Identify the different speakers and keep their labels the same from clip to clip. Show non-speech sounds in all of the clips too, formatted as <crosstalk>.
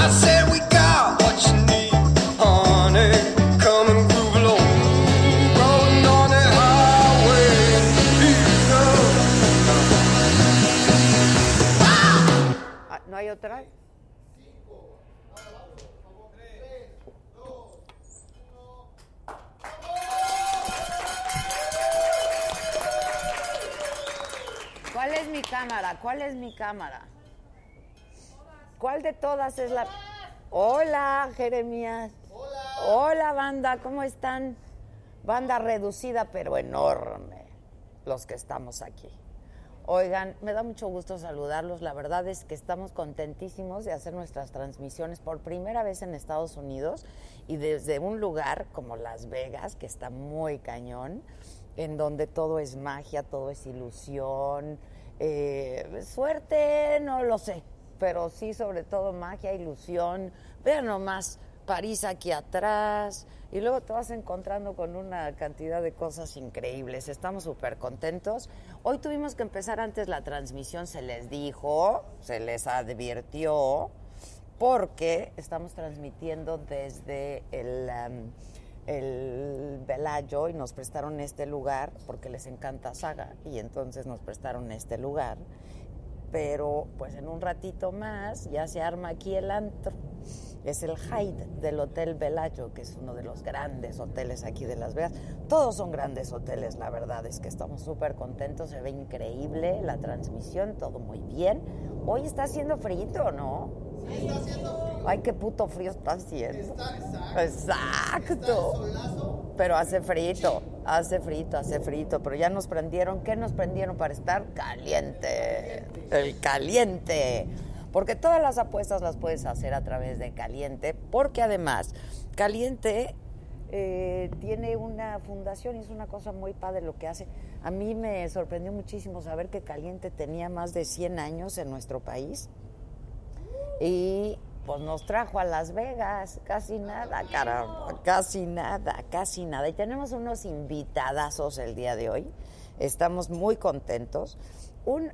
Speaker 1: I said we got what you need, honey. Come and groove along, rolling on that highway, you
Speaker 2: Ah, ¿No hay otra? ¿Cuál es mi cámara? ¿Cuál es mi cámara? ¿Cuál de todas es la...? Hola, Jeremías. Hola. Hola, banda. ¿Cómo están? Banda reducida, pero enorme, los que estamos aquí. Oigan, me da mucho gusto saludarlos. La verdad es que estamos contentísimos de hacer nuestras transmisiones por primera vez en Estados Unidos y desde un lugar como Las Vegas, que está muy cañón, en donde todo es magia, todo es ilusión, eh, suerte, no lo sé, pero sí sobre todo magia, ilusión. Vean nomás París aquí atrás y luego te vas encontrando con una cantidad de cosas increíbles. Estamos súper contentos. Hoy tuvimos que empezar antes la transmisión, se les dijo, se les advirtió, porque estamos transmitiendo desde el, em, el Velayo y nos prestaron este lugar porque les encanta Saga y entonces nos prestaron este lugar. Pero pues en un ratito más ya se arma aquí el antro. Es el Hyde del Hotel Velayo, que es uno de los grandes hoteles aquí de Las Vegas. Todos son grandes hoteles, la verdad es que estamos súper contentos, se ve increíble la transmisión, todo muy bien. Hoy está haciendo frito, ¿no? Ay, qué puto frío está haciendo. exacto. pero hace frito, hace frito, hace frito. Pero ya nos prendieron. ¿Qué nos prendieron para estar? Caliente. El caliente. Porque todas las apuestas las puedes hacer a través de Caliente. Porque además, Caliente eh, tiene una fundación y es una cosa muy padre lo que hace. A mí me sorprendió muchísimo saber que Caliente tenía más de 100 años en nuestro país y pues nos trajo a Las Vegas, casi nada, caramba, casi nada, casi nada. Y tenemos unos invitadazos el día de hoy. Estamos muy contentos. Un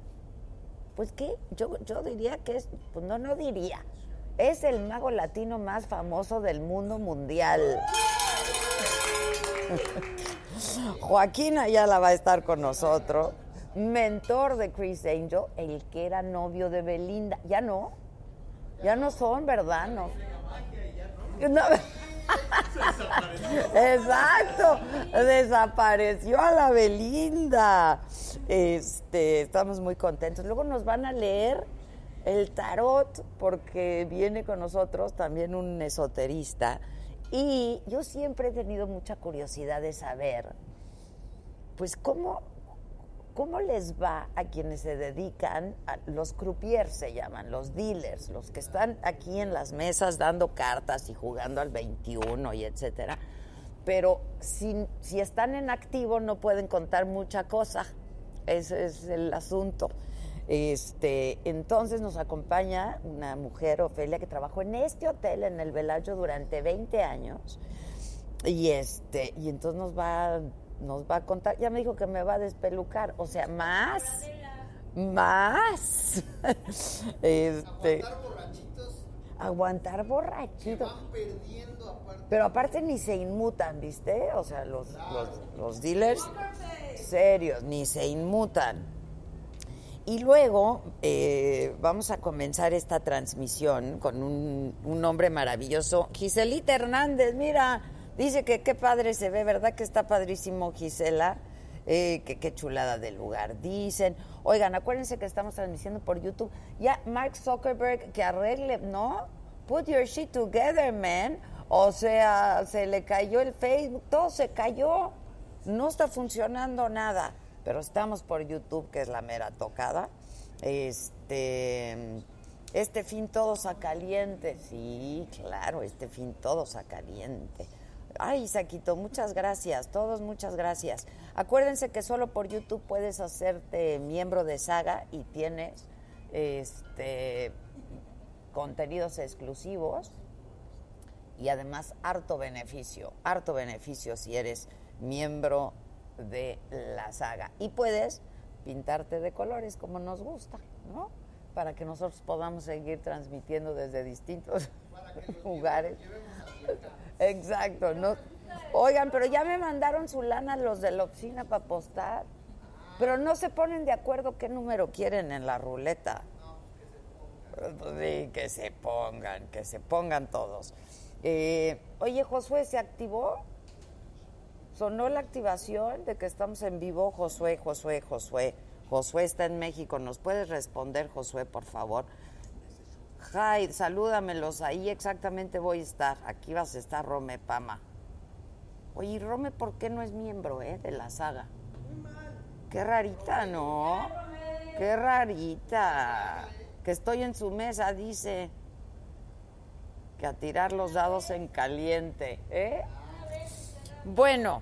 Speaker 2: pues qué, yo, yo diría que es, pues no, no diría. Es el mago latino más famoso del mundo mundial. <laughs> Joaquín Ayala va a estar con nosotros, mentor de Chris Angel, el que era novio de Belinda. Ya no, ya no son, ¿verdad? No. No. <laughs> Exacto, desapareció a la Belinda. Este, estamos muy contentos. Luego nos van a leer el tarot porque viene con nosotros también un esoterista y yo siempre he tenido mucha curiosidad de saber pues cómo ¿Cómo les va a quienes se dedican, a, los croupiers se llaman, los dealers, los que están aquí en las mesas dando cartas y jugando al 21 y etcétera? Pero si, si están en activo no pueden contar mucha cosa. Ese es el asunto. Este, entonces nos acompaña una mujer, Ofelia, que trabajó en este hotel, en el Velayo, durante 20 años. Y este, y entonces nos va, nos va a contar. Ya me dijo que me va a despelucar. O sea, más. Más. <laughs> Este, aguantar borrachitos. Pero aparte ni se inmutan, ¿viste? O sea, los, los, los dealers serios, ni se inmutan. Y luego eh, vamos a comenzar esta transmisión con un, un hombre maravilloso, Giselita Hernández. Mira, dice que qué padre se ve, ¿verdad? Que está padrísimo Gisela. Eh, que qué chulada de lugar, dicen. Oigan, acuérdense que estamos transmitiendo por YouTube. Ya Mark Zuckerberg que arregle, ¿no? Put your shit together, man. O sea, se le cayó el Facebook, todo se cayó. No está funcionando nada pero estamos por YouTube, que es la mera tocada. Este, este fin todos a caliente, sí, claro, este fin todos a caliente. Ay, Isaquito, muchas gracias, todos muchas gracias. Acuérdense que solo por YouTube puedes hacerte miembro de Saga y tienes este contenidos exclusivos y además harto beneficio, harto beneficio si eres miembro de la saga. Y puedes pintarte de colores como nos gusta, ¿no? Para que nosotros podamos seguir transmitiendo desde distintos <laughs> lugares. <laughs> Exacto, ¿no? Oigan, pero ya me mandaron su lana los de la oficina para apostar. Pero no se ponen de acuerdo qué número quieren en la ruleta. Pues Sí, que se pongan, que se pongan todos. Eh, oye, Josué, ¿se activó? Sonó la activación de que estamos en vivo, Josué, Josué, Josué. Josué está en México. ¿Nos puedes responder, Josué, por favor? Hi, salúdamelos. Ahí exactamente voy a estar. Aquí vas a estar, Rome Pama. Oye, ¿y Rome, ¿por qué no es miembro eh, de la saga? Qué rarita, ¿no? Qué rarita. Que estoy en su mesa, dice. Que a tirar los dados en caliente, ¿eh? Bueno,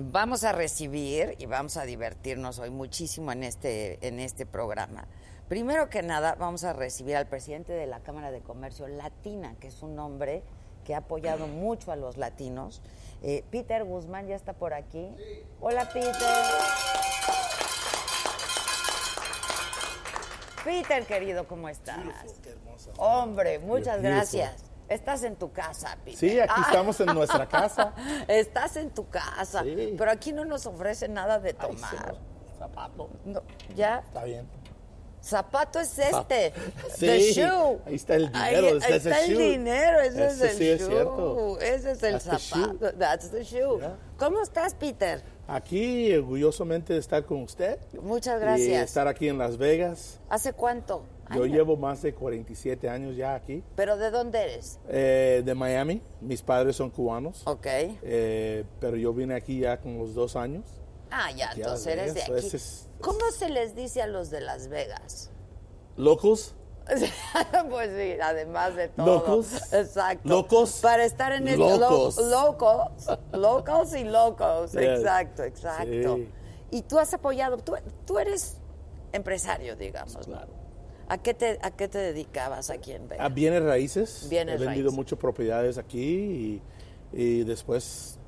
Speaker 2: vamos a recibir y vamos a divertirnos hoy muchísimo en este, en este programa. Primero que nada, vamos a recibir al presidente de la Cámara de Comercio Latina, que es un hombre que ha apoyado mucho a los latinos. Eh, Peter Guzmán ya está por aquí. Hola, Peter. Peter, querido, ¿cómo estás? Hombre, muchas
Speaker 3: Beautiful.
Speaker 2: gracias. Estás en tu casa, Peter.
Speaker 3: Sí, aquí
Speaker 2: Ah.
Speaker 3: estamos en nuestra casa.
Speaker 2: <laughs> Estás en tu casa,
Speaker 3: Sí.
Speaker 2: pero aquí no nos ofrecen nada de
Speaker 3: Ay, se
Speaker 2: tomar.
Speaker 3: nos- Zapato.
Speaker 2: No, ya,
Speaker 3: Está bien.
Speaker 2: zapato es
Speaker 3: <laughs>
Speaker 2: este,
Speaker 3: Sí,
Speaker 2: the shoe.
Speaker 3: ahí está el
Speaker 2: Ahí
Speaker 3: dinero, ese
Speaker 2: está,
Speaker 3: es el
Speaker 2: el
Speaker 3: shoe.
Speaker 2: dinero, ese
Speaker 3: Ese
Speaker 2: es el
Speaker 3: sí es
Speaker 2: shoe.
Speaker 3: cierto.
Speaker 2: Ese es el
Speaker 3: That's the shoe.
Speaker 2: zapato, that's the shoe.
Speaker 3: Yeah.
Speaker 2: ¿Cómo estás, Peter?
Speaker 3: Aquí orgullosamente de estar con usted.
Speaker 2: Muchas
Speaker 3: Y
Speaker 2: gracias.
Speaker 3: estar aquí en Las Vegas.
Speaker 2: ¿Hace cuánto?
Speaker 3: Yo
Speaker 2: Ay,
Speaker 3: llevo más de 47 años ya aquí,
Speaker 2: ¿Pero de dónde eres?
Speaker 3: eh, de Miami. Mis padres son cubanos,
Speaker 2: Ok.
Speaker 3: eh, pero yo vine aquí ya con los dos años.
Speaker 2: Ah, ya,
Speaker 3: Aquí a
Speaker 2: entonces
Speaker 3: Las
Speaker 2: eres de
Speaker 3: Vegas,
Speaker 2: aquí.
Speaker 3: ese es-
Speaker 2: ¿Cómo se les dice a los de Las Vegas?
Speaker 3: Locos,
Speaker 2: <laughs> pues sí, además de todo.
Speaker 3: Locos.
Speaker 2: Exacto.
Speaker 3: Locos.
Speaker 2: Para estar en el
Speaker 3: Locos.
Speaker 2: locos. Locos y locos.
Speaker 3: Yes.
Speaker 2: Exacto, exacto.
Speaker 3: Sí.
Speaker 2: Y tú has apoyado, tú, tú eres empresario, digamos. ¿no?
Speaker 3: Claro.
Speaker 2: ¿A qué te, a qué te dedicabas aquí en
Speaker 3: a
Speaker 2: Vegas?
Speaker 3: ah, bienes raíces.
Speaker 2: Bienes
Speaker 3: He vendido
Speaker 2: raíces.
Speaker 3: muchas propiedades aquí y, y después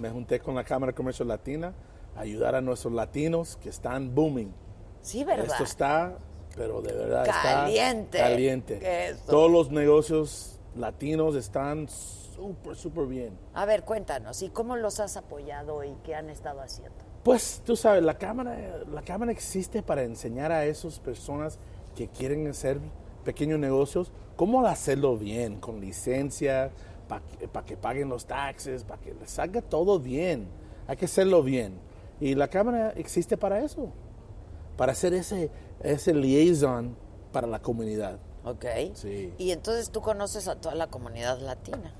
Speaker 3: me junté con la Cámara de Comercio Latina a ayudar a nuestros latinos que están booming.
Speaker 2: Sí, ¿verdad?
Speaker 3: Esto está, pero de verdad
Speaker 2: Caliente.
Speaker 3: está caliente.
Speaker 2: Eso.
Speaker 3: Todos los negocios latinos están súper, súper bien.
Speaker 2: A ver, cuéntanos, ¿y cómo los has apoyado y qué han estado haciendo?
Speaker 3: Pues tú sabes, la cámara, la cámara existe para enseñar a esas personas que quieren hacer pequeños negocios cómo hacerlo bien, con licencia, para que, pa' que paguen los taxes, para que les salga todo bien. Hay que hacerlo bien. Y la cámara existe para eso, para hacer ese, ese liaison para la comunidad.
Speaker 2: Ok.
Speaker 3: Sí.
Speaker 2: Y entonces tú conoces a toda la comunidad latina,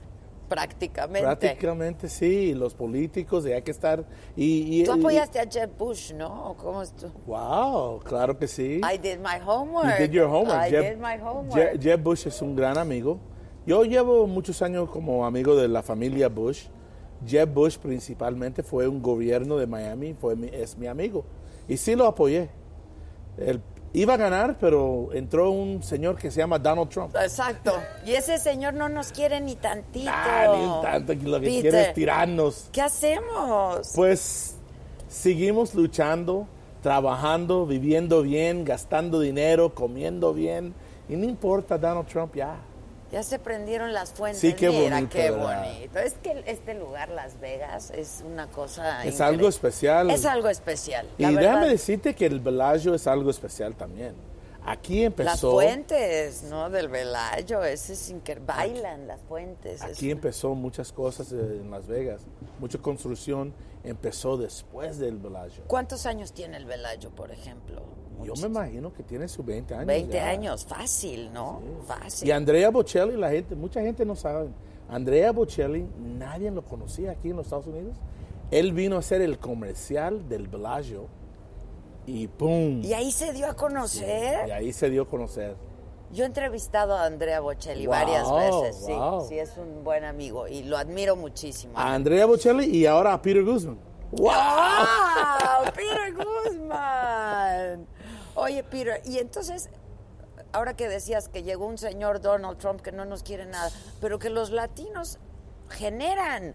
Speaker 2: prácticamente.
Speaker 3: Prácticamente sí, los políticos, y hay que estar. Y, y-
Speaker 2: Tú
Speaker 3: y-
Speaker 2: apoyaste a Jeb Bush, ¿no? ¿O ¿Cómo es tu-
Speaker 3: wow, claro que sí.
Speaker 2: I did my homework.
Speaker 3: You did your homework.
Speaker 2: I
Speaker 3: Jeb,
Speaker 2: did my homework.
Speaker 3: Je- Jeb Bush es un gran amigo. Yo llevo muchos años como amigo de la familia Bush. Jeb Bush principalmente fue un gobierno de Miami, fue mi- es mi amigo. Y sí lo apoyé. Él iba a ganar, pero entró un señor que se llama Donald Trump.
Speaker 2: Exacto. Y ese señor no nos quiere ni tantito.
Speaker 3: Ah, ni un tanto, que lo que
Speaker 2: Peter,
Speaker 3: quiere es tirarnos.
Speaker 2: ¿Qué hacemos?
Speaker 3: Pues seguimos luchando, trabajando, viviendo bien, gastando dinero, comiendo bien. Y no importa Donald Trump ya.
Speaker 2: Ya se prendieron las fuentes.
Speaker 3: Sí, qué
Speaker 2: Mira,
Speaker 3: bonito,
Speaker 2: qué
Speaker 3: ¿verdad?
Speaker 2: bonito. Es que este lugar, Las Vegas, es una cosa.
Speaker 3: Es
Speaker 2: increíble.
Speaker 3: algo especial.
Speaker 2: Es algo especial.
Speaker 3: Y
Speaker 2: la
Speaker 3: déjame
Speaker 2: verdad.
Speaker 3: decirte que el Bellagio es algo especial también. Aquí
Speaker 2: Las
Speaker 3: empezó,
Speaker 2: fuentes, ¿no? Del Velayo, ese es increíble. Bailan las fuentes. es-
Speaker 3: aquí empezó muchas cosas eh, en Las Vegas. Mucha construcción empezó después del Bellagio.
Speaker 2: ¿Cuántos años tiene el Velayo, por ejemplo?
Speaker 3: Yo
Speaker 2: Muchos.
Speaker 3: me imagino que tiene sus 20 años.
Speaker 2: 20
Speaker 3: ya.
Speaker 2: años, fácil, ¿no? Fácil.
Speaker 3: Y Andrea Bocelli, la gente, mucha gente no sabe. Andrea Bocelli, nadie lo conocía aquí en los Estados Unidos. Él vino a hacer el comercial del Bellagio y ¡pum!
Speaker 2: Y ahí se dio a conocer.
Speaker 3: Y ahí se dio a conocer.
Speaker 2: Yo he entrevistado a Andrea Bocelli
Speaker 3: Wow,
Speaker 2: varias veces, sí,
Speaker 3: wow.
Speaker 2: sí, es un buen amigo y lo admiro muchísimo.
Speaker 3: A Andrea Bocelli y ahora a Peter Guzman.
Speaker 2: ¡Wow! Peter Guzmán. Oye, Peter, y entonces, ahora que decías que llegó un señor Donald Trump que no nos quiere nada, pero que los latinos generan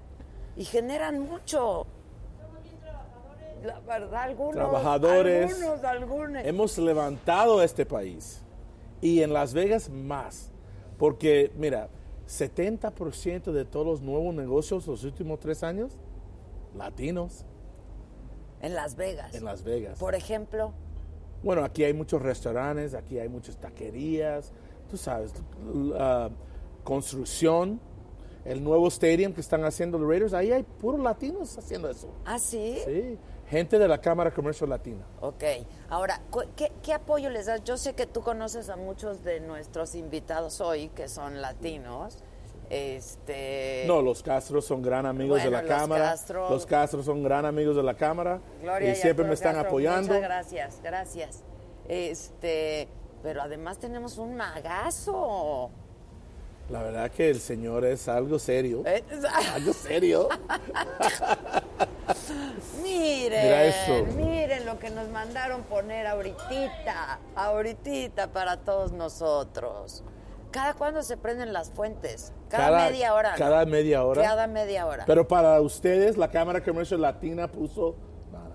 Speaker 2: y generan mucho. La verdad, algunos.
Speaker 3: Trabajadores.
Speaker 2: Algunos, algunos.
Speaker 3: Hemos levantado este país. Y en Las Vegas más. Porque, mira, 70% de todos los nuevos negocios los últimos tres años, latinos
Speaker 2: En Las Vegas.
Speaker 3: en Las Vegas.
Speaker 2: Por ejemplo,
Speaker 3: Bueno, aquí hay muchos restaurantes, aquí hay muchas taquerías, tú sabes, l- ah, construcción, el nuevo stadium que están haciendo los Raiders, ahí hay puros latinos haciendo eso.
Speaker 2: ¿ah, sí?
Speaker 3: Sí, gente de la Cámara de Comercio Latina.
Speaker 2: Ok. Ahora, cu- ¿qué, qué apoyo les das? Yo sé que tú conoces a muchos de nuestros invitados hoy que son latinos. Este.
Speaker 3: No, los Castro son gran amigos de
Speaker 2: Bueno,
Speaker 3: la
Speaker 2: los
Speaker 3: Cámara.
Speaker 2: Castro-
Speaker 3: los Castro son gran amigos de la Cámara.
Speaker 2: Gloria
Speaker 3: y siempre
Speaker 2: Arturo
Speaker 3: me están
Speaker 2: Castro,
Speaker 3: apoyando.
Speaker 2: Muchas gracias, gracias. Este. Pero además tenemos un magazo.
Speaker 3: La verdad que el señor es algo serio.
Speaker 2: Eh, <laughs>
Speaker 3: Algo serio.
Speaker 2: Miren,
Speaker 3: Mira eso.
Speaker 2: miren lo que nos mandaron poner ahorita, ahorita para todos nosotros. ¿Cada cuándo se prenden las fuentes? <laughs> Cada, media hora. ¿no?
Speaker 3: Cada media hora.
Speaker 2: Cada media hora.
Speaker 3: Pero para ustedes, la Cámara de Comercio Latina puso.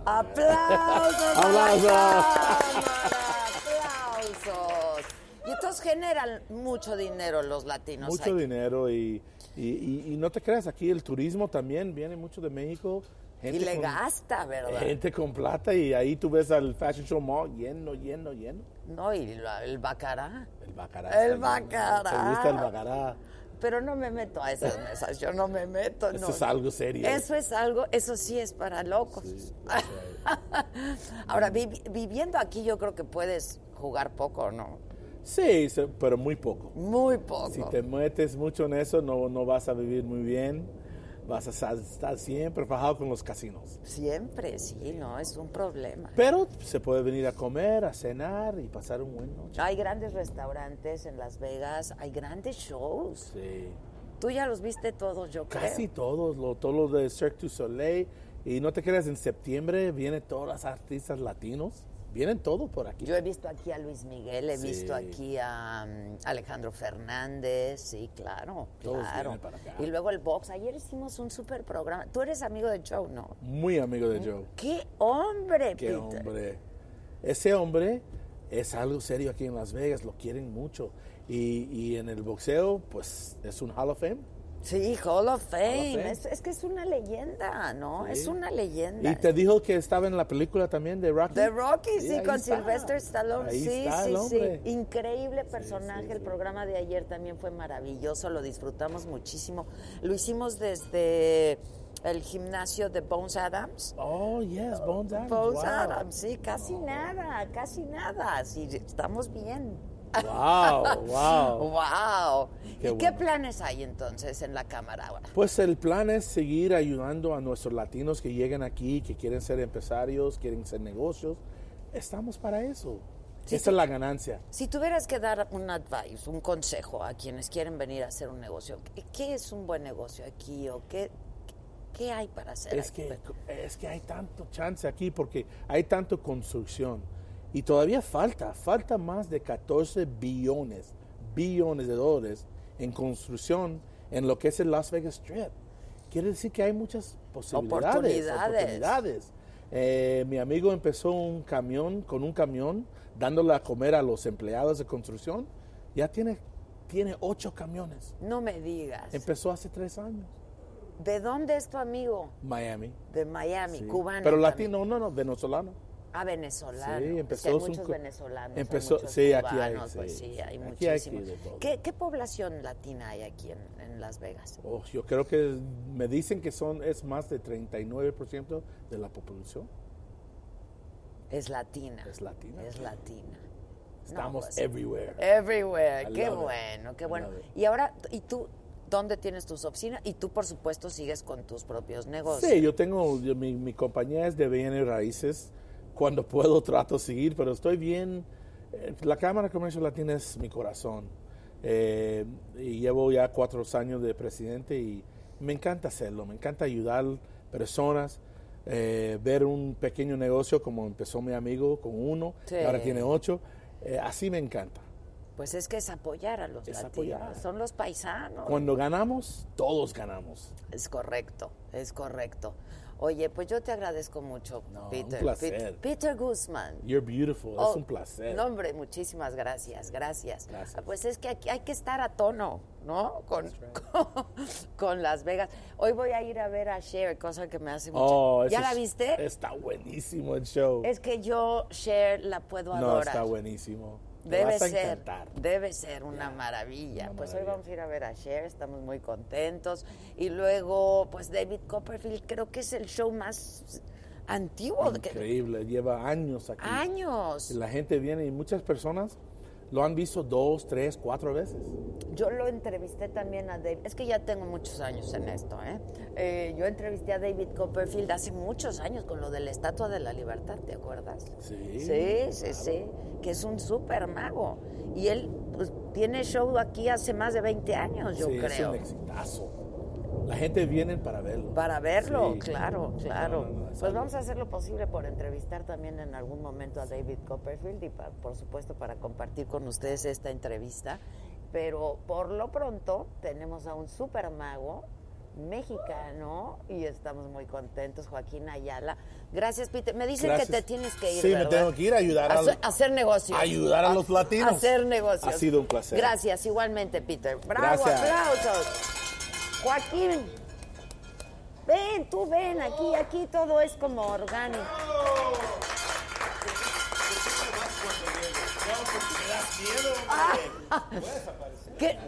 Speaker 2: ¡Aplausos! a la
Speaker 3: ¡Aplausos!
Speaker 2: cámara! ¡Aplausos! Y entonces generan mucho dinero los latinos.
Speaker 3: mucho
Speaker 2: ahí.
Speaker 3: dinero y, y- y- y no te creas, aquí el turismo también viene mucho de México.
Speaker 2: Y
Speaker 3: Gente
Speaker 2: le
Speaker 3: con-
Speaker 2: gasta, ¿verdad?
Speaker 3: Gente con plata y ahí tú ves al Fashion Show Mall lleno, lleno, lleno.
Speaker 2: No, y la- el bacará.
Speaker 3: El bacará.
Speaker 2: El
Speaker 3: está lleno.
Speaker 2: bacará.
Speaker 3: ¿Te gusta el bacará?
Speaker 2: Pero no me meto a esas mesas, yo no me meto.
Speaker 3: Eso
Speaker 2: no.
Speaker 3: es algo serio.
Speaker 2: Eso es algo, eso sí es para locos. <laughs> Ahora,
Speaker 3: mm.
Speaker 2: vi- viviendo aquí yo creo que puedes jugar poco, ¿no?
Speaker 3: Sí, se- pero muy poco.
Speaker 2: Muy poco.
Speaker 3: Si te metes mucho en eso, no, no vas a vivir muy bien. Vas a sa- estar siempre fajado con los casinos.
Speaker 2: Siempre, sí, no, es un problema.
Speaker 3: Pero se puede venir a comer, a cenar y pasar un buen noche.
Speaker 2: Hay grandes restaurantes en Las Vegas, hay grandes shows.
Speaker 3: Sí.
Speaker 2: Tú ya los viste todos, yo creo.
Speaker 3: Casi todos, lo, todos los de Cirque du Soleil. Y no te creas, en septiembre vienen todas las artistas latinos. Vienen todos por aquí.
Speaker 2: Yo he visto aquí a Luis Miguel, he
Speaker 3: Sí.
Speaker 2: visto aquí a um, Alejandro Fernández, sí, claro,
Speaker 3: Todos
Speaker 2: claro.
Speaker 3: vienen para acá.
Speaker 2: Y luego el box. Ayer hicimos un super programa. Tú eres amigo de Joe, ¿no?
Speaker 3: Muy amigo de Joe.
Speaker 2: ¡Qué hombre,
Speaker 3: Qué
Speaker 2: Peter!
Speaker 3: hombre. Ese hombre es algo serio aquí en Las Vegas, lo quieren mucho. Y, y en el boxeo, pues es un Hall of Fame.
Speaker 2: Sí, Hall of Fame.
Speaker 3: Hall of Fame.
Speaker 2: Es, es que es una leyenda, ¿no? Es una leyenda.
Speaker 3: Y te dijo que estaba en la película también de Rocky.
Speaker 2: The Rocky,
Speaker 3: Sí,
Speaker 2: sí,
Speaker 3: ahí
Speaker 2: con
Speaker 3: está.
Speaker 2: Sylvester Stallone.
Speaker 3: Ahí
Speaker 2: sí,
Speaker 3: está el
Speaker 2: sí, sí.
Speaker 3: hombre.
Speaker 2: Increíble personaje. El programa de ayer también fue maravilloso. Lo disfrutamos muchísimo. Lo hicimos desde el gimnasio de Bones Adams.
Speaker 3: Oh, yes, Bones Adams.
Speaker 2: Bones
Speaker 3: wow.
Speaker 2: Adams, sí, casi nada, casi nada. Sí, estamos bien. <laughs>
Speaker 3: Wow, wow.
Speaker 2: ¡Wow!
Speaker 3: Qué
Speaker 2: ¿Y qué
Speaker 3: bueno.
Speaker 2: planes hay entonces en la cámara ahora?
Speaker 3: Pues el plan es seguir ayudando a nuestros latinos que llegan aquí, que quieren ser empresarios, quieren ser negocios. Estamos para eso.
Speaker 2: Sí,
Speaker 3: Esa es la ganancia.
Speaker 2: Si tuvieras que dar un advice, un consejo a quienes quieren venir a hacer un negocio, ¿qué- ¿qué es un buen negocio aquí o qué, qué hay para hacer
Speaker 3: Es
Speaker 2: aquí?
Speaker 3: que, es que hay tanto chance aquí porque hay tanto construcción y todavía falta, falta más de 14 billones, billones de dólares en construcción en lo que es el Las Vegas Strip. Quiere decir que hay muchas posibilidades,
Speaker 2: Oportunidades.
Speaker 3: oportunidades. Eh, mi amigo empezó un camión con un camión dándole a comer a los empleados de construcción. Ya tiene
Speaker 4: tiene ocho camiones.
Speaker 2: No me digas.
Speaker 4: Empezó hace tres años.
Speaker 2: ¿De dónde es tu amigo?
Speaker 4: Miami.
Speaker 2: De Miami,
Speaker 4: Sí.
Speaker 2: cubano.
Speaker 4: Pero
Speaker 2: también.
Speaker 4: latino, no, no, venezolano.
Speaker 2: Ah, venezolano.
Speaker 4: Sí,
Speaker 2: Sí,
Speaker 4: empezó
Speaker 2: hay
Speaker 4: su-
Speaker 2: muchos venezolanos.
Speaker 4: empezó-
Speaker 2: hay muchos
Speaker 4: sí, aquí hay,
Speaker 2: cubanos,
Speaker 4: sí,
Speaker 2: pues
Speaker 4: sí,
Speaker 2: sí, hay
Speaker 4: aquí hay que
Speaker 2: muchísimos.
Speaker 4: de todo.
Speaker 2: ¿Qué, qué población latina hay aquí en, en Las Vegas?
Speaker 4: Oh, yo creo que me dicen que son es más de 39% de la población.
Speaker 2: Es latina.
Speaker 4: Es latina.
Speaker 2: Es latina. No,
Speaker 4: Estamos
Speaker 2: pues,
Speaker 4: everywhere.
Speaker 2: everywhere.
Speaker 4: I
Speaker 2: Qué
Speaker 4: love it.
Speaker 2: bueno, qué
Speaker 4: I
Speaker 2: bueno.
Speaker 4: love it.
Speaker 2: Y ahora, ¿y tú dónde tienes tus oficinas? Y tú, por supuesto, sigues con tus propios negocios.
Speaker 4: Sí, yo tengo, yo- mi, mi compañía es de bienes raíces. Cuando <laughs> puedo trato de seguir, pero estoy bien. Eh, La Cámara de Comercio Latina es mi corazón. Eh, y llevo ya cuatro años de presidente y me encanta hacerlo, me encanta ayudar personas, eh, ver un pequeño negocio como empezó mi amigo con uno,
Speaker 2: Sí.
Speaker 4: ahora tiene ocho. Eh, así me encanta.
Speaker 2: Pues es que es apoyar a los
Speaker 4: Es
Speaker 2: latinos.
Speaker 4: apoyar.
Speaker 2: Son los paisanos.
Speaker 4: Cuando ganamos, todos ganamos.
Speaker 2: Es correcto, es correcto. Oye, pues yo te agradezco mucho,
Speaker 4: No, un
Speaker 2: Peter.
Speaker 4: placer.
Speaker 2: Pet- Peter Guzmán.
Speaker 4: You're beautiful,
Speaker 2: Oh,
Speaker 4: es un placer.
Speaker 2: No, hombre, muchísimas gracias, gracias.
Speaker 4: Gracias.
Speaker 2: Ah, Pues es que aquí hay que estar a tono, ¿no? Con, con, <laughs> con Las Vegas. Hoy voy a ir a ver a Cher, cosa que me hace mucho.
Speaker 4: Oh,
Speaker 2: ¿Ya
Speaker 4: ese
Speaker 2: la
Speaker 4: es-
Speaker 2: viste? Es,
Speaker 4: Está buenísimo el show.
Speaker 2: que yo Cher la puedo
Speaker 4: no,
Speaker 2: adorar.
Speaker 4: está buenísimo. Te
Speaker 2: Debe
Speaker 4: vas a
Speaker 2: ser,
Speaker 4: encantar.
Speaker 2: debe ser una maravilla.
Speaker 4: una
Speaker 2: pues hoy
Speaker 4: maravilla.
Speaker 2: vamos a ir a ver a Cher, estamos muy contentos. Y luego, pues David Copperfield, creo que es el show más antiguo de que
Speaker 4: Increíble, lleva años aquí.
Speaker 2: Oh, años.
Speaker 4: La gente viene y muchas personas lo han visto dos, tres, cuatro veces.
Speaker 2: Yo lo entrevisté también a David, es que ya tengo muchos años en esto, ¿eh? Eh, Yo entrevisté a David Copperfield hace muchos años con lo de la Estatua de la Libertad, ¿te acuerdas?
Speaker 4: Sí,
Speaker 2: Sí, sí, sí, que es un súper mago. Y él pues, tiene show aquí hace más de 20 años, yo
Speaker 4: Sí, Es un
Speaker 2: creo.
Speaker 4: exitazo. La gente viene para verlo.
Speaker 2: Para verlo,
Speaker 4: Sí.
Speaker 2: claro, claro.
Speaker 4: No, no, no, es
Speaker 2: pues
Speaker 4: algo-
Speaker 2: vamos a hacer lo posible por entrevistar también en algún momento a David Copperfield y pa- por supuesto para compartir con ustedes esta entrevista. Pero por lo pronto tenemos a un super mago mexicano y estamos muy contentos, Joaquín Ayala. Gracias, Peter. Me dicen
Speaker 4: Gracias.
Speaker 2: que te tienes que ir.
Speaker 4: Sí, me
Speaker 2: ¿verdad?
Speaker 4: tengo que ir a ayudar
Speaker 2: a
Speaker 4: al-
Speaker 2: hacer- hacer negocios.
Speaker 4: a ayudar a los latinos.
Speaker 2: hacer negocios.
Speaker 4: Ha sido un placer.
Speaker 2: Gracias, igualmente, Peter. Bravo,
Speaker 4: Gracias.
Speaker 2: aplausos. Joaquín, Ven, tú ven, aquí, aquí todo es como orgánico. Ah, <laughs> ¿Qué,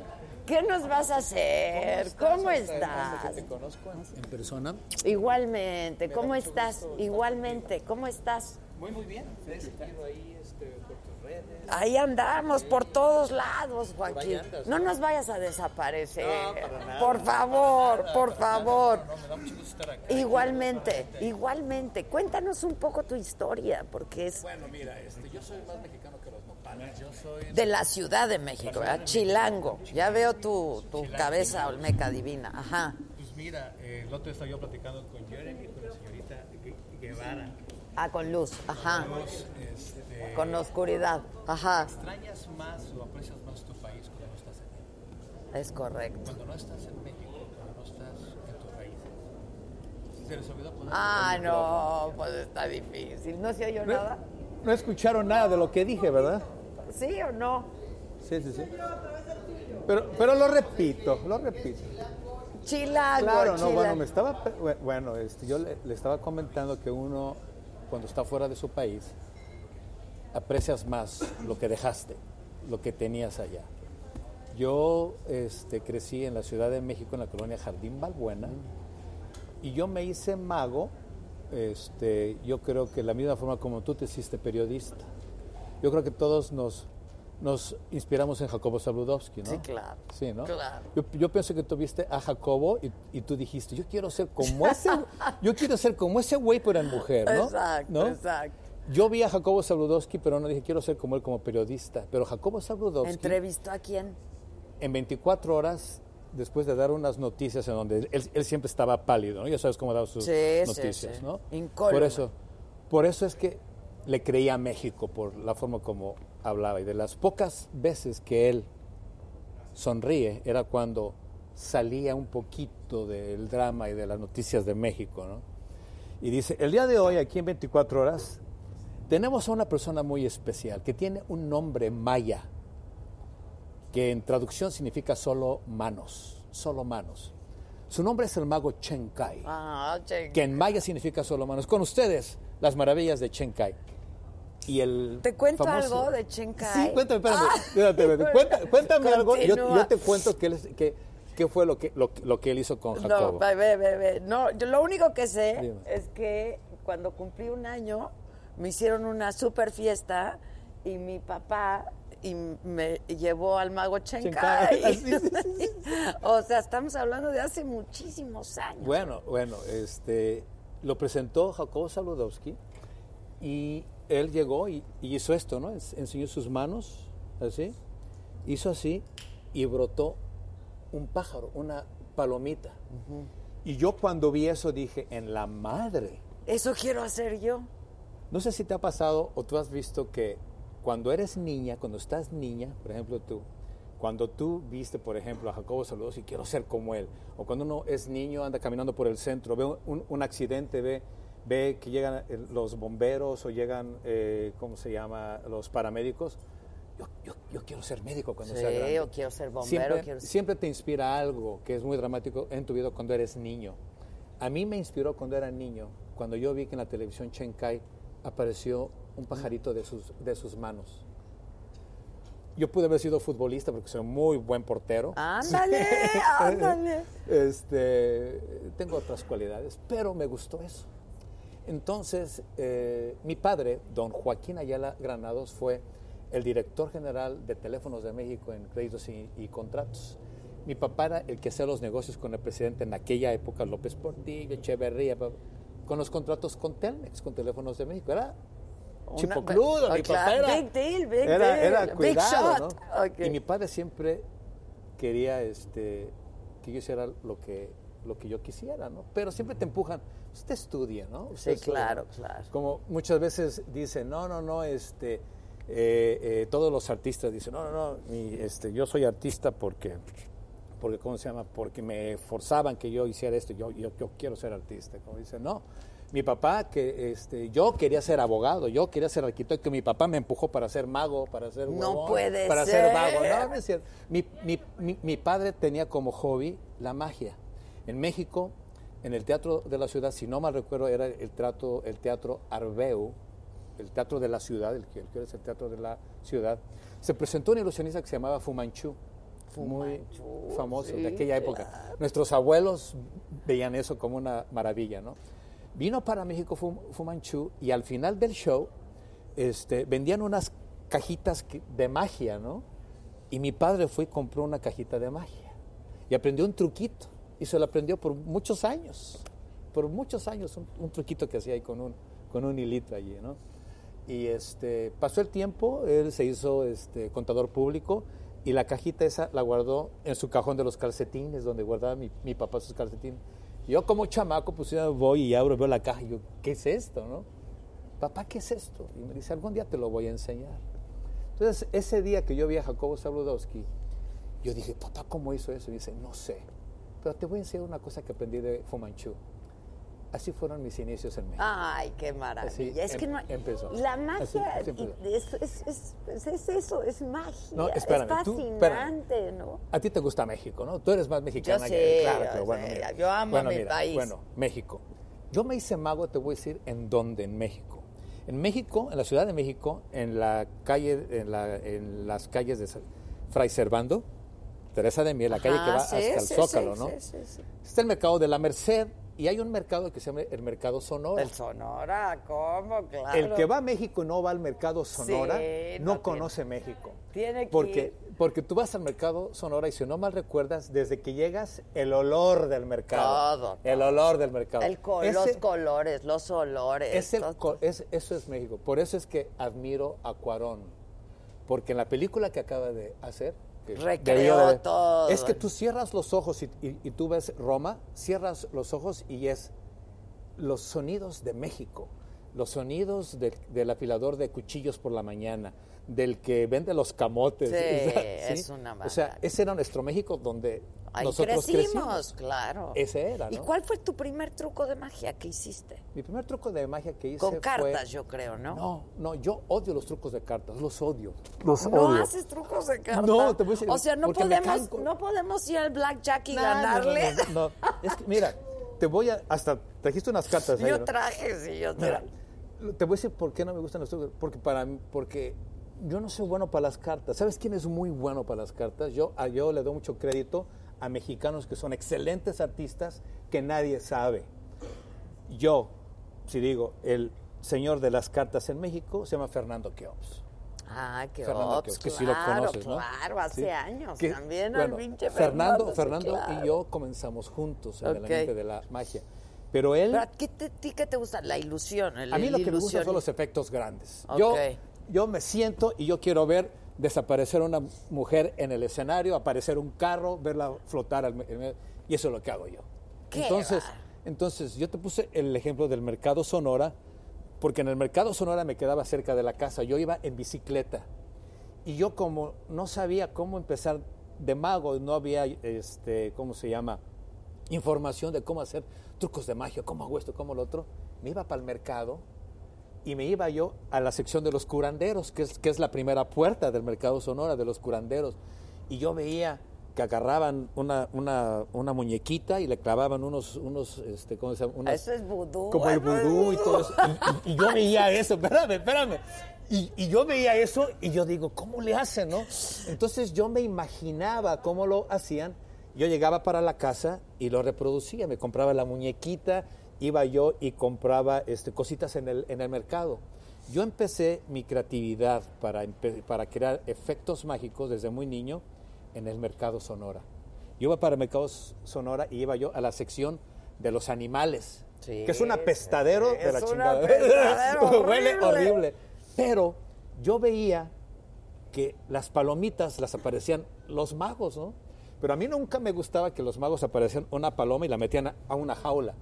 Speaker 2: ¿Qué nos vas a hacer? ¿Cómo estás?
Speaker 5: conozco en persona.
Speaker 2: Igualmente, ¿cómo estás? Igualmente, ¿cómo estás?
Speaker 5: Muy, muy bien. Te he seguido ahí este, por tus redes.
Speaker 2: Ahí andamos por todos lados, Joaquín.
Speaker 5: andas.
Speaker 2: No nos vayas a desaparecer.
Speaker 5: No, para nada.
Speaker 2: Por favor, por favor.
Speaker 5: No, me da mucho gusto estar aquí.
Speaker 2: Igualmente, igualmente. Cuéntanos un poco tu historia, porque es
Speaker 5: Bueno, mira, este, yo soy más mexicano que los nopales. Yo soy
Speaker 2: de la Ciudad de México, ¿verdad? Chilango. Ya veo tu, tu cabeza olmeca divina. Ajá.
Speaker 5: Pues mira, eh, el otro día estaba yo platicando con Jeremy, con la señorita Gue- Guevara.
Speaker 2: Ah, con luz. Ajá.
Speaker 5: Los, este,
Speaker 2: Con oscuridad. Ajá.
Speaker 5: ¿Extrañas más o aprecias más tu país cuando no estás en él?
Speaker 2: Es correcto.
Speaker 5: Cuando no estás en México, cuando no estás en tus raíces. Se les olvidó poner.
Speaker 2: Ah, no, pues está difícil. ¿No se oyó nada?
Speaker 3: No escucharon nada de lo que dije, ¿verdad?
Speaker 2: ¿Sí o no?
Speaker 3: Sí, sí, sí. Pero, pero lo repito, lo repito.
Speaker 2: Chilango.
Speaker 3: Claro, no, bueno,
Speaker 2: chilango.
Speaker 3: me estaba, pe- bue- bueno, este, yo le, le estaba comentando que uno, cuando está fuera de su país, aprecias más lo que dejaste, lo que tenías allá. Yo este, crecí en la Ciudad de México, en la colonia Jardín Balbuena, y yo me hice mago, este, yo creo que de la misma forma como tú te hiciste periodista. Yo creo que todos nos, nos inspiramos en Jacobo Zabludovsky, ¿no?
Speaker 2: Sí, claro.
Speaker 3: Sí, ¿no?
Speaker 2: Claro.
Speaker 3: Yo, yo pienso que tú viste a Jacobo y, y tú dijiste, yo quiero ser
Speaker 2: <laughs>
Speaker 3: como ese, yo quiero ser como ese güey, pero en mujer, ¿no?
Speaker 2: Exacto,
Speaker 3: ¿No?
Speaker 2: exacto.
Speaker 3: Yo vi a Jacobo Zabludowski, pero no dije, quiero ser como él como periodista. Pero Jacobo Zabludowski,
Speaker 2: ¿Entrevistó a quién?
Speaker 3: en 24 horas, después de dar unas noticias en donde él, él siempre estaba pálido, ¿no? Ya sabes cómo daba sus
Speaker 2: Sí, sí,
Speaker 3: noticias,
Speaker 2: sí.
Speaker 3: ¿no?
Speaker 2: Incólume.
Speaker 3: Por eso, por eso es que le creía a México, por la forma como hablaba. Y de las pocas veces que él sonríe era cuando salía un poquito del drama y de las noticias de México, ¿no? Y dice, el día de hoy, aquí en 24 horas, tenemos a una persona muy especial que tiene un nombre maya. que en traducción significa solo manos, solo manos. Su nombre es el mago Chen Kai,
Speaker 2: Ah, che.
Speaker 3: que en maya significa solo manos. Con ustedes, las maravillas de Chen Kai. Y el
Speaker 2: ¿Te cuento
Speaker 3: famoso-
Speaker 2: algo de Chen Kai?
Speaker 3: Sí, cuéntame, espérame,
Speaker 2: Ah.
Speaker 3: espérate, espérate, cuenta- cuéntame algo.
Speaker 2: <laughs>
Speaker 3: Yo,
Speaker 2: Continúa.
Speaker 3: yo te cuento qué que, qué fue lo que, lo, lo que él hizo con
Speaker 2: No,
Speaker 3: Jacobo.
Speaker 2: ve, ve, ve, ve. No, yo lo único que sé
Speaker 3: Dime.
Speaker 2: es que cuando cumplí un año me hicieron una super fiesta y mi papá y me llevó al mago Chen
Speaker 3: <laughs> Kai. Ah,
Speaker 2: Kai.
Speaker 3: Sí, sí,
Speaker 2: <laughs> o sea, estamos hablando de hace muchísimos años.
Speaker 3: Bueno, bueno, este, lo presentó Jacobo Saludowski y él llegó y, y hizo esto, ¿no? Ens- Enseñó sus manos, así, hizo así y brotó un pájaro, una palomita. Y yo cuando vi eso dije, en la madre.
Speaker 2: Eso quiero hacer yo.
Speaker 3: No sé si te ha pasado o tú has visto que cuando eres niña, cuando estás niña, por ejemplo tú, cuando tú viste, por ejemplo, a Jacobo Saludos y quiero ser como él, o cuando uno es niño, anda caminando por el centro, ve un, un accidente, ve, ve que llegan eh, los bomberos o llegan, eh, ¿cómo se llama?, los paramédicos. Yo, yo- yo quiero ser médico cuando sea
Speaker 2: Sí,
Speaker 3: grande.
Speaker 2: o quiero ser bombero,
Speaker 3: Siempre,
Speaker 2: quiero ser-
Speaker 3: siempre te inspira algo que es muy dramático en tu vida cuando eres niño. A mí me inspiró cuando era niño, cuando yo vi que en la televisión Chen Kai apareció un pajarito de sus, de sus manos. Yo pude haber sido futbolista porque soy muy buen portero.
Speaker 2: Ah,
Speaker 3: <laughs>
Speaker 2: Ándale, ándale.
Speaker 3: Este, tengo otras cualidades, pero me gustó eso. Entonces, eh, mi padre, don Joaquín Ayala Granados, fue el director general de Teléfonos de México en créditos y, y contratos. Mi papá era el que hacía los negocios con el presidente en aquella época, López Portillo, Echeverría, pa- con los contratos con Telmex, con Teléfonos de México. Era chipocludo,
Speaker 2: Una- ah,
Speaker 3: mi
Speaker 2: claro,
Speaker 3: papá era-
Speaker 2: big deal, big
Speaker 3: era,
Speaker 2: deal,
Speaker 3: era
Speaker 2: big
Speaker 3: cuidado,
Speaker 2: shot.
Speaker 3: ¿no?
Speaker 2: Ok.
Speaker 3: Y mi padre siempre quería este, que yo hiciera lo que, lo que yo quisiera, ¿no? Pero siempre te empujan, pues, usted estudia, ¿no?
Speaker 2: Sí,
Speaker 3: Usted estudia,
Speaker 2: claro,
Speaker 3: ¿no?
Speaker 2: claro.
Speaker 3: Como muchas veces dicen, no, no, no, este, eh, eh, todos los artistas dicen, no, no, no, mi, este, yo soy artista porque, porque, ¿cómo se llama? Porque me forzaban que yo hiciera esto, yo, yo, yo quiero ser artista, como dicen, no. Mi papá, que este, yo quería ser abogado, yo quería ser arquitecto, mi papá me empujó para ser mago, para ser
Speaker 2: No
Speaker 3: huevón,
Speaker 2: puede
Speaker 3: para
Speaker 2: ser.
Speaker 3: vago. Ah, No, no es cierto. Mi, mi- mi- mi padre tenía como hobby la magia. En México, en el teatro de la ciudad, si no mal recuerdo, era el teatro, el teatro Arbeu, el teatro de la ciudad, el que el que ahora es el teatro de la ciudad. Se presentó un ilusionista que se llamaba Fumanchu. Muy famoso de aquella época. Nuestros abuelos veían eso como una maravilla, ¿no? Vino para México Fu- Fumanchu y al final del show este, vendían unas cajitas que- de magia, ¿no? Y mi padre fue y compró una cajita de magia. Y aprendió un truquito. Y se lo aprendió por muchos años. Por muchos años, un, un truquito que hacía ahí con un, con un hilito allí, ¿no? Y este, pasó el tiempo, él se hizo este, contador público y la cajita esa la guardó en su cajón de los calcetines, donde guardaba mi, mi papá sus calcetines. Yo como chamaco, pues ya voy y abro, veo la caja y yo, ¿qué es esto, no? papá, ¿qué es esto? Y me dice, algún día te lo voy a enseñar. Entonces, ese día que yo vi a Jacobo Zabludowski, yo dije, papá, ¿cómo hizo eso? Y me dice, no sé, pero te voy a enseñar una cosa que aprendí de Fumanchu. Así fueron mis inicios en México.
Speaker 2: Ay, qué maravilla.
Speaker 3: Así
Speaker 2: es que
Speaker 3: em-
Speaker 2: no hay-
Speaker 3: empezó.
Speaker 2: La
Speaker 3: Así-
Speaker 2: magia
Speaker 3: así empezó.
Speaker 2: y- es, es- es- es- es eso, es magia.
Speaker 3: No, espérame,
Speaker 2: es
Speaker 3: tú,
Speaker 2: fascinante,
Speaker 3: espérame.
Speaker 2: ¿no?
Speaker 3: A ti te gusta México, ¿no? Tú eres más mexicana
Speaker 2: Yo
Speaker 3: que
Speaker 2: sí,
Speaker 3: claro,
Speaker 2: yo
Speaker 3: pero bueno,
Speaker 2: sí,
Speaker 3: mira.
Speaker 2: yo amo
Speaker 3: Bueno,
Speaker 2: mi
Speaker 3: mira,
Speaker 2: país.
Speaker 3: Bueno, México. Yo me hice mago, te voy a decir en dónde, en México. En México, en la Ciudad de México, en la calle, en, la- en las calles de Sa- Fray Servando, Teresa de Miel, la calle que
Speaker 2: Ah,
Speaker 3: va
Speaker 2: sí,
Speaker 3: hasta el
Speaker 2: sí,
Speaker 3: Zócalo,
Speaker 2: sí,
Speaker 3: ¿no?
Speaker 2: sí, sí, sí.
Speaker 3: Está el mercado de la Merced y hay un mercado que se llama el Mercado Sonora.
Speaker 2: El Sonora, ¿cómo? Claro.
Speaker 3: El que va a México y no va al mercado Sonora
Speaker 2: Sí,
Speaker 3: no,
Speaker 2: no tiene-
Speaker 3: conoce México.
Speaker 2: tiene que
Speaker 3: porque,
Speaker 2: ir.
Speaker 3: porque tú vas al mercado Sonora y si no mal recuerdas, desde que llegas, el olor del mercado.
Speaker 2: Todo,
Speaker 3: El olor del mercado.
Speaker 2: El co-
Speaker 3: Ese-
Speaker 2: los colores, los olores.
Speaker 3: es el
Speaker 2: todo.
Speaker 3: co- es- eso es México. Por eso es que admiro a Cuarón. Porque en la película que acaba de hacer... que
Speaker 2: Recreó
Speaker 3: debió de ver,
Speaker 2: todo.
Speaker 3: Es que tú cierras los ojos y, y- y tú ves Roma, cierras los ojos y es los sonidos de México. Los sonidos del, del afilador de cuchillos por la mañana, del que vende los camotes. <laughs>
Speaker 2: Sí,
Speaker 3: o
Speaker 2: es una
Speaker 3: O sea,
Speaker 2: banda.
Speaker 3: ese era nuestro México donde
Speaker 2: Ahí
Speaker 3: nosotros
Speaker 2: crecimos,
Speaker 3: crecimos.
Speaker 2: claro.
Speaker 3: Ese era,
Speaker 2: ¿Y
Speaker 3: ¿no?
Speaker 2: cuál fue tu primer truco de magia que hiciste?
Speaker 3: Mi primer truco de magia que hice
Speaker 2: Con
Speaker 3: fue-
Speaker 2: cartas, yo creo, ¿no?
Speaker 3: No, no, yo odio los trucos de cartas, los odio.
Speaker 2: No haces trucos de cartas.
Speaker 3: No, te voy a decir,
Speaker 2: O sea, no
Speaker 3: porque me
Speaker 2: podemos,
Speaker 3: canco.
Speaker 2: no podemos ir al blackjack y
Speaker 3: No, no, no,
Speaker 2: ganarle.
Speaker 3: No, no, es que, mira, te voy a. Hasta trajiste unas cartas. Pues ahí,
Speaker 2: Yo
Speaker 3: ¿no?
Speaker 2: traje, sí, yo
Speaker 3: Mira,
Speaker 2: traje.
Speaker 3: lo- te voy a decir por qué no me gustan los trucos. Porque, para, mí- porque yo no soy bueno para las cartas. ¿Sabes quién es muy bueno para las cartas? Yo, a- yo le doy mucho crédito a mexicanos que son excelentes artistas que nadie sabe. Yo, si digo, el señor de las cartas en México se llama Fernando Keops.
Speaker 2: Ah, qué
Speaker 3: Fernando
Speaker 2: ops,
Speaker 3: Quiroz, que sí lo
Speaker 2: claro,
Speaker 3: conoces, ¿no?
Speaker 2: claro, hace
Speaker 3: Sí.
Speaker 2: años
Speaker 3: Que,
Speaker 2: también
Speaker 3: bueno,
Speaker 2: al pinche
Speaker 3: Fernando,
Speaker 2: sí,
Speaker 3: Fernando
Speaker 2: claro.
Speaker 3: y yo comenzamos juntos en el
Speaker 2: Ok.
Speaker 3: ambiente de la magia. Pero él,
Speaker 2: Pero ¿a qué te, ti qué te gusta? La ilusión, el,
Speaker 3: a mí lo que me gusta
Speaker 2: ilusión.
Speaker 3: son los efectos grandes.
Speaker 2: Ok.
Speaker 3: Yo, yo me siento y yo quiero ver desaparecer una mujer en el escenario, aparecer un carro, verla flotar. al me- en medio, y eso es lo que hago yo.
Speaker 2: Qué
Speaker 3: entonces,
Speaker 2: bárbaro.
Speaker 3: entonces, yo te puse el ejemplo del mercado Sonora, porque en el mercado Sonora me quedaba cerca de la casa. Yo iba en bicicleta. Y yo como no sabía cómo empezar de mago, no había, este, ¿cómo se llama? Información de cómo hacer trucos de magia, cómo hago esto, cómo lo otro. Me iba para el mercado y me iba yo a la sección de los curanderos, que es, que es la primera puerta del mercado Sonora, de los curanderos. Y yo veía que agarraban una, una, una muñequita y le clavaban unos, unos este, ¿cómo se llama? Unas-
Speaker 2: Ah, Eso es vudú.
Speaker 3: como el
Speaker 2: eso es
Speaker 3: vudú y todo eso. Y, y- y yo veía eso, espérame, espérame. Y, y yo veía eso y yo digo, ¿cómo le hacen, no? Entonces yo me imaginaba cómo lo hacían. Yo llegaba para la casa y lo reproducía. Me compraba la muñequita, iba yo y compraba este, cositas en el, en el mercado. Yo empecé mi creatividad para, empe- para crear efectos mágicos desde muy niño en el mercado Sonora. Yo iba para el mercado Sonora y iba yo a la sección de los animales
Speaker 2: Sí,
Speaker 3: que es un apestadero de la
Speaker 2: es un
Speaker 3: chingada. <laughs>
Speaker 2: apestadero
Speaker 3: Huele
Speaker 2: horrible.
Speaker 3: horrible. Pero yo veía que las palomitas las aparecían los magos, ¿no? Pero a mí nunca me gustaba que los magos aparecían una paloma y la metían a- a una jaula.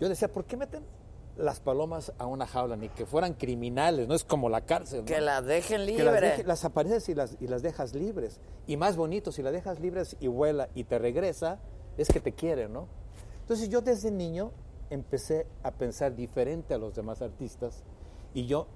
Speaker 3: Yo decía, ¿por qué meten las palomas a una jaula? Ni que fueran criminales, no es como la cárcel. ¿no?
Speaker 2: Que la dejen
Speaker 3: Que las,
Speaker 2: libre.
Speaker 3: deje- las apareces y las, y las dejas libres. Y más bonito, si las dejas libres y vuela y te regresa, es que te quiere, ¿no? Entonces yo desde niño empecé a pensar diferente a los demás artistas y yo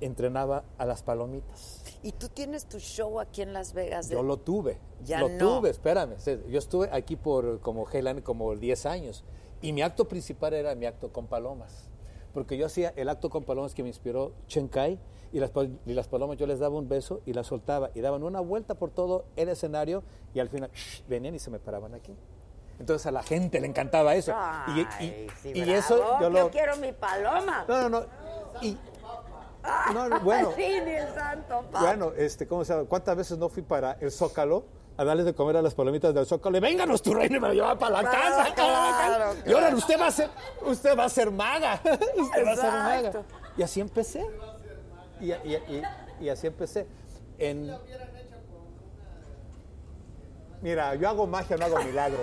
Speaker 3: entrenaba a las palomitas.
Speaker 2: Y tú tienes tu show aquí en Las Vegas. de-
Speaker 3: Yo lo tuve.
Speaker 2: Ya
Speaker 3: lo
Speaker 2: no.
Speaker 3: tuve, espérame. Se- Yo estuve aquí por como Helen como 10 años y mi acto principal era mi acto con palomas. Porque yo hacía el acto con palomas que me inspiró Chen Kai y las, pal- y las palomas yo les daba un beso y las soltaba y daban una vuelta por todo el escenario y al final shh, venían y se me paraban aquí. Entonces a la gente le encantaba eso. Y- y-
Speaker 2: Ay, sí,
Speaker 3: y
Speaker 2: bravo,
Speaker 3: eso yo lo...
Speaker 2: quiero mi paloma.
Speaker 3: No, no, no. Y, no, no, bueno,
Speaker 2: Sí, ni el santo papá.
Speaker 3: bueno, este, ¿cómo se llama? ¿Cuántas veces no fui para el Zócalo a darles de comer a las palomitas del Zócalo? Y, Vénganos tu reino y me lo llevaba para la
Speaker 2: Claro,
Speaker 3: casa.
Speaker 2: claro,
Speaker 3: cabrón. Y ahora usted va a ser, usted va a ser maga. <laughs> usted va a ser
Speaker 2: Exacto.
Speaker 3: maga. Y así empecé. Y, y- y- y así empecé. En... Mira, yo hago magia, no hago milagros.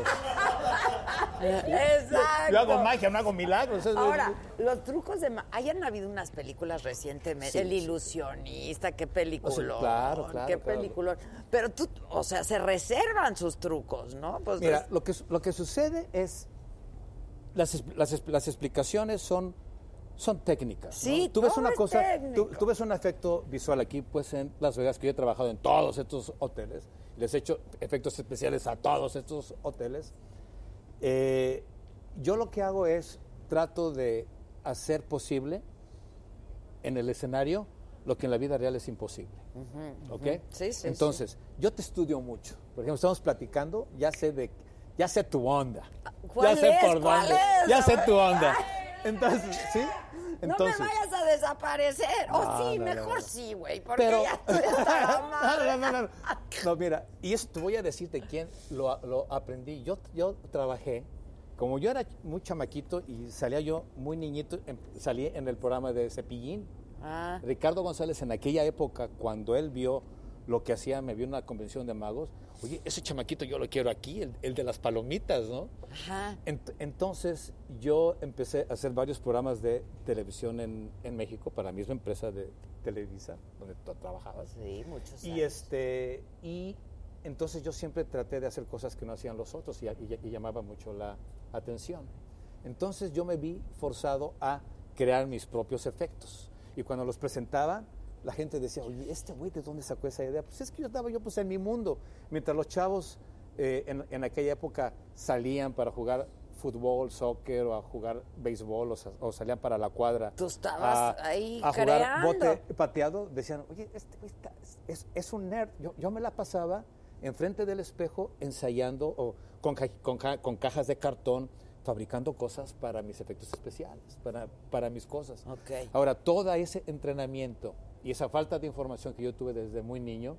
Speaker 2: Exacto.
Speaker 3: Yo hago magia, no hago milagros. Es-
Speaker 2: Ahora, los trucos de... ma- Hayan habido unas películas recientemente.
Speaker 3: Sí. Ah,
Speaker 2: El ilusionista, qué película.
Speaker 3: claro, claro,
Speaker 2: Qué
Speaker 3: claro.
Speaker 2: película. Pero tú, o sea, se reservan sus trucos, ¿no? Pues
Speaker 3: Mira,
Speaker 2: pues,
Speaker 3: lo que, su- lo que sucede es. Las, es- las, es- las explicaciones son, son técnicas. ¿no?
Speaker 2: Sí,
Speaker 3: tú ves
Speaker 2: todo
Speaker 3: una
Speaker 2: es
Speaker 3: cosa, tú,
Speaker 2: técnico.
Speaker 3: tú ves un efecto visual aquí, pues en Las Vegas, que yo he trabajado en todos estos hoteles, les he hecho efectos especiales a todos estos hoteles. Eh, yo lo que hago es trato de hacer posible en el escenario lo que en la vida real es imposible. ¿Ok?
Speaker 2: Sí, sí,
Speaker 3: Entonces, yo te estudio mucho. Por ejemplo, estamos platicando, ya sé de ya sé tu onda.
Speaker 2: Ah, ¿Cuál
Speaker 3: ya sé
Speaker 2: es?
Speaker 3: por
Speaker 2: ¿Cuál
Speaker 3: dónde.
Speaker 2: es?
Speaker 3: Ya
Speaker 2: A
Speaker 3: sé
Speaker 2: ver.
Speaker 3: tu onda. Entonces, ¿sí? Entonces,
Speaker 2: no me vayas a desaparecer. O
Speaker 3: No,
Speaker 2: sí,
Speaker 3: no, no,
Speaker 2: mejor
Speaker 3: no.
Speaker 2: sí, güey, porque
Speaker 3: pero
Speaker 2: ya
Speaker 3: <laughs>
Speaker 2: estoy hasta la madre.
Speaker 3: no, no, no, no. No, mira, y eso te voy a decir de quién lo, lo aprendí. Yo, yo trabajé, como yo era muy chamaquito y salía yo muy niñito, em- salí en el programa de Cepillín.
Speaker 2: Ah,
Speaker 3: Ricardo González en aquella época, cuando él vio lo que hacía, me vio en una convención de magos, oye, ese chamaquito yo lo quiero aquí, el, el de las palomitas, ¿no?
Speaker 2: Ajá.
Speaker 3: Ent- entonces yo empecé a hacer varios programas de televisión en, en México para la misma empresa de Televisa, donde tú trabajabas.
Speaker 2: Sí, muchos
Speaker 3: Y
Speaker 2: años.
Speaker 3: este y entonces yo siempre traté de hacer cosas que no hacían los otros y, y- y llamaba mucho la atención. Entonces yo me vi forzado a crear mis propios efectos y cuando los presentaba la gente decía, oye, este güey, ¿de dónde sacó esa idea? Pues es que yo estaba yo pues en mi mundo. Mientras los chavos eh, en, en aquella época salían para jugar fútbol, soccer o a jugar béisbol o, sa- o salían para la cuadra.
Speaker 2: Tú estabas ahí
Speaker 3: a jugar
Speaker 2: creando.
Speaker 3: bote, pateado, decían, oye, este güey está- es, es un nerd. Yo, yo me la pasaba enfrente del espejo ensayando o con, ca- con ca- con cajas de cartón, fabricando cosas para mis efectos especiales, para, para mis cosas.
Speaker 2: Ok.
Speaker 3: Ahora, todo ese entrenamiento y esa falta de información que yo tuve desde muy niño,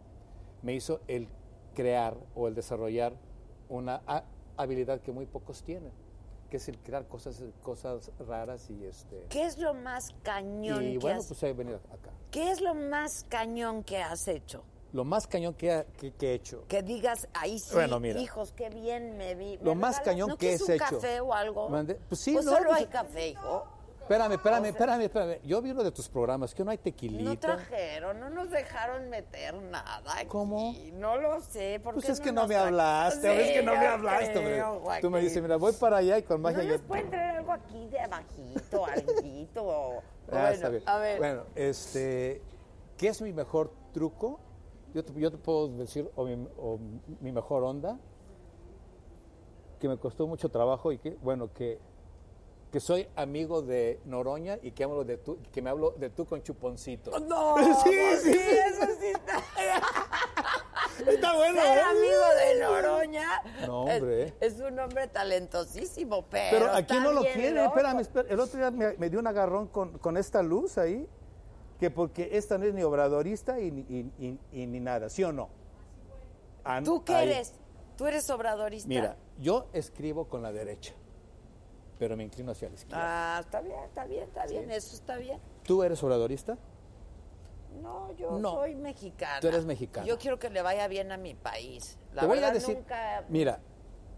Speaker 3: me hizo el crear o el desarrollar una ha- habilidad que muy pocos tienen, que es el crear cosas, cosas raras y este...
Speaker 2: ¿Qué es lo más cañón
Speaker 3: Y
Speaker 2: que
Speaker 3: bueno,
Speaker 2: has
Speaker 3: pues he venido acá.
Speaker 2: ¿Qué es lo más cañón que has hecho?
Speaker 3: Lo más cañón que, ha- que- que he hecho.
Speaker 2: Que digas, ahí sí,
Speaker 3: Bueno, mira.
Speaker 2: hijos, qué bien me vi. ¿Me
Speaker 3: Lo más
Speaker 2: regalas?
Speaker 3: cañón
Speaker 2: ¿No
Speaker 3: que
Speaker 2: quieres
Speaker 3: has
Speaker 2: un
Speaker 3: hecho?
Speaker 2: café o algo?
Speaker 3: Mande- pues sí,
Speaker 2: Pues
Speaker 3: no,
Speaker 2: solo
Speaker 3: pues-
Speaker 2: hay café, hijo.
Speaker 3: Espérame, espérame,
Speaker 2: O sea-
Speaker 3: espérame, espérame. Yo vi uno de tus programas, que no hay tequilita.
Speaker 2: No trajeron, no nos dejaron meter nada aquí.
Speaker 3: ¿Cómo?
Speaker 2: No lo sé. ¿por
Speaker 3: Pues
Speaker 2: qué
Speaker 3: es que no
Speaker 2: nos
Speaker 3: me
Speaker 2: tra-
Speaker 3: hablaste,
Speaker 2: Sí,
Speaker 3: es que no me
Speaker 2: yo
Speaker 3: hablaste, hombre.
Speaker 2: creo,
Speaker 3: Tú me
Speaker 2: Joaquín.
Speaker 3: dices, mira, voy para allá y con
Speaker 2: ¿No
Speaker 3: magia yo-
Speaker 2: nos pueden traer algo aquí de
Speaker 3: <laughs>
Speaker 2: abajito, alguito? o-
Speaker 3: Ah, está
Speaker 2: Bueno,
Speaker 3: bien.
Speaker 2: a ver.
Speaker 3: Bueno, este, ¿qué es mi mejor truco? Yo te, yo te puedo decir, o mi, o mi mejor onda, que me costó mucho trabajo y que, bueno, que, que soy amigo de Noroña y que, hablo de tú, que me hablo de tú con chuponcito.
Speaker 2: No,
Speaker 3: <laughs> Sí,
Speaker 2: pues
Speaker 3: sí, sí.
Speaker 2: eso sí está.
Speaker 3: <laughs> Está bueno,
Speaker 2: <laughs> Ser
Speaker 3: ¿eh?
Speaker 2: amigo de Noroña.
Speaker 3: No, hombre.
Speaker 2: Es, es un hombre talentosísimo, pero.
Speaker 3: Pero aquí
Speaker 2: está
Speaker 3: no lo
Speaker 2: bien
Speaker 3: quiere,
Speaker 2: loco.
Speaker 3: espérame, espérame. El otro día me, me dio un agarrón con, con esta luz ahí, que porque esta no es ni obradorista y, ni- y- y- y ni nada, ¿sí o no? Ah,
Speaker 2: ¿Tú qué
Speaker 3: ahí.
Speaker 2: eres? Tú eres obradorista.
Speaker 3: Mira, yo escribo con la derecha, pero me inclino hacia la izquierda.
Speaker 2: Ah, está bien, está bien, está bien. Eso está bien.
Speaker 3: ¿Tú eres obradorista?
Speaker 2: No, yo
Speaker 3: No.
Speaker 2: soy mexicana.
Speaker 3: Tú eres mexicana.
Speaker 2: Yo quiero que le vaya bien a mi país. La
Speaker 3: Te voy
Speaker 2: verdad,
Speaker 3: a decir,
Speaker 2: nunca.
Speaker 3: mira,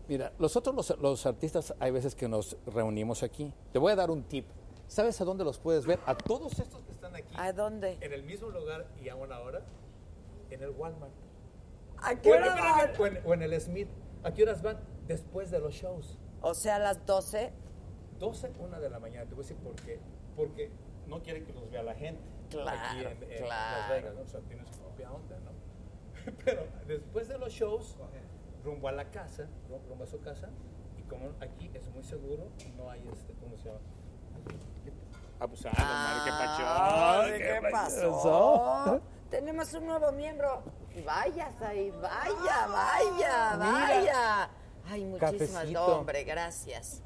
Speaker 3: mira, nosotros los, los artistas hay veces que nos reunimos aquí. Te voy a dar un tip. ¿Sabes a dónde los puedes ver? A todos estos que están aquí.
Speaker 2: ¿A dónde?
Speaker 3: En el mismo lugar y a una hora, en el Walmart.
Speaker 2: ¿A qué
Speaker 3: O en,
Speaker 2: hora van?
Speaker 3: o en- o en el Smith. ¿A qué horas van? Después de los shows.
Speaker 2: O sea, a las 12.
Speaker 3: 12, 1 de la mañana. Te voy a decir por qué. Porque no quiere que los vea la gente.
Speaker 2: Claro,
Speaker 3: Aquí en, en Las
Speaker 2: claro.
Speaker 3: Vegas, ¿no? O sea, tiene su propia onda, ¿no? <laughs> Pero después de los shows, rumbo a la casa, ru- rumbo a su casa, y como aquí es muy seguro, no hay este, ¿cómo se llama? Abusado,
Speaker 2: Ay,
Speaker 3: madre, qué
Speaker 2: ¿Qué
Speaker 3: pacho.
Speaker 2: pasó? Tenemos un nuevo miembro. Vaya, ahí, vaya, vaya, vaya. Ay, muchísimas, no,
Speaker 3: Cafecito.
Speaker 2: hombre, gracias.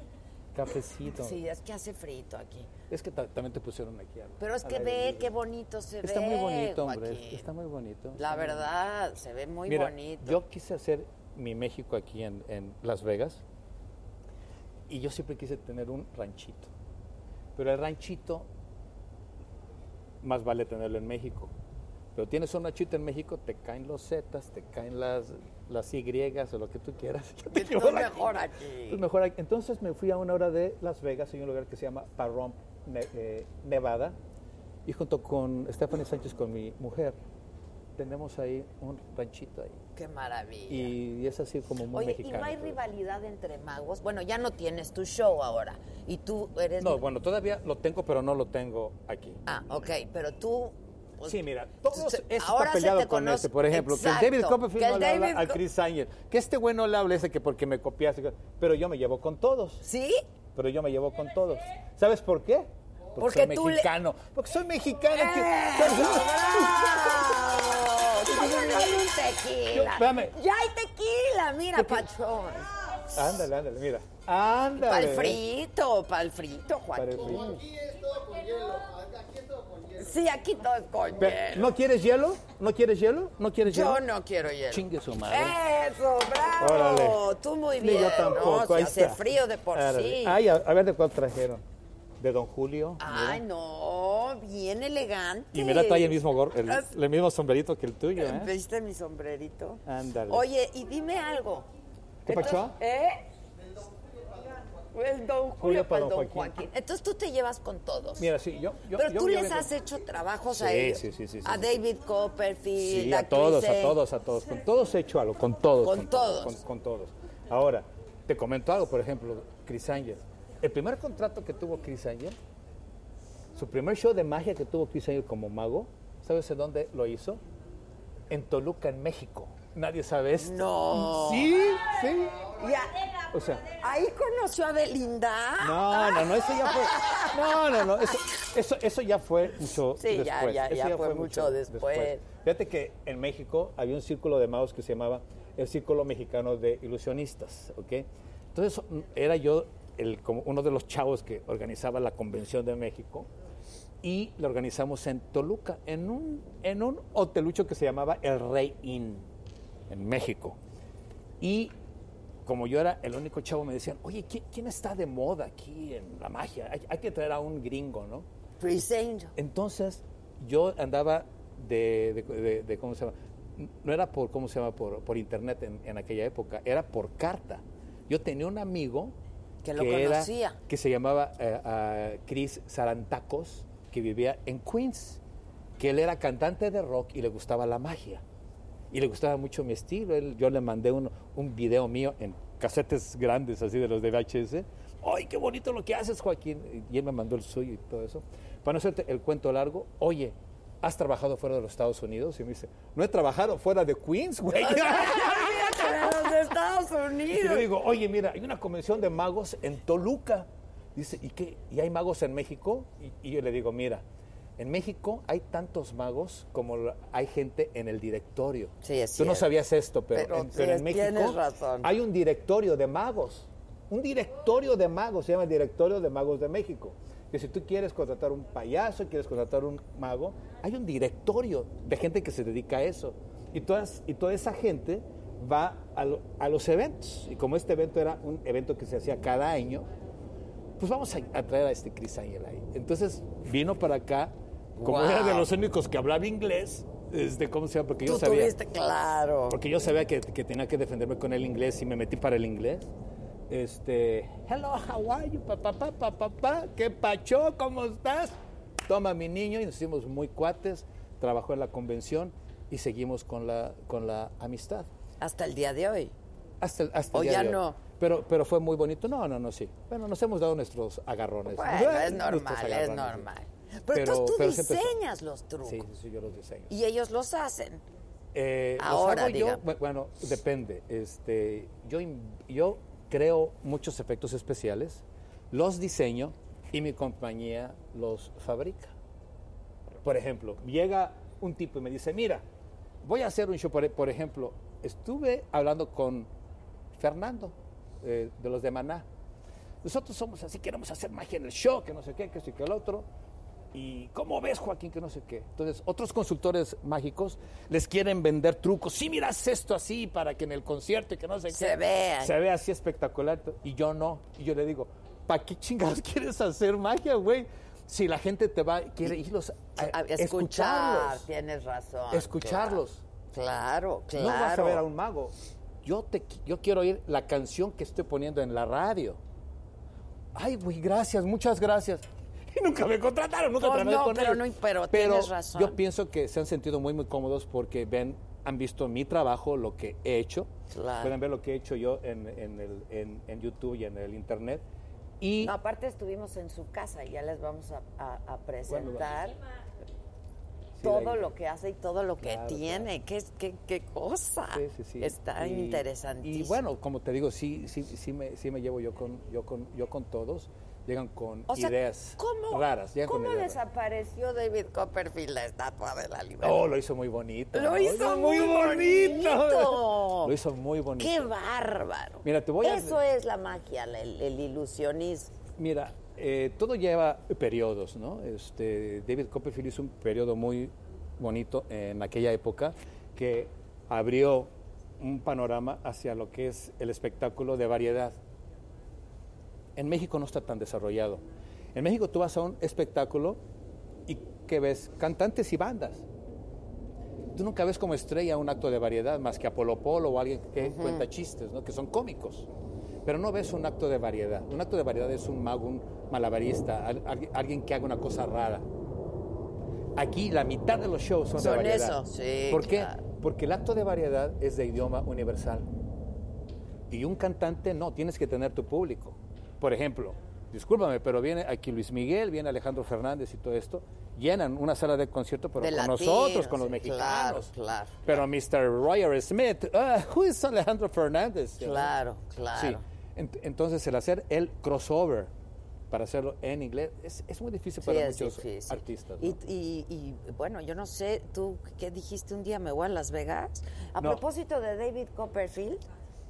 Speaker 3: Cafecito.
Speaker 2: Sí, es que hace frito aquí.
Speaker 3: Es que ta- también te pusieron aquí. al-
Speaker 2: Pero es
Speaker 3: al
Speaker 2: que
Speaker 3: aire
Speaker 2: ve
Speaker 3: libre.
Speaker 2: qué bonito se
Speaker 3: Está
Speaker 2: ve.
Speaker 3: muy bonito, hombre.
Speaker 2: Joaquín.
Speaker 3: Está muy bonito.
Speaker 2: La verdad, se ve muy
Speaker 3: Mira,
Speaker 2: bonito.
Speaker 3: Yo quise hacer mi México aquí en, en Las Vegas y yo siempre quise tener un ranchito. Pero el ranchito más vale tenerlo en México. Pero tienes un ranchito en México, te caen los Zetas, te caen las, las Y o lo que tú quieras. <laughs> Te
Speaker 2: Tú
Speaker 3: llevan
Speaker 2: mejor aquí.
Speaker 3: Pues mejor aquí. Entonces me fui a una hora de Las Vegas, en un lugar que se llama Parrón, Ne- eh, Nevada, y junto con Stephanie Sánchez, con mi mujer, tenemos ahí un ranchito ahí.
Speaker 2: Qué maravilla.
Speaker 3: Y es así como muy
Speaker 2: Oye,
Speaker 3: mexicano.
Speaker 2: ¿y no hay
Speaker 3: todo.
Speaker 2: rivalidad entre magos? Bueno, ya no tienes tu show ahora. Y tú eres.
Speaker 3: No, bueno, todavía lo tengo, pero no lo tengo aquí.
Speaker 2: Ah, ok, pero tú. pues,
Speaker 3: Sí, mira, todos
Speaker 2: se-
Speaker 3: esos
Speaker 2: ahora se
Speaker 3: peleados
Speaker 2: te
Speaker 3: con
Speaker 2: conoce-
Speaker 3: este, por ejemplo, que
Speaker 2: Exacto,
Speaker 3: el David Copperfield
Speaker 2: que el
Speaker 3: no le habla
Speaker 2: David
Speaker 3: a
Speaker 2: Co-
Speaker 3: Chris Sanger, que este güey no le habla ese que porque me copiaste, pero yo me llevo con todos,
Speaker 2: ¿Sí?
Speaker 3: pero yo me llevo con todos. ¿Sabes por qué?
Speaker 2: Porque
Speaker 3: soy
Speaker 2: tú le- ¡Eh!
Speaker 3: mexicano, porque soy mexicano. que-
Speaker 2: ¡Bravo! Tómale un
Speaker 3: Yo-
Speaker 2: tequila.
Speaker 3: espérame.
Speaker 2: Ya hay tequila, mira, pachón.
Speaker 3: ándale, ándale, mira, ándale.
Speaker 2: Para el frito, para el frito,
Speaker 3: Para el
Speaker 2: Joaquín.
Speaker 3: frito.
Speaker 2: Sí, aquí todo es con
Speaker 3: Pero,
Speaker 2: hielo.
Speaker 3: ¿No quieres hielo? ¿No quieres hielo? ¿No quieres hielo?
Speaker 2: Yo no quiero hielo.
Speaker 3: Chingue su madre.
Speaker 2: Eso, bravo.
Speaker 3: Órale.
Speaker 2: Tú muy
Speaker 3: Ni
Speaker 2: bien.
Speaker 3: yo tampoco.
Speaker 2: ¿no? Si
Speaker 3: ahí
Speaker 2: hace
Speaker 3: está.
Speaker 2: frío de por
Speaker 3: Árale.
Speaker 2: sí. Ah,
Speaker 3: Ay, a, a ver de cuál trajeron. De Don Julio.
Speaker 2: Ay,
Speaker 3: mira.
Speaker 2: no, No, bien elegante.
Speaker 3: Y mira, trae el mismo, gor- el, el mismo sombrerito que el tuyo, ¿eh?
Speaker 2: ¿Viste mi sombrerito?
Speaker 3: Ándale.
Speaker 2: Oye, y dime algo.
Speaker 3: ¿Qué
Speaker 2: Entonces,
Speaker 3: pacho?
Speaker 2: ¿Eh? El don Julio
Speaker 3: Julio
Speaker 2: para
Speaker 3: para
Speaker 2: el don
Speaker 3: don
Speaker 2: Joaquín.
Speaker 3: Joaquín.
Speaker 2: Entonces tú te llevas con todos.
Speaker 3: Mira, sí, yo... yo-
Speaker 2: Pero
Speaker 3: yo
Speaker 2: tú
Speaker 3: me
Speaker 2: les
Speaker 3: aventé-
Speaker 2: has hecho trabajos a
Speaker 3: Sí,
Speaker 2: ellos.
Speaker 3: sí, sí, sí, sí,
Speaker 2: a
Speaker 3: sí.
Speaker 2: David Copperfield.
Speaker 3: Sí, a todos, a todos, a todos. Con todos he hecho algo, con todos.
Speaker 2: Con todos.
Speaker 3: Con, con todos. Ahora, te comento algo, por ejemplo, Chris Angel. El primer contrato que tuvo Chris Angel, su primer show de magia que tuvo Chris Angel como mago, ¿sabes en dónde lo hizo? En Toluca, en México. Nadie sabe esto.
Speaker 2: No.
Speaker 3: Sí, sí.
Speaker 2: Y a-
Speaker 3: O sea,
Speaker 2: ahí conoció a Belinda.
Speaker 3: no, no, no, eso ya fue. No, no, no, eso, eso, eso ya fue mucho
Speaker 2: Sí, ya,
Speaker 3: después.
Speaker 2: ya,
Speaker 3: eso
Speaker 2: ya fue mucho después.
Speaker 3: Fíjate que en México había un círculo de magos que se llamaba el Círculo Mexicano de Ilusionistas, ¿ok? Entonces mm, era yo el, como uno de los chavos que organizaba la Convención de México y la organizamos en Toluca, en un, en un hotelucho que se llamaba El Rey Inn, en México. Y como yo era el único chavo, me decían, oye, ¿qui- ¿quién está de moda aquí en la magia? Hay, hay que traer a un gringo, ¿no?
Speaker 2: Chris
Speaker 3: <laughs>
Speaker 2: Angel.
Speaker 3: Entonces, yo andaba de, de- de- de- ¿cómo se llama? No era por, ¿cómo se llama? Por, por internet en, en aquella época, era por carta. Yo tenía un amigo
Speaker 2: Que lo
Speaker 3: era-
Speaker 2: conocía.
Speaker 3: que se llamaba eh, ah, Chris Sarantacos, que vivía en Queens, que él era cantante de rock y le gustaba la magia. Y le gustaba mucho mi estilo. Él- yo le mandé un, un video mío en casetes grandes, así de los de VHS. ¡Ay, qué bonito lo que haces, Joaquín! Y él me mandó el suyo y todo eso. Para no hacerte el cuento largo, oye, ¿has trabajado fuera de los Estados Unidos? Y me dice, no he trabajado fuera de
Speaker 2: <laughs>
Speaker 3: Queens, güey. <laughs>
Speaker 2: Pero en los Estados
Speaker 3: Y yo
Speaker 2: Unidos.
Speaker 3: digo, oye, mira, hay una convención de magos en Toluca. Dice, ¿y qué? ¿Y hay magos en México? Y, y yo le digo, mira, en México hay tantos magos como la- hay gente en el directorio.
Speaker 2: Sí, es
Speaker 3: Tú no
Speaker 2: cierto.
Speaker 3: sabías esto, pero,
Speaker 2: Pero
Speaker 3: en,
Speaker 2: sí,
Speaker 3: pero en
Speaker 2: es-
Speaker 3: México
Speaker 2: tienes razón.
Speaker 3: hay un directorio de magos. Un directorio de magos, se llama el Directorio de Magos de México. Que si tú quieres contratar un payaso, quieres contratar un mago, hay un directorio de gente que se dedica a eso. Y, todas, y toda esa gente va a, lo- a los eventos. Y como este evento era un evento que se hacía cada año, pues vamos a, a traer a este Chris Angel ahí. Entonces vino para acá, como
Speaker 2: Wow.
Speaker 3: era de los únicos que hablaba inglés, este, ¿cómo se llama? Porque yo
Speaker 2: Tú
Speaker 3: sabía.
Speaker 2: tuviste, claro.
Speaker 3: Porque yo sabía que, que tenía que defenderme con el inglés y me metí para el inglés. Este, hello, how are you, papá, papá, papá, qué pacho, ¿cómo estás? Toma mi niño y nos hicimos muy cuates, trabajó en la convención y seguimos con la, con la amistad.
Speaker 2: Hasta el día de hoy.
Speaker 3: Hasta, el- hasta
Speaker 2: O
Speaker 3: el día
Speaker 2: ya
Speaker 3: de hoy.
Speaker 2: no.
Speaker 3: Pero, pero fue muy bonito. No, no, no, sí. Bueno, nos hemos dado nuestros agarrones.
Speaker 2: Bueno, es
Speaker 3: <laughs> Nuestros
Speaker 2: normal, es
Speaker 3: agarrones, sí.
Speaker 2: normal. Pero, entonces tú
Speaker 3: pero siempre-
Speaker 2: diseñas los trucos
Speaker 3: Sí, sí, yo los diseño.
Speaker 2: y ellos los hacen.
Speaker 3: Eh, ¿los
Speaker 2: Ahora,
Speaker 3: hago yo?
Speaker 2: diga.
Speaker 3: Bu- Bueno, depende. Este, yo, in- yo creo muchos efectos especiales, los diseño y mi compañía los fabrica. Por ejemplo, llega un tipo y me dice, mira, voy a hacer un show. Por, e- por ejemplo, estuve hablando con Fernando, eh, de los de Maná. Nosotros somos así, queremos hacer magia en el show, que no sé qué, que sí, que el otro. ¿Y cómo ves, Joaquín, que no sé qué? Entonces, otros consultores mágicos les quieren vender trucos. Sí, miras esto así para que en el concierto, y que no sé
Speaker 2: Se
Speaker 3: qué.
Speaker 2: vean.
Speaker 3: Se ve así espectacular. Y yo no. Y yo le digo, ¿para qué chingados <laughs> quieres hacer magia, güey? Si la gente te va, quiere irlos a,
Speaker 2: A- a escuchar,
Speaker 3: escucharlos.
Speaker 2: tienes razón.
Speaker 3: Escucharlos.
Speaker 2: Claro, claro.
Speaker 3: No vas a ver a un mago. Yo, te, qui- yo quiero oír la canción que estoy poniendo en la radio. Ay, güey, gracias, muchas gracias. <laughs> Y nunca me contrataron, nunca
Speaker 2: Pues
Speaker 3: trabajé
Speaker 2: no,
Speaker 3: con
Speaker 2: pero
Speaker 3: ellos.
Speaker 2: no, pero tienes razón.
Speaker 3: Yo pienso que se han sentido muy, muy cómodos porque ven, han visto mi trabajo, lo que he hecho.
Speaker 2: Claro.
Speaker 3: Pueden ver lo que he hecho yo en, en el- en- en YouTube y en el Internet. Y
Speaker 2: No, aparte estuvimos en su casa y ya les vamos a, a- a presentar
Speaker 3: Sí, la-
Speaker 2: todo lo que hace y todo lo que
Speaker 3: Claro,
Speaker 2: tiene. ¿Qué, es- qué, qué cosa?
Speaker 3: Sí, sí, sí.
Speaker 2: Ah, Está
Speaker 3: Y-
Speaker 2: interesantísimo.
Speaker 3: Y bueno, como te digo, sí, sí, sí me, sí me llevo yo con, yo con, yo con todos. Llegan con
Speaker 2: O sea,
Speaker 3: ideas
Speaker 2: ¿cómo,
Speaker 3: raras. llegan con
Speaker 2: ¿Cómo
Speaker 3: ideas raras.
Speaker 2: desapareció David Copperfield la estatua de la libertad?
Speaker 3: Oh, lo hizo muy bonito.
Speaker 2: Lo hizo muy bonito.
Speaker 3: <laughs> Lo hizo muy bonito.
Speaker 2: ¡Qué bárbaro!
Speaker 3: Mira, te voy a-
Speaker 2: Eso es la magia, la- el, el ilusionismo.
Speaker 3: Mira, eh, todo lleva periodos, ¿no? Este, David Copperfield hizo un periodo muy bonito en aquella época que abrió un panorama hacia lo que es el espectáculo de variedad. En México no está tan desarrollado. En México tú vas a un espectáculo y que ves cantantes y bandas. Tú nunca ves como estrella un acto de variedad más que a Polo Polo o alguien que cuenta chistes, ¿no? que son cómicos. Pero no ves un acto de variedad. Un acto de variedad es un mago, un malabarista, al- al- alguien que haga una cosa rara. Aquí la mitad de los shows son, de
Speaker 6: Son
Speaker 3: variedad.
Speaker 6: eso, sí,
Speaker 3: ¿Por qué?
Speaker 6: claro.
Speaker 3: Porque el acto de variedad es de idioma universal. Y un cantante no, tienes que tener tu público. Por ejemplo, discúlpame, pero viene aquí Luis Miguel, viene Alejandro Fernández y todo esto, llenan una sala de concierto, pero
Speaker 6: De
Speaker 3: con
Speaker 6: latinos,
Speaker 3: nosotros, con los
Speaker 6: sí,
Speaker 3: mexicanos.
Speaker 6: claro, claro.
Speaker 3: Pero Mr. Roger Smith, ah, who is Alejandro Fernández? You know?
Speaker 6: Claro, claro.
Speaker 3: Sí. Ent- entonces, el hacer el crossover para hacerlo en inglés es, es muy difícil
Speaker 6: Sí,
Speaker 3: para
Speaker 6: es
Speaker 3: muchos
Speaker 6: difícil.
Speaker 3: artistas.
Speaker 6: Y,
Speaker 3: ¿no?
Speaker 6: y- y, bueno, yo no sé, tú qué dijiste un día, me voy a Las Vegas.
Speaker 2: A
Speaker 3: No.
Speaker 2: propósito de David Copperfield,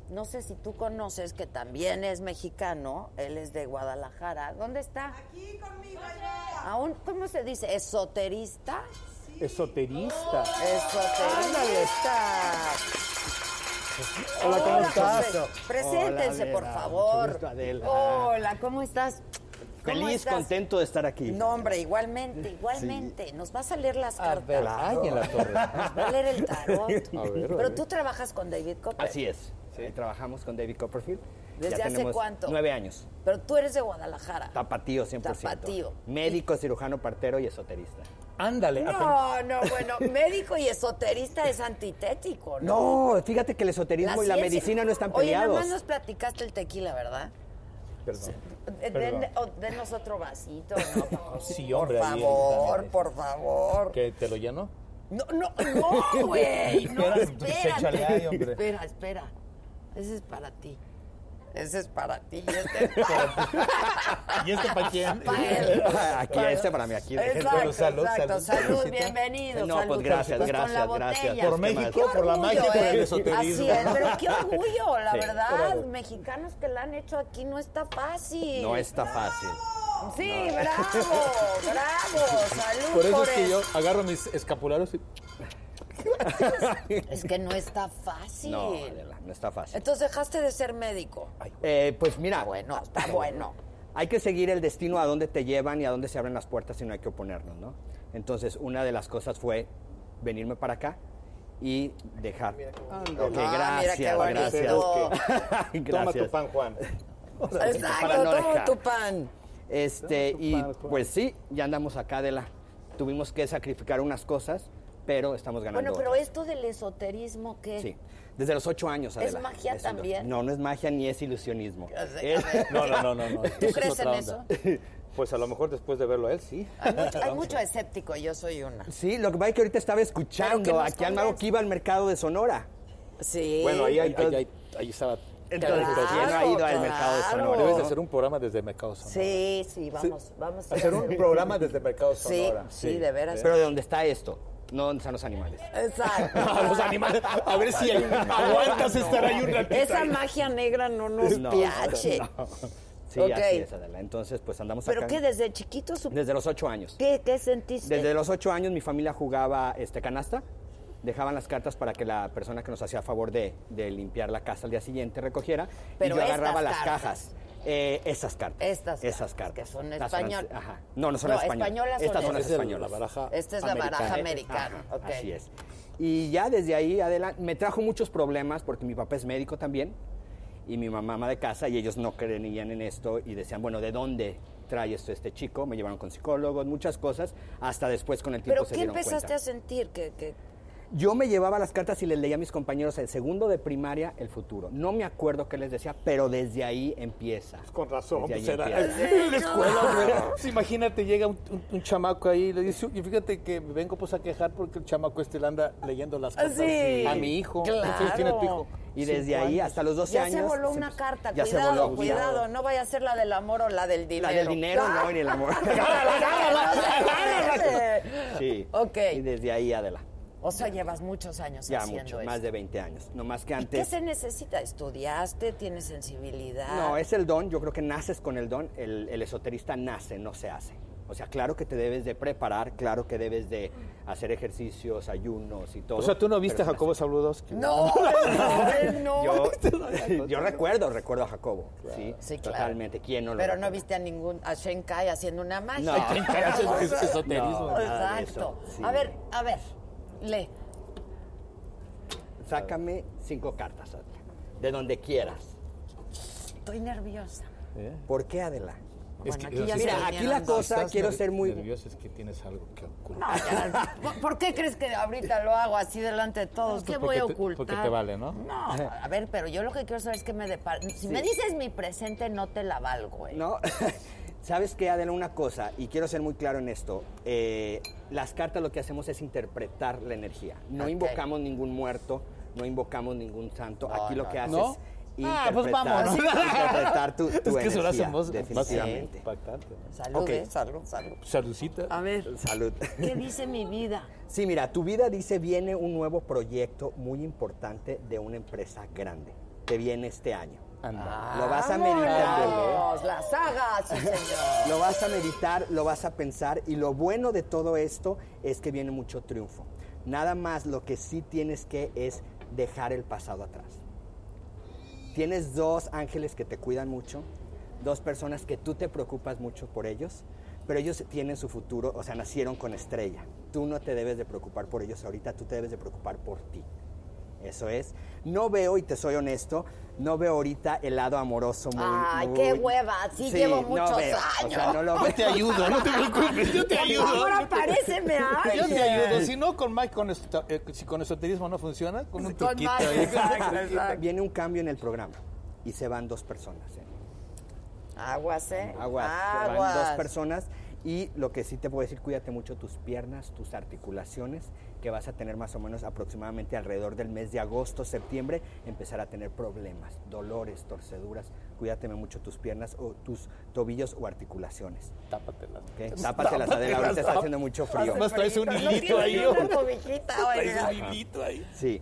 Speaker 2: no sé si tú conoces que también es mexicano, él es de Guadalajara. ¿Dónde está? Aquí conmigo. Aún, ¿cómo se dice? ¿Esoterista?
Speaker 3: Esoterista.
Speaker 2: Esoterista.
Speaker 7: Hola, ¿cómo
Speaker 2: Hola,
Speaker 7: estás?
Speaker 2: José. Preséntense,
Speaker 7: Hola,
Speaker 2: por
Speaker 7: Adela.
Speaker 2: favor.
Speaker 7: Mucho gusto, Adela.
Speaker 2: Hola, ¿cómo estás? ¿Cómo
Speaker 7: Feliz,
Speaker 2: estás?
Speaker 7: contento de estar aquí.
Speaker 2: No, hombre, igualmente, igualmente. Nos vas a leer las
Speaker 3: Ah,
Speaker 2: cartas.
Speaker 3: Ay, en la
Speaker 6: <laughs>
Speaker 3: torre.
Speaker 2: Nos va a leer el
Speaker 7: <laughs>
Speaker 2: tarot.
Speaker 3: A ver, a
Speaker 2: Pero
Speaker 3: ver.
Speaker 2: tú trabajas con David Copperfield.
Speaker 7: Así es. Ahí Trabajamos con David Copperfield.
Speaker 2: ¿Desde
Speaker 7: Ya
Speaker 2: hace
Speaker 7: tenemos
Speaker 2: cuánto?
Speaker 7: Nueve años.
Speaker 2: Pero tú eres de Guadalajara.
Speaker 7: Tapatío 100%.
Speaker 2: Tapatío.
Speaker 7: Médico, cirujano, partero y esoterista.
Speaker 3: Ándale. apen-
Speaker 2: No, no, bueno, médico y esoterista es antitético, ¿no?
Speaker 7: No, fíjate que el esoterismo y la
Speaker 2: ciencia-
Speaker 7: medicina no están
Speaker 2: Oye, nada
Speaker 7: peleados.
Speaker 2: más nos platicaste el tequila, ¿verdad?
Speaker 7: Perdón.
Speaker 2: Eh, Den, o- denos otro vasito,
Speaker 3: <laughs>
Speaker 2: ¿no? Paco?
Speaker 3: Sí, hombre,
Speaker 2: Por
Speaker 3: ahí
Speaker 2: favor,
Speaker 3: también.
Speaker 2: por favor.
Speaker 3: ¿Que te lo llenó?
Speaker 2: No, no, no,
Speaker 3: <laughs>
Speaker 2: güey. No,
Speaker 3: Espérate, pues, échale ahí,
Speaker 2: espérate.
Speaker 3: hombre.
Speaker 2: Espera, espera. Ese es para ti. Ese es para ti. y
Speaker 3: <laughs>
Speaker 2: Este es para, <laughs>
Speaker 3: ¿Y este para quién?
Speaker 2: para
Speaker 3: <laughs>
Speaker 2: él.
Speaker 7: Aquí, este para mí, aquí.
Speaker 2: Exacto,
Speaker 3: Pero salud,
Speaker 2: exacto.
Speaker 3: salud,
Speaker 2: Salud,
Speaker 3: saludcita.
Speaker 2: bienvenido.
Speaker 7: No, pues,
Speaker 2: salud.
Speaker 7: gracias,
Speaker 2: Pues con la
Speaker 7: gracias, gracias.
Speaker 2: botella.
Speaker 7: Por México,
Speaker 2: Qué
Speaker 3: por la magia, por el
Speaker 2: ¿eh?
Speaker 3: esoterismo.
Speaker 2: Así es, pero
Speaker 3: <laughs>
Speaker 2: qué orgullo, la
Speaker 7: Sí.
Speaker 2: verdad. Mexicanos que la han hecho aquí no está fácil.
Speaker 7: No está fácil.
Speaker 2: Sí, bravo, bravo. Salud
Speaker 3: Por eso es que
Speaker 2: eso.
Speaker 3: yo agarro mis escapularios y...
Speaker 2: Es que no está fácil.
Speaker 7: No, Adela, no está fácil.
Speaker 2: Entonces dejaste de ser médico.
Speaker 7: Eh, pues mira,
Speaker 2: Bueno, está bueno.
Speaker 7: hay que seguir el destino a dónde te llevan y a dónde se abren las puertas y no hay que oponernos, ¿no? Entonces, una de las cosas fue venirme para acá y dejar. Ok,
Speaker 2: Ah, mira
Speaker 7: gracias,
Speaker 2: qué bonito.
Speaker 7: gracias.
Speaker 3: Toma
Speaker 7: <laughs> Gracias.
Speaker 3: tu pan, Juan.
Speaker 7: Para
Speaker 2: Exacto,
Speaker 7: no
Speaker 2: toma
Speaker 7: dejar.
Speaker 2: tu pan.
Speaker 7: Este, y pues sí, ya andamos acá de la. Tuvimos que sacrificar unas cosas, pero estamos ganando.
Speaker 2: Bueno, pero
Speaker 7: otras.
Speaker 2: esto del esoterismo, ¿qué?
Speaker 7: Sí, desde los ocho años.
Speaker 2: ¿Es
Speaker 7: Adela.
Speaker 2: magia
Speaker 7: ilu-
Speaker 2: también?
Speaker 7: No, no es magia ni es ilusionismo.
Speaker 2: A ver,
Speaker 7: Es-
Speaker 2: a ver.
Speaker 3: No, no, no, no. no.
Speaker 2: ¿Tú
Speaker 3: Es
Speaker 2: crees en
Speaker 3: otra
Speaker 2: eso?
Speaker 3: onda. Pues a lo mejor después de verlo a él, sí.
Speaker 2: Hay mucho, hay mucho escéptico, yo soy una.
Speaker 7: Sí, lo que pasa es que ahorita estaba
Speaker 2: Pero que
Speaker 7: escuchando
Speaker 2: nos
Speaker 7: aquí al mago
Speaker 2: convenza.
Speaker 7: que iba al mercado de Sonora.
Speaker 2: Sí.
Speaker 3: Bueno, ahí, ahí, ahí, ahí, ahí estaba...
Speaker 7: Entonces,
Speaker 2: Claro,
Speaker 3: pues,
Speaker 7: ¿quién no ha ido al mercado de
Speaker 2: claro.
Speaker 7: Sonora?
Speaker 3: Debes de
Speaker 7: no?
Speaker 3: hacer un programa desde Mercado Sonora.
Speaker 2: Sí, sí, vamos, vamos a
Speaker 3: Hacer un programa desde Mercado
Speaker 2: Sí,
Speaker 3: Sonora.
Speaker 2: sí, de veras.
Speaker 7: Pero de dónde está esto, no dónde están los animales. <laughs>
Speaker 2: Exacto.
Speaker 3: los animales. <laughs>
Speaker 2: <laughs>
Speaker 3: A ver si ahí aguantas estar ahí un ratito.
Speaker 2: Esa magia negra no nos
Speaker 7: No,
Speaker 2: piache.
Speaker 7: no. Sí,
Speaker 2: Ok.
Speaker 7: así es, Adela. Entonces, pues andamos
Speaker 2: Pero
Speaker 7: acá.
Speaker 2: que desde chiquito sup-
Speaker 7: Desde los ocho años.
Speaker 2: ¿Qué, qué sentiste?
Speaker 7: Desde los ocho años mi familia jugaba este, canasta. Dejaban las cartas para que la persona que nos hacía favor de, de limpiar la casa al día siguiente recogiera.
Speaker 2: Pero
Speaker 7: y yo
Speaker 2: estas
Speaker 7: agarraba las
Speaker 2: cartas.
Speaker 7: cajas. Eh, esas cartas.
Speaker 2: Estas cartas,
Speaker 7: Esas cartas.
Speaker 2: que son
Speaker 7: Las fran-
Speaker 2: español.
Speaker 7: Ajá. No, no son
Speaker 2: No,
Speaker 7: las españolas.
Speaker 2: españolas son
Speaker 7: Estas
Speaker 2: esas.
Speaker 7: son las
Speaker 2: Esta es la
Speaker 7: españolas.
Speaker 3: baraja
Speaker 2: Esta es la baraja
Speaker 7: Ajá,
Speaker 2: americana. ok.
Speaker 7: Así es. Y ya desde ahí adelante me trajo muchos problemas porque mi papá es médico también y mi mamá ama de casa y ellos no creían en esto y decían, bueno, ¿de dónde trae esto este chico? Me llevaron con psicólogos, muchas cosas, hasta después con el tiempo
Speaker 2: ¿Pero
Speaker 7: se
Speaker 2: qué
Speaker 7: dieron
Speaker 2: empezaste
Speaker 7: cuenta.
Speaker 2: a sentir? Que, que-
Speaker 7: Yo me llevaba las cartas y les leía a mis compañeros el segundo de primaria, el futuro. No me acuerdo qué les decía, pero desde ahí empieza.
Speaker 3: Con razón,
Speaker 7: Desde ahí
Speaker 3: pues era
Speaker 7: empieza.
Speaker 3: <laughs> en la escuela, güey. Pues imagínate, llega un, un- un chamaco ahí y le dice, y fíjate que me vengo pues a quejar porque el chamaco este le anda leyendo las cartas
Speaker 2: Ah, Sí,
Speaker 3: a mi hijo.
Speaker 2: claro.
Speaker 3: Entonces tiene tu hijo.
Speaker 7: Y desde ahí hasta los 12
Speaker 2: ya se
Speaker 7: años.
Speaker 2: voló
Speaker 7: se
Speaker 2: una
Speaker 7: empezó-
Speaker 2: carta.
Speaker 7: ya se
Speaker 2: cuidado,
Speaker 7: voló,
Speaker 2: cuidado. No vaya a ser la del amor o la del dinero.
Speaker 7: La del dinero,
Speaker 2: ¡Ah!
Speaker 7: no, ni
Speaker 2: <laughs>
Speaker 7: el amor. Sí.
Speaker 2: Ok.
Speaker 7: Y desde ahí, Adela.
Speaker 2: O sea, llevas muchos años
Speaker 7: Ya
Speaker 2: haciendo
Speaker 7: mucho,
Speaker 2: esto.
Speaker 7: más de 20 años. No más que
Speaker 2: ¿Qué
Speaker 7: antes.
Speaker 2: se necesita? ¿Estudiaste? ¿Tienes sensibilidad?
Speaker 7: No, es el don. Yo creo que naces con el don. El, el esoterista nace, no se hace. O sea, claro que te debes de preparar, claro que debes de hacer ejercicios, ayunos y todo.
Speaker 8: O sea, ¿tú no viste a
Speaker 7: Pero-
Speaker 8: Jacobo Sabludowski?
Speaker 2: <laughs> no.
Speaker 7: <laughs>
Speaker 2: <laughs>
Speaker 7: Yo, yo recuerdo, recuerdo a Jacobo. Sí,
Speaker 2: Sí, claro.
Speaker 7: Totalmente. ¿Quién no lo
Speaker 2: Pero
Speaker 7: recuerda?
Speaker 2: no viste a ningún, a Shenkai haciendo una magia.
Speaker 7: No, no,
Speaker 2: <laughs> O sea,
Speaker 7: es esoterismo. nada de
Speaker 2: Exacto.
Speaker 7: eso. Sí.
Speaker 2: A ver, a ver, lee.
Speaker 7: Sácame cinco cartas, Adela. De donde quieras.
Speaker 2: Estoy nerviosa.
Speaker 7: ¿Por qué, Adela?
Speaker 2: Bueno, aquí ya se
Speaker 7: Mira, aquí
Speaker 2: vinieron
Speaker 7: la
Speaker 2: dos.
Speaker 7: cosa,
Speaker 3: Ah, Estás
Speaker 7: quiero
Speaker 3: nerv-
Speaker 7: ser muy...
Speaker 3: nervioso es que tienes algo que ocultar.
Speaker 2: No, ya. ¿Por- ¿Por qué crees que ahorita lo hago así delante de todos? ¿Qué voy
Speaker 3: Pues porque
Speaker 2: a
Speaker 3: te-
Speaker 2: ocultar?
Speaker 3: porque te vale, ¿no?
Speaker 2: No, a ver, pero yo lo que quiero saber es que me depara. Si me dices mi presente, no te la valgo, ¿eh?
Speaker 7: No, <laughs> sabes qué, Adela, una cosa, y quiero ser muy claro en esto. eh, las cartas lo que hacemos es interpretar la energía. No
Speaker 2: Ok.
Speaker 7: invocamos ningún muerto, no invocamos ningún santo. Aquí lo que haces
Speaker 3: ¿No?
Speaker 7: es
Speaker 3: Ah, pues
Speaker 7: interpretar,
Speaker 3: vámonos.
Speaker 7: <laughs> interpretar tu, tu
Speaker 3: es que eso lo
Speaker 7: energía,
Speaker 3: hacen vos,
Speaker 7: definitivamente.
Speaker 3: impactante.
Speaker 2: Salud,
Speaker 7: ok.
Speaker 2: ¿eh? salud, salud.
Speaker 3: Salucita.
Speaker 2: A ver,
Speaker 7: Salud. <laughs>
Speaker 2: ¿qué dice mi vida?
Speaker 7: Sí, mira, tu vida dice viene un nuevo proyecto muy importante de una empresa grande. Te viene este año.
Speaker 3: Anda.
Speaker 7: Lo vas a meditar. ¿eh?
Speaker 2: ¡Vámonos! ¡La saga, sí,
Speaker 7: <laughs>
Speaker 2: señor!
Speaker 7: Lo vas a meditar, lo vas a pensar y lo bueno de todo esto es que viene mucho triunfo. Nada más lo que sí tienes que es dejar el pasado atrás. Tienes dos ángeles que te cuidan mucho, dos personas que tú te preocupas mucho por ellos, pero ellos tienen su futuro, o sea, nacieron con estrella. Tú no te debes de preocupar por ellos ahorita, tú te debes de preocupar por ti. Eso es. No veo, y te soy honesto, no veo ahorita el lado amoroso muy...
Speaker 2: Ay,
Speaker 7: muy-
Speaker 2: qué hueva, sí llevo muchos
Speaker 7: O sea,
Speaker 2: años.
Speaker 7: no lo veo.
Speaker 8: Te ayudo, no te preocupes, yo te ayudo.
Speaker 2: Ahora
Speaker 7: <laughs>
Speaker 2: paréceme a
Speaker 8: Yo
Speaker 2: alguien.
Speaker 8: te ayudo. Si no, con Mike, con esto- eh, si con esoterismo no funciona, con un
Speaker 2: Con
Speaker 8: truquito
Speaker 2: Mike,
Speaker 8: ahí.
Speaker 7: <laughs>
Speaker 2: exacto, <laughs> exacto.
Speaker 7: Viene un cambio en el programa y se van dos personas. ¿eh?
Speaker 2: Aguas, ¿eh?
Speaker 7: Aguas, se van
Speaker 2: Aguas.
Speaker 7: dos personas. Y lo que sí te puedo decir, cuídate mucho tus piernas, tus articulaciones, que vas a tener más o menos aproximadamente alrededor del mes de agosto, septiembre, empezar a tener problemas, dolores, torceduras. Cuídate mucho tus piernas o tus tobillos o articulaciones.
Speaker 3: Tápatela.
Speaker 7: ¿ok? Tápatelas, Adela, ahorita está haciendo mucho frío.
Speaker 8: Además, traes un
Speaker 2: Pero no
Speaker 8: hilito
Speaker 2: tiene
Speaker 8: ahí.
Speaker 2: ni una cobijita, oiga.
Speaker 7: Sí.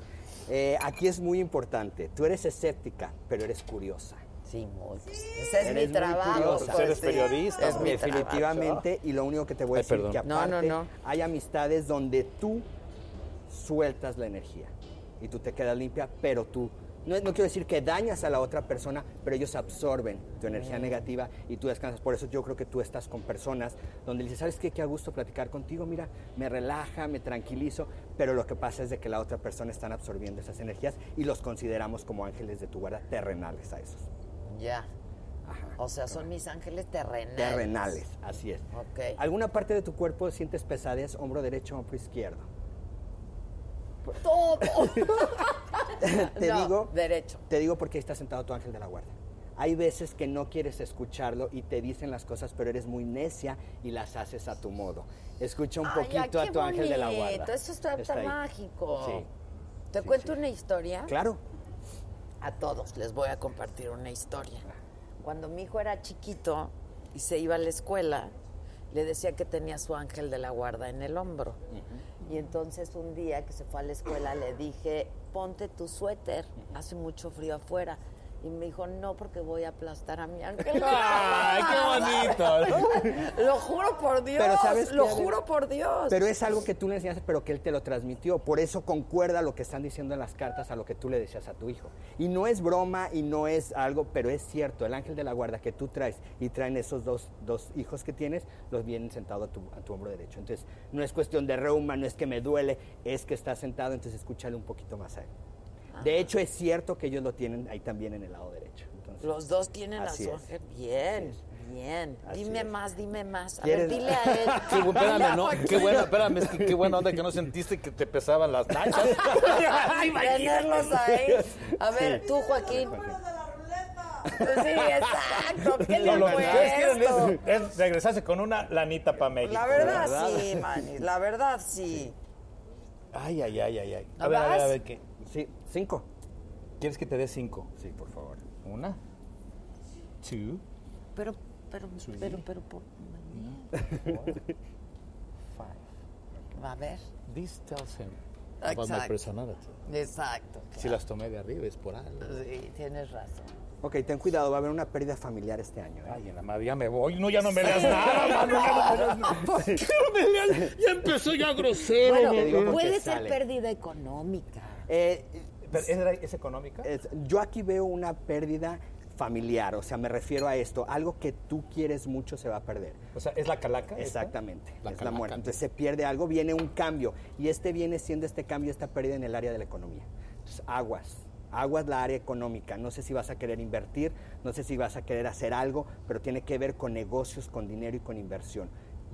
Speaker 7: Eh, aquí es muy importante. Tú eres escéptica, pero eres curiosa.
Speaker 2: Sí, muy. pues, ese es
Speaker 7: Eres
Speaker 2: mi
Speaker 7: muy
Speaker 2: trabajo.
Speaker 7: curiosa.
Speaker 2: pues,
Speaker 7: Pues eres
Speaker 2: sí.
Speaker 3: periodista,
Speaker 2: Es mi trabajo.
Speaker 7: Definitivamente, y lo único que te voy a
Speaker 3: Ay,
Speaker 7: decir
Speaker 3: perdón.
Speaker 7: que
Speaker 2: No, no,
Speaker 7: aparte
Speaker 2: no.
Speaker 7: hay amistades donde tú sueltas la energía y tú te quedas limpia, pero tú no, no quiero decir que dañas a la otra persona, pero ellos absorben tu energía
Speaker 2: Mm.
Speaker 7: negativa y tú descansas. Por eso yo creo que tú estás con personas donde dices, ¿sabes qué? Qué a gusto platicar contigo, mira, me relaja, me tranquilizo, pero lo que pasa es de que la otra persona están absorbiendo esas energías y los consideramos como ángeles de tu guarda terrenales a esos.
Speaker 2: Ya.
Speaker 7: Ajá.
Speaker 2: O sea, son mis ángeles terrenales.
Speaker 7: Terrenales, así es.
Speaker 2: Ok.
Speaker 7: ¿Alguna parte de tu cuerpo sientes pesadez, hombro derecho,
Speaker 2: <laughs>
Speaker 7: hombro izquierdo? <laughs>
Speaker 2: Todo.
Speaker 7: Te
Speaker 2: No,
Speaker 7: digo,
Speaker 2: Derecho.
Speaker 7: te digo porque ahí está sentado tu ángel de la guarda. Hay veces que no quieres escucharlo y te dicen las cosas, pero eres muy necia y las haces a tu modo. Escucha un
Speaker 2: Ay,
Speaker 7: poquito
Speaker 2: ah,
Speaker 7: a tu
Speaker 2: qué
Speaker 7: ángel de la
Speaker 2: bonito,
Speaker 7: guarda.
Speaker 2: Eso está, tan
Speaker 7: ahí.
Speaker 2: mágico.
Speaker 7: Sí,
Speaker 2: ¿Te
Speaker 7: sí,
Speaker 2: cuento
Speaker 7: sí.
Speaker 2: una historia?
Speaker 7: Claro.
Speaker 2: A todos les voy a compartir una historia. Cuando mi hijo era chiquito y se iba a la escuela, le decía que tenía su ángel de la guarda en el hombro. Y entonces un día que se fue a la escuela le dije, ponte tu suéter, hace mucho frío afuera. Y me dijo, no, porque voy a aplastar a mi ángel.
Speaker 3: <laughs> ¡Ay, qué bonito!
Speaker 2: <laughs> Lo juro por Dios.
Speaker 7: Pero ¿sabes
Speaker 2: lo
Speaker 7: qué, Adela?
Speaker 2: juro por Dios.
Speaker 7: Pero es algo que tú le enseñaste, pero que él te lo transmitió. Por eso concuerda lo que están diciendo en las cartas a lo que tú le decías a tu hijo. Y no es broma y no es algo, pero es cierto. El ángel de la guarda que tú traes y traen esos dos, dos hijos que tienes, los vienen sentado a tu, a tu hombro derecho. Entonces, no es cuestión de reuma, no es que me duele, es que está sentado, entonces escúchale un poquito más a él.
Speaker 2: Ah.
Speaker 7: De hecho, es cierto que ellos lo tienen ahí también en el lado derecho. Entonces,
Speaker 2: Los dos tienen
Speaker 7: Así
Speaker 2: la
Speaker 7: es.
Speaker 2: suerte. Bien, bien.
Speaker 7: Así
Speaker 2: dime
Speaker 7: es.
Speaker 2: más, dime más. A
Speaker 7: ¿Quieres-
Speaker 2: ver, dile a él.
Speaker 3: Qué, bu-
Speaker 2: Dile
Speaker 3: espérame,
Speaker 2: a
Speaker 3: ¿no?
Speaker 2: Joaquín.
Speaker 3: qué buena,
Speaker 2: <laughs>
Speaker 3: espérame, es que qué buena onda que no sentiste que te pesaban las nachas.
Speaker 2: <laughs> Tenerlos ahí. A ver, tú, Joaquín. Pues sí, exacto. ¿Qué le
Speaker 3: Lo que ustedes quieren
Speaker 2: puesto?
Speaker 3: es, es regresarse con una lanita para México.
Speaker 2: La verdad sí, Manny. La verdad sí.
Speaker 3: Ay, ay, ay, ay, ay.
Speaker 2: ¿No
Speaker 3: A ver, a ver, a
Speaker 2: vas?
Speaker 3: ver, ¿qué?
Speaker 7: sí, cinco.
Speaker 3: ¿Quieres que te dé cinco?
Speaker 7: Sí, por favor.
Speaker 3: Una. Two.
Speaker 2: Pero, pero, pero, pero, por- A ver.
Speaker 3: This tells him about my
Speaker 2: Exacto.
Speaker 3: personality.
Speaker 2: Exacto.
Speaker 3: Si las tomé de arriba es por algo.
Speaker 2: Sí, tienes razón.
Speaker 7: Ok, ten cuidado, va a haber una pérdida familiar este año. Ay,
Speaker 3: en la madre, ya me voy. No, ya no me <laughs> leas nada, mano, ya no me leas nada. ¿Por qué no me leas? Ya empezó ya grosero.
Speaker 7: Te digo
Speaker 6: Bueno,
Speaker 7: con
Speaker 6: puede
Speaker 7: qué
Speaker 6: ser
Speaker 7: sale.
Speaker 6: pérdida económica.
Speaker 7: Eh,
Speaker 8: Pero, ¿es, es económica?
Speaker 7: es- yo aquí veo una pérdida familiar, o sea, me refiero a esto, algo que tú quieres mucho se va a perder.
Speaker 8: O sea, ¿es la calaca? esta?
Speaker 7: Exactamente,
Speaker 8: La
Speaker 7: es la
Speaker 8: calaca.
Speaker 7: muerte. Entonces se pierde algo, viene un cambio, y este viene siendo este cambio, esta pérdida en el área de la economía. Entonces, aguas, aguas la área económica, no sé si vas a querer invertir, no sé si vas a querer hacer algo, pero tiene que ver con negocios, con dinero y con inversión.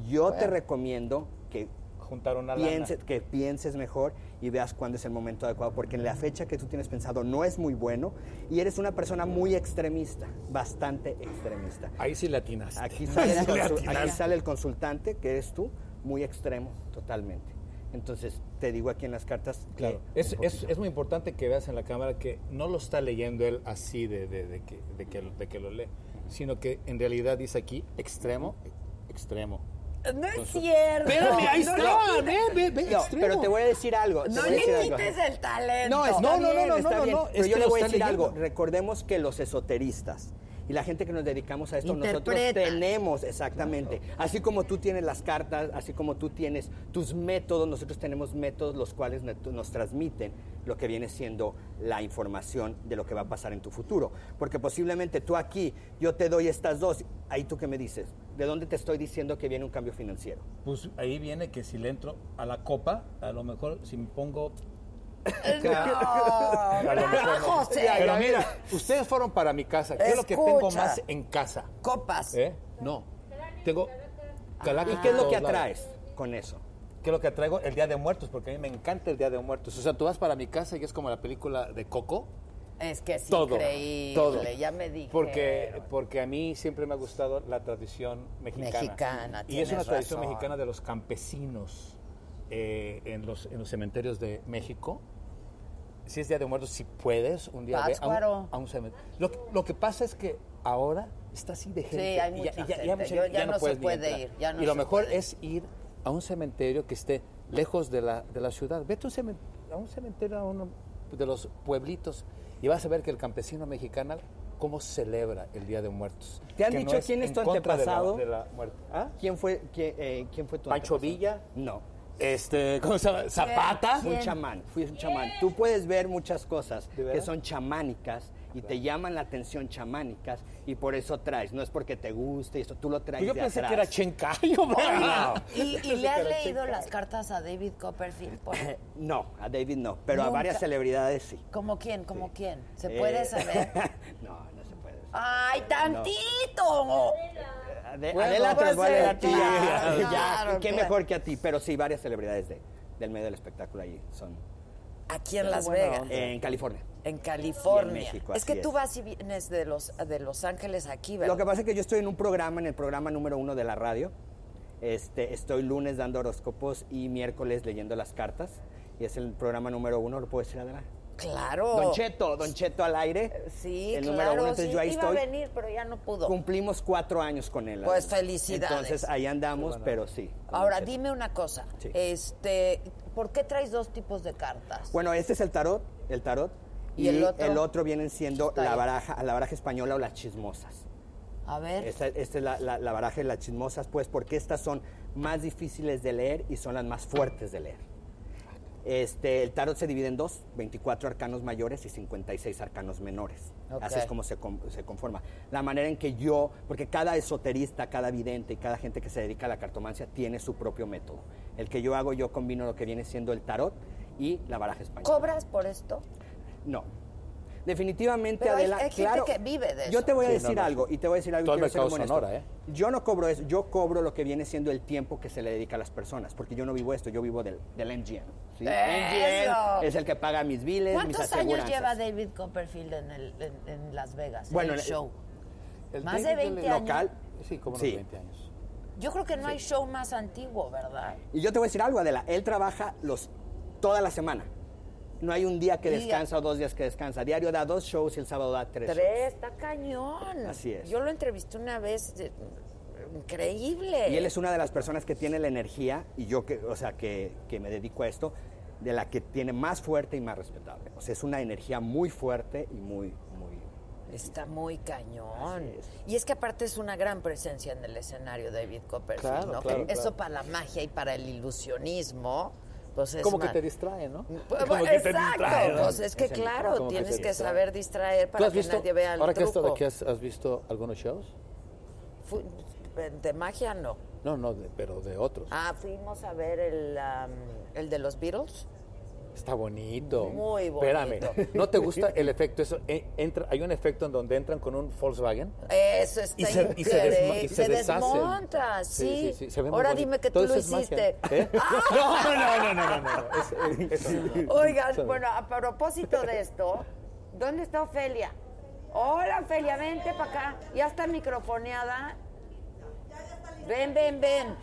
Speaker 7: Yo te recomiendo que
Speaker 8: Juntar una lana.
Speaker 7: pienses, que pienses mejor y veas cuándo es el momento adecuado, porque en la fecha que tú tienes pensado no es muy bueno y eres una persona muy extremista, bastante extremista.
Speaker 3: Ahí sí latinas. <laughs>
Speaker 7: Aquí sale, el
Speaker 3: Sí le
Speaker 7: consul-
Speaker 3: atinaste.
Speaker 7: aquí sale el consultante, que eres tú, muy extremo, totalmente. Entonces, te digo aquí en las cartas. que
Speaker 3: Claro.
Speaker 7: un
Speaker 3: Es, es-
Speaker 7: poquito.
Speaker 3: es muy importante que veas en la cámara que no lo está leyendo él así de, de- de que, de que- de que lo lee, sino que en realidad dice aquí extremo, extremo.
Speaker 2: No es cierto.
Speaker 3: Espérame,
Speaker 7: <laughs>
Speaker 3: ahí
Speaker 2: No,
Speaker 7: eh,
Speaker 3: está, ve, ve, ve,
Speaker 7: No,
Speaker 3: extremo.
Speaker 7: pero te voy a decir algo. te
Speaker 2: No
Speaker 7: voy a
Speaker 2: le
Speaker 7: decir algo.
Speaker 2: quites el talento.
Speaker 7: No, está
Speaker 3: No, no, no,
Speaker 7: bien,
Speaker 3: no,
Speaker 7: está
Speaker 3: no,
Speaker 7: bien.
Speaker 3: no,
Speaker 7: Pero
Speaker 3: es
Speaker 7: yo
Speaker 3: que
Speaker 7: le
Speaker 3: lo
Speaker 7: voy a
Speaker 3: está
Speaker 7: decir algo.
Speaker 3: leyendo.
Speaker 7: Recordemos que los esoteristas y la gente que nos dedicamos a esto, nosotros
Speaker 2: Interpreta.
Speaker 7: tenemos, exactamente. Así como tú tienes las cartas, así como tú tienes tus métodos, nosotros tenemos métodos los cuales ne- nos transmiten lo que viene siendo la información de lo que va a pasar en tu futuro. Porque posiblemente tú aquí, yo te doy estas dos, ahí tú que me dices, ¿de dónde te estoy diciendo que viene un cambio financiero?
Speaker 8: Pues ahí viene que si le entro a la copa, a lo mejor si me pongo...
Speaker 3: <laughs>
Speaker 2: No, bravo, José.
Speaker 3: Pero mira, ustedes fueron para mi casa. ¿Qué es lo que tengo
Speaker 2: Escucha.
Speaker 3: más en casa?
Speaker 2: Copas.
Speaker 3: ¿Eh? No. Tengo calaca
Speaker 7: ¿Y
Speaker 3: por
Speaker 7: qué es lo
Speaker 3: todos
Speaker 7: que
Speaker 3: lados.
Speaker 7: atraes con eso?
Speaker 8: ¿Qué es lo que traigo? El Día de Muertos, porque a mí me encanta el Día de Muertos.
Speaker 3: O sea, tú vas para mi casa y es como la película de Coco.
Speaker 2: Es que es
Speaker 3: Todo,
Speaker 2: increíble.
Speaker 3: todo.
Speaker 2: Ya me dije.
Speaker 3: Porque, porque a mí siempre me ha gustado la tradición mexicana.
Speaker 2: Mexicana,
Speaker 3: Y es
Speaker 2: tienes
Speaker 3: una tradición
Speaker 2: razón.
Speaker 3: mexicana de los campesinos eh, en, los, en los cementerios de México. Si es Día de Muertos, si puedes, un día ve a un-
Speaker 2: Pátzcuaro.
Speaker 3: a un cementerio. Lo, que- lo que pasa es que ahora está así de gente.
Speaker 2: hay
Speaker 3: y
Speaker 2: mucha
Speaker 3: y y
Speaker 2: gente. Yo- ya no se
Speaker 3: puedes ni
Speaker 2: puede
Speaker 3: entrar.
Speaker 2: ir, ya no
Speaker 3: y lo
Speaker 2: se
Speaker 3: mejor
Speaker 2: puede.
Speaker 3: es ir a un cementerio que esté lejos de la, de la ciudad. Vete a un cemen- a un cementerio, a uno de los pueblitos, y vas a ver que el campesino mexicano cómo celebra el Día de Muertos.
Speaker 7: ¿Te han
Speaker 3: Que
Speaker 7: dicho
Speaker 3: es
Speaker 7: quién es
Speaker 3: en
Speaker 7: tu
Speaker 3: contra de la-
Speaker 7: antepasado?
Speaker 3: De la, muerte. ¿Ah?
Speaker 7: ¿Quién fue, quién, eh, quién fue tu
Speaker 3: ¿Pancho
Speaker 7: antepasado?
Speaker 3: Villa?
Speaker 7: No.
Speaker 3: Este, ¿cómo se llama? ¿Zapata? Pues
Speaker 7: Fui un chamán, fui un chamán. Tú puedes ver muchas cosas que son chamánicas y te llaman la atención chamánicas y por eso traes. No es porque te guste y eso, tú lo traes
Speaker 3: Pues Yo
Speaker 7: de
Speaker 3: pensé
Speaker 7: atrás.
Speaker 3: que era
Speaker 7: <laughs>
Speaker 3: Chencayo, ¿verdad?
Speaker 2: <laughs> ¿Y, y le has leído las cartas a David Copperfield?
Speaker 7: <laughs>
Speaker 2: Por-
Speaker 7: No, a David no, pero a
Speaker 2: Nunca.
Speaker 7: varias celebridades sí.
Speaker 2: ¿Como quién? ¿Como quién? ¿Se
Speaker 7: Eh,
Speaker 2: puede
Speaker 7: <laughs>
Speaker 2: saber? Ah.
Speaker 7: no, no se puede. saber.
Speaker 2: ¡Ay, tantito!
Speaker 7: Ade-
Speaker 2: Bueno,
Speaker 7: Adela te
Speaker 2: pues,
Speaker 7: los voy a leer a
Speaker 2: eh,
Speaker 7: ti.
Speaker 2: claro,
Speaker 7: ya, <laughs> ya,
Speaker 2: claro,
Speaker 7: Qué
Speaker 2: claro.
Speaker 7: mejor que a ti, pero sí, varias celebridades de- del medio del espectáculo allí son.
Speaker 2: Aquí en Las
Speaker 7: Bueno, eh,
Speaker 2: Vegas.
Speaker 7: En California.
Speaker 2: En California.
Speaker 7: Y en México,
Speaker 2: es que
Speaker 7: así
Speaker 2: tú
Speaker 7: es.
Speaker 2: vas y vienes de Los, de los Ángeles aquí, ¿verdad?
Speaker 7: Lo que pasa es que yo estoy en un programa, en el programa número uno de la radio. Este, estoy lunes dando horóscopos y miércoles leyendo las cartas. Y es el programa número uno, ¿lo puedo decir adelante?
Speaker 2: Claro.
Speaker 7: Don Cheto, Don Cheto al aire.
Speaker 2: Oh. Eh, Sí,
Speaker 7: el
Speaker 2: claro.
Speaker 7: número uno, entonces
Speaker 2: sí,
Speaker 7: yo ahí
Speaker 2: iba
Speaker 7: estoy.
Speaker 2: a venir, pero ya no pudo.
Speaker 7: Cumplimos cuatro años con él.
Speaker 2: Pues,
Speaker 7: Adela.
Speaker 2: felicidades.
Speaker 7: Entonces ahí andamos, pero sí. con
Speaker 2: Ahora,
Speaker 7: Don Cheto.
Speaker 2: dime una cosa.
Speaker 7: Sí.
Speaker 2: Este, ¿Por qué traes dos tipos de cartas?
Speaker 7: Bueno, este es el tarot, el tarot.
Speaker 2: ¿Y el otro?
Speaker 7: vienen siendo
Speaker 2: Está
Speaker 7: la
Speaker 2: bien.
Speaker 7: baraja, la baraja española o las chismosas.
Speaker 2: a ver.
Speaker 7: Esta, esta es la, la- la baraja de las chismosas, pues, porque estas son más difíciles de leer y son las más fuertes de leer. Este, el tarot se divide en dos, 24 arcanos mayores y 56 arcanos menores.
Speaker 2: Ok.
Speaker 7: Así es como se, com- se conforma. La manera en que yo, porque cada esoterista, cada vidente y cada gente que se dedica a la cartomancia tiene su propio método. El que yo hago, yo combino lo que viene siendo el tarot y la baraja española.
Speaker 2: ¿Cobras por esto?
Speaker 7: No. Definitivamente,
Speaker 2: Pero hay-
Speaker 7: Adela,
Speaker 2: hay gente
Speaker 7: claro,
Speaker 2: que vive de
Speaker 7: Yo
Speaker 2: eso.
Speaker 7: te voy a
Speaker 3: Sí, no,
Speaker 7: decir
Speaker 3: no,
Speaker 7: algo,
Speaker 3: sí.
Speaker 7: y te voy a decir algo. y
Speaker 3: Todo el
Speaker 7: quiero ser
Speaker 3: mercado
Speaker 7: muy honesto.
Speaker 3: Sonora, ¿eh?
Speaker 7: Yo no cobro eso, yo cobro lo que viene siendo el tiempo que se le dedica a las personas, porque yo no vivo esto, yo vivo del, del MGM.
Speaker 2: ¡Eso!
Speaker 7: ¿sí? MGM es el que paga mis biles, mis
Speaker 2: ¿Cuántos
Speaker 7: aseguranzas.
Speaker 2: años lleva David Copperfield en, el, en, en Las Vegas?
Speaker 7: Bueno,
Speaker 2: en el
Speaker 7: el-
Speaker 2: show.
Speaker 3: El
Speaker 2: Más de
Speaker 3: David
Speaker 2: 20
Speaker 3: del-
Speaker 2: años.
Speaker 7: Local.
Speaker 3: Sí, como
Speaker 7: Sí.
Speaker 3: los 20 años.
Speaker 2: Yo creo que no hay show más antiguo, ¿verdad?
Speaker 7: Y yo te voy a decir algo, Adela, él trabaja los, toda la semana. No hay un día que
Speaker 2: Día.
Speaker 7: descansa o dos días que descansa. Diario da dos shows y el sábado da tres.
Speaker 2: Tres, está cañón.
Speaker 7: Así es.
Speaker 2: Yo lo entrevisté una vez, de- increíble.
Speaker 7: Y él es una de las personas que tiene la energía, y yo que, o sea, que, que me dedico a esto, de la que tiene más fuerte y más respetable. O sea, es una energía muy fuerte y muy, muy.
Speaker 2: Está muy cañón. Y es que aparte es una gran presencia en el escenario David Copperfield,
Speaker 3: Claro,
Speaker 2: ¿no?
Speaker 3: claro,
Speaker 2: Eso
Speaker 3: claro.
Speaker 2: para la magia y para el ilusionismo, pues es
Speaker 3: Como que
Speaker 2: mal.
Speaker 3: te distrae, ¿no?
Speaker 2: Pues,
Speaker 3: Como que te
Speaker 2: exacto,
Speaker 3: distrae, ¿no?
Speaker 2: pues es que
Speaker 3: Es el-
Speaker 2: claro,
Speaker 3: como que
Speaker 2: tienes
Speaker 3: te
Speaker 2: que,
Speaker 3: distrae.
Speaker 2: saber distraer
Speaker 3: ¿Tú
Speaker 2: para
Speaker 3: has
Speaker 2: que
Speaker 3: visto,
Speaker 2: nadie vea el
Speaker 3: ahora que has
Speaker 2: truco.
Speaker 3: estado aquí, has, has visto algunos shows?
Speaker 2: Fu- de magia no.
Speaker 3: No, no, de- pero de otros.
Speaker 2: Ah, fuimos a ver el, am, el de los Beatles.
Speaker 3: Está bonito.
Speaker 2: Muy bonito.
Speaker 3: Espérame, ¿no te gusta el efecto? Eso, eh, entra, hay un efecto en donde entran con un Volkswagen.
Speaker 2: Eso está
Speaker 3: Y se- y se
Speaker 2: increíble.
Speaker 3: desma- y se deshacen.
Speaker 2: desmonta, sí.
Speaker 3: Sí, sí, sí, se ve muy
Speaker 2: Ahora
Speaker 3: bonito.
Speaker 2: dime que
Speaker 3: Todo
Speaker 2: tú lo
Speaker 3: eso es magia.
Speaker 2: hiciste. <laughs>
Speaker 3: ¿Eh? No, no, no, no, no, no. Es- es- eso no.
Speaker 9: Oigan,
Speaker 3: Eso no.
Speaker 9: bueno, a propósito de esto, ¿dónde está Ofelia? Hola, Ofelia, vente para acá. Ya está microfoneada.
Speaker 2: Ven, ven, ven.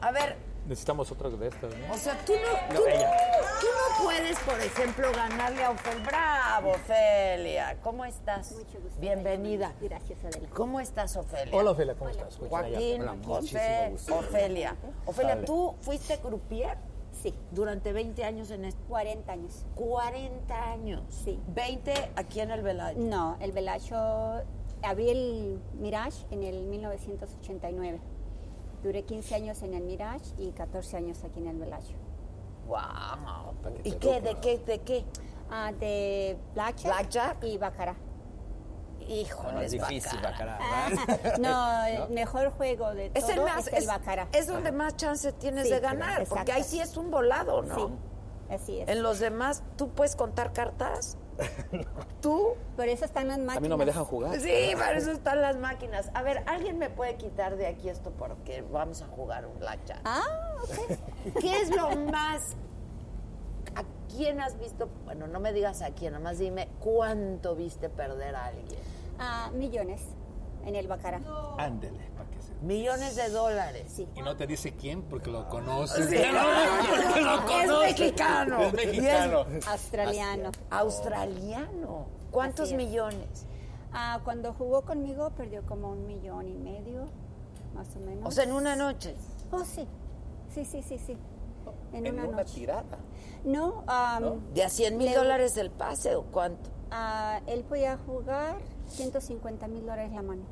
Speaker 2: A ver,
Speaker 3: Necesitamos otra de estas, ¿no?
Speaker 2: o sea, tú no, tú, tú no puedes, por ejemplo, ganarle a Ofel. Bravo, Ofelia. ¿Cómo estás? Mucho gusto. Bienvenida. Gracias, Adela. ¿Cómo estás, Ofelia?
Speaker 3: Hola, Ophelia, ¿cómo estás? Pues,
Speaker 2: Joaquín,
Speaker 3: Hola,
Speaker 2: José, Ofelia. Ofelia,
Speaker 3: Dale.
Speaker 2: ¿tú fuiste croupier? Sí. Durante 20 años en este esto. 40 años. 40 años. Sí. 20 aquí en el Velayo.
Speaker 10: No, el Velacho. Abrí el Mirage en el 1989. Duré 15 años en el Mirage y 14 años aquí en el Velacho.
Speaker 2: Wow.
Speaker 10: que
Speaker 2: ¿Y
Speaker 10: te
Speaker 2: qué?
Speaker 10: rompa.
Speaker 2: ¿De qué? ¿De qué?
Speaker 10: Ah, de Blackjack,
Speaker 2: <laughs>
Speaker 10: y Bacará.
Speaker 2: Híjole,
Speaker 1: es difícil,
Speaker 2: Baccarat.
Speaker 10: No, el mejor juego de
Speaker 2: Es
Speaker 10: todo
Speaker 2: el más- es-
Speaker 10: Baccarat.
Speaker 2: es donde más chance tienes
Speaker 10: Sí,
Speaker 2: de ganar, porque
Speaker 10: exacto.
Speaker 2: ahí sí es un volado, ¿no?
Speaker 10: Sí, así es.
Speaker 2: En los demás, ¿tú puedes contar cartas?
Speaker 9: ¿Tú?
Speaker 10: Por eso están las máquinas.
Speaker 3: A mí no me dejan jugar.
Speaker 9: Sí,
Speaker 2: para eso están las máquinas. A ver, ¿alguien me puede quitar de aquí esto porque vamos a jugar un blackjack?
Speaker 10: Ah,
Speaker 2: ¿Qué es lo más... ¿A quién has visto? Bueno, no me digas a quién, nomás dime cuánto viste perder a alguien.
Speaker 10: Ah, millones en el Bacará.
Speaker 2: <laughs>
Speaker 11: Ándele, para que se...
Speaker 2: Millones de dólares.
Speaker 10: Sí.
Speaker 11: Y no te dice quién porque lo conoces. <laughs>
Speaker 2: Sí.
Speaker 11: Porque lo conoces.
Speaker 2: Es mexicano.
Speaker 11: Es mexicano.
Speaker 10: Y es australiano.
Speaker 2: Australiano. ¿Cuántos
Speaker 10: Así es.
Speaker 2: millones?
Speaker 10: Ah, cuando jugó conmigo perdió como un millón y medio, más o menos.
Speaker 2: O sea, en una noche.
Speaker 10: Oh, sí. Sí, sí, sí, sí. En,
Speaker 2: en
Speaker 10: una,
Speaker 2: una
Speaker 10: noche. No, am,
Speaker 2: ¿De a 100 mil
Speaker 10: le-
Speaker 2: dólares del pase o cuánto?
Speaker 10: ah, él podía jugar 150 mil dólares la mano.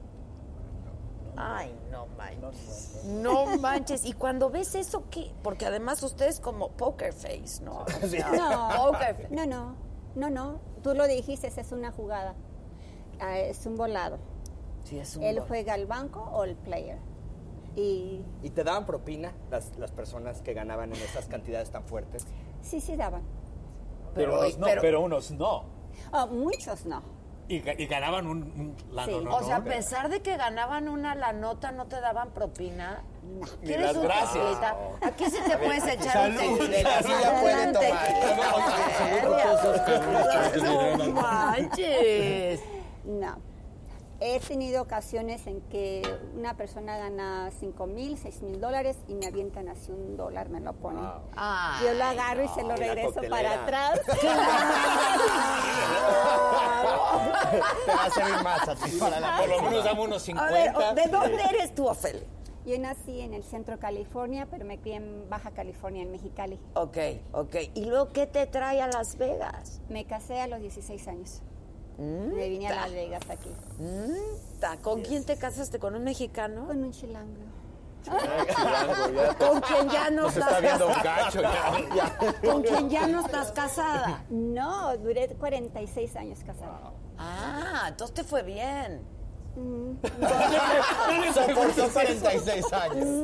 Speaker 2: Ay, no manches. No manches. Y cuando ves eso, ¿qué? Porque además ustedes como poker face, ¿no? O sea, <laughs>
Speaker 10: No,
Speaker 2: poker face.
Speaker 10: no, no, no, no. Tú lo dijiste, esa es una jugada. Ah, es un volado.
Speaker 2: Sí, es un
Speaker 10: él
Speaker 2: gol.
Speaker 10: juega al banco o el player. Y
Speaker 7: ¿Y te daban propina las, las personas que ganaban en esas cantidades tan fuertes?
Speaker 10: sí, sí daban.
Speaker 11: Pero, unos no, pero, unos no.
Speaker 10: Ah, muchos no.
Speaker 11: Y, ga- y ganaban un, un lano, no,
Speaker 2: o
Speaker 11: no,
Speaker 2: sea, a
Speaker 11: pero-
Speaker 2: pesar de que ganaban una la nota, no te daban propina.
Speaker 11: Ni
Speaker 2: ¿Quieres
Speaker 11: las
Speaker 2: un
Speaker 11: gracias.
Speaker 2: tequilita? Aquí sí te
Speaker 11: A ver,
Speaker 2: puedes
Speaker 11: aquí
Speaker 2: echar
Speaker 11: salud.
Speaker 2: un tequilita.
Speaker 11: Aquí ya puede
Speaker 2: Adelante,
Speaker 11: tomar.
Speaker 2: tequila.
Speaker 11: Salud.
Speaker 2: No
Speaker 11: <laughs>
Speaker 2: manches.
Speaker 10: No. He tenido ocasiones en que una persona gana 5 mil, 6 mil dólares y me avientan así un dólar, me lo ponen.
Speaker 2: Ay,
Speaker 10: Yo lo agarro y se lo
Speaker 2: no, y la
Speaker 10: regreso para
Speaker 2: coctelera. <laughs>
Speaker 10: atrás.
Speaker 1: Te va a servir más
Speaker 2: <laughs>
Speaker 1: a ti para la
Speaker 2: Por lo menos
Speaker 1: dame unos
Speaker 2: A ver, ¿de dónde eres tú, Ofelia?
Speaker 10: Yo nací en el centro de California, pero me crié en Baja California, en Mexicali.
Speaker 2: Ok, ok. ¿Y luego qué te trae a Las Vegas?
Speaker 10: Me casé a los 16 años. Me vine a
Speaker 2: ta.
Speaker 10: Las Vegas aquí.
Speaker 2: Ta, ¿Con quién te casaste? ¿Con un mexicano?
Speaker 10: Con un chilango.
Speaker 2: Con quien ya no
Speaker 1: Nos
Speaker 2: estás
Speaker 1: está viendo un
Speaker 2: casada.
Speaker 1: gacho ya.
Speaker 3: <laughs>
Speaker 2: Con quien ya no estás casada.
Speaker 10: No, duré 46 años casada.
Speaker 2: Ah, entonces te fue bien.
Speaker 10: Mm.
Speaker 1: Soportó 46 años.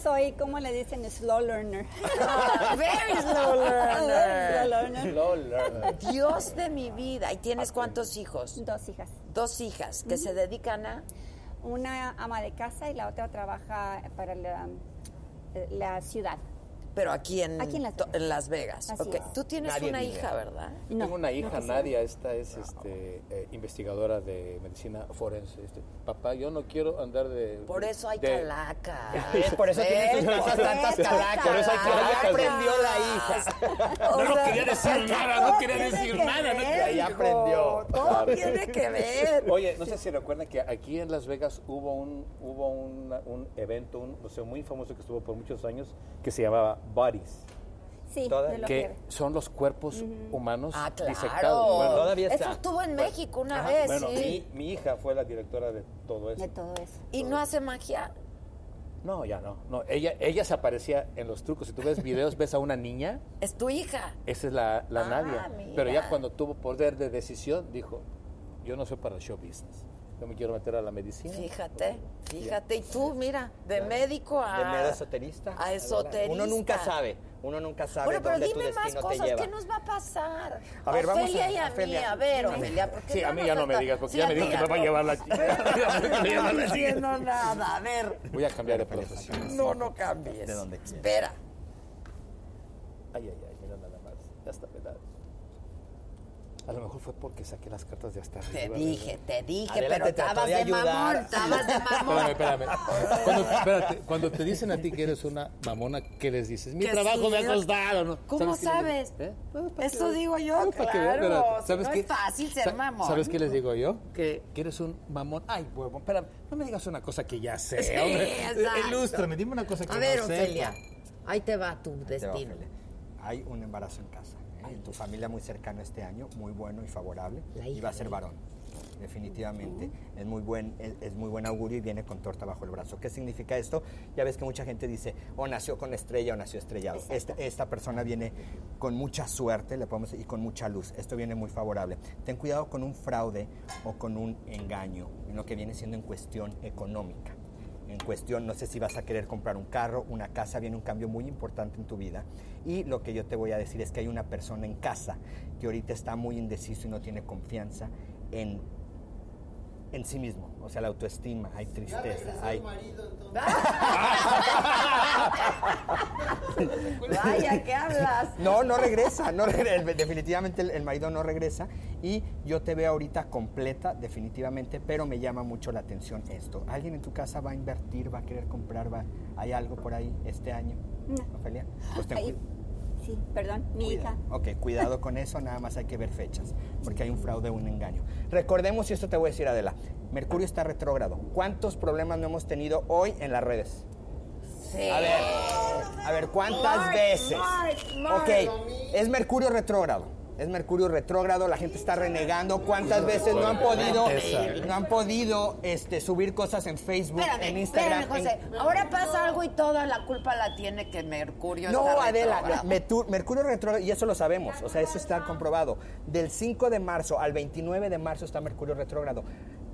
Speaker 10: Soy, como le dicen,
Speaker 2: <laughs>
Speaker 10: slow learner.
Speaker 2: Ah, <laughs> very slow
Speaker 10: Slow
Speaker 2: learner.
Speaker 10: learner.
Speaker 2: Dios de mi vida. ¿Y tienes cuántos hijos?
Speaker 10: Dos hijas.
Speaker 2: Dos hijas que se dedican a...
Speaker 10: Una ama de casa y la otra trabaja para la, la ciudad.
Speaker 2: Pero aquí en,
Speaker 10: Aquí en Las
Speaker 2: to-
Speaker 10: Vegas.
Speaker 2: Vegas.
Speaker 10: Así
Speaker 2: Ok.
Speaker 10: es.
Speaker 2: Tú tienes
Speaker 3: Nadie
Speaker 2: una
Speaker 3: vive.
Speaker 2: hija, ¿verdad?
Speaker 10: No,
Speaker 3: Tengo una hija,
Speaker 10: no te
Speaker 3: Nadia, esta es este, eh, investigadora de medicina forense. Este, papá, yo no quiero andar de...
Speaker 2: Por eso hay
Speaker 3: de- <laughs>
Speaker 2: calacas.
Speaker 3: ¿Ves? Por eso tienes tus casas tantas calacas. Por eso hay calacas.
Speaker 2: <laughs> O
Speaker 11: No, no
Speaker 2: sea,
Speaker 11: quería decir nada, no quería decir nada. no quería-
Speaker 1: Ahí aprendió.
Speaker 2: Todo tiene que ver.
Speaker 3: Oye, no sé si recuerdan que aquí en Las Vegas hubo un, hubo una- un evento, un museo muy famoso que estuvo por muchos años, que se llamaba Bodies.
Speaker 10: Sí,
Speaker 3: Toda-
Speaker 10: de los
Speaker 3: que
Speaker 10: Fiebre.
Speaker 3: son los cuerpos humanos <laughs>
Speaker 2: Ah,
Speaker 3: disectados.
Speaker 2: claro.
Speaker 3: Bueno, todavía
Speaker 2: Eso
Speaker 3: está.
Speaker 2: estuvo en México una
Speaker 3: Ajá,
Speaker 2: vez,
Speaker 3: bueno,
Speaker 2: sí.
Speaker 3: mi, mi hija fue la directora de todo eso.
Speaker 2: De
Speaker 10: todo eso.
Speaker 2: ¿Y no hace magia?
Speaker 3: No, ya no. no ella, ella se aparecía en los trucos. Si tú ves videos, ves a una niña,
Speaker 2: Es tu hija.
Speaker 3: esa es la, la
Speaker 2: Ah,
Speaker 3: Nadia.
Speaker 2: mira.
Speaker 3: Pero ya cuando tuvo poder de decisión, dijo, yo no soy para el show business. Yo me quiero meter a la medicina.
Speaker 2: Fíjate, fíjate. Y tú, mira, de médico a...
Speaker 7: De miedo esoterista.
Speaker 2: A esoterista.
Speaker 7: Uno nunca sabe. Uno nunca sabe
Speaker 2: Bueno, pero
Speaker 7: dónde tu
Speaker 2: dime más
Speaker 7: destino te
Speaker 2: cosas.
Speaker 7: lleva.
Speaker 2: ¿Qué nos va a pasar?
Speaker 7: A ver, vamos
Speaker 2: Ofelia
Speaker 7: a-
Speaker 2: y a mí.
Speaker 7: Ofelia.
Speaker 2: A ver,
Speaker 7: Dime.
Speaker 2: Ofelia, ¿por qué
Speaker 3: Sí, a mí ya no me digas, porque ya me dijo que me va a llevar <laughs> la
Speaker 2: No
Speaker 3: chica.
Speaker 2: estoy diciendo nada. A ver,
Speaker 3: Voy a cambiar de profesión.
Speaker 2: no, no cambies.
Speaker 3: De donde quieras.
Speaker 2: Espera.
Speaker 3: Ay, ay, ay, mira nada más. Ya está, ¿verdad? A lo mejor fue porque saqué las cartas de hasta arriba.
Speaker 2: Te
Speaker 3: ¿verdad?
Speaker 2: dije, te dije,
Speaker 3: Adelante,
Speaker 2: pero
Speaker 3: te
Speaker 2: estabas de
Speaker 3: trataré de ayudar.
Speaker 2: mamón, estabas de
Speaker 3: <laughs>
Speaker 2: mamón.
Speaker 3: Espérame, espérame. Cuando, espérate, cuando te dicen a ti que eres una mamona, ¿qué les dices? Mi
Speaker 2: Que
Speaker 3: trabajo
Speaker 2: sí,
Speaker 3: me ha
Speaker 2: ¿no?
Speaker 3: costado. ¿no?
Speaker 2: ¿Cómo
Speaker 3: qué les digo?
Speaker 2: sabes?
Speaker 3: ¿Eh?
Speaker 2: Eso digo yo,
Speaker 3: Para que
Speaker 2: claro.
Speaker 3: vean, pero,
Speaker 2: si
Speaker 3: ¿sabes
Speaker 2: No
Speaker 3: qué?
Speaker 2: es fácil
Speaker 3: Sa-
Speaker 2: ser mamón.
Speaker 3: ¿Sabes qué les digo yo? Que que eres un mamón. Ay, huevo, espérame, no me digas una cosa que ya sé.
Speaker 2: Sí,
Speaker 3: hombre. Eh,
Speaker 2: exacto.
Speaker 3: Ilústrame, dime una cosa que
Speaker 2: A ver,
Speaker 3: no sé.
Speaker 2: Ofelia, ahí te va tu
Speaker 7: Te va,
Speaker 2: destino.
Speaker 7: Ofelia. Hay un embarazo en casa. ¿eh? En tu familia muy cercano este año, muy bueno y favorable. Y va a ser varón. Definitivamente. Es muy buen, es, es muy buen augurio y viene con torta bajo el brazo. ¿Qué significa esto? Ya ves que mucha gente dice, o nació con estrella o nació estrellado. Esta, esta persona viene con mucha suerte, le podemos y con mucha luz. Esto viene muy favorable. Ten cuidado con un fraude o con un engaño, en lo que viene siendo en cuestión económica en cuestión, no sé si vas a querer comprar un carro, una casa, viene un cambio muy importante en tu vida. Y lo que yo te voy a decir es que hay una persona en casa que ahorita está muy indeciso y no tiene confianza en, en sí mismo, o sea, la autoestima, hay tristeza, hay... <laughs>
Speaker 2: Vaya, ¿qué hablas?
Speaker 7: No, no regresa, no regre- el- definitivamente el, el marido no regresa y yo te veo ahorita completa, definitivamente, pero me llama mucho la atención esto. ¿Alguien en tu casa va a invertir, va a querer comprar, va, hay algo por ahí este año?
Speaker 10: No.
Speaker 7: Ofelia, pues ten
Speaker 10: Ahí-
Speaker 7: cuidado.
Speaker 10: sí, perdón, mi hija.
Speaker 7: Ok, cuidado con eso, nada más hay que ver fechas, porque hay un fraude, un engaño. Recordemos, y esto te voy a decir, Adela, Mercurio está retrógrado. ¿Cuántos problemas no hemos tenido hoy en las redes?
Speaker 2: Sí.
Speaker 7: A ver, a ver, ¿cuántas
Speaker 2: Mark,
Speaker 7: veces?
Speaker 2: Mark, Mark.
Speaker 7: Ok, es Mercurio retrógrado. Es Mercurio retrógrado, la gente está renegando. ¿Cuántas veces no han podido,
Speaker 2: Horrible.
Speaker 7: no han podido este, subir cosas en Facebook,
Speaker 2: Espérame,
Speaker 7: en Instagram?
Speaker 2: espérame, José.
Speaker 7: en-
Speaker 2: Ahora pasa algo y toda la culpa la tiene que Mercurio
Speaker 7: no,
Speaker 2: está
Speaker 7: Adela,
Speaker 2: retrógrado.
Speaker 7: Metu- Mercurio retrógrado, y eso lo sabemos, o sea, eso está comprobado. Del 5 de marzo al 29 de marzo está Mercurio retrógrado.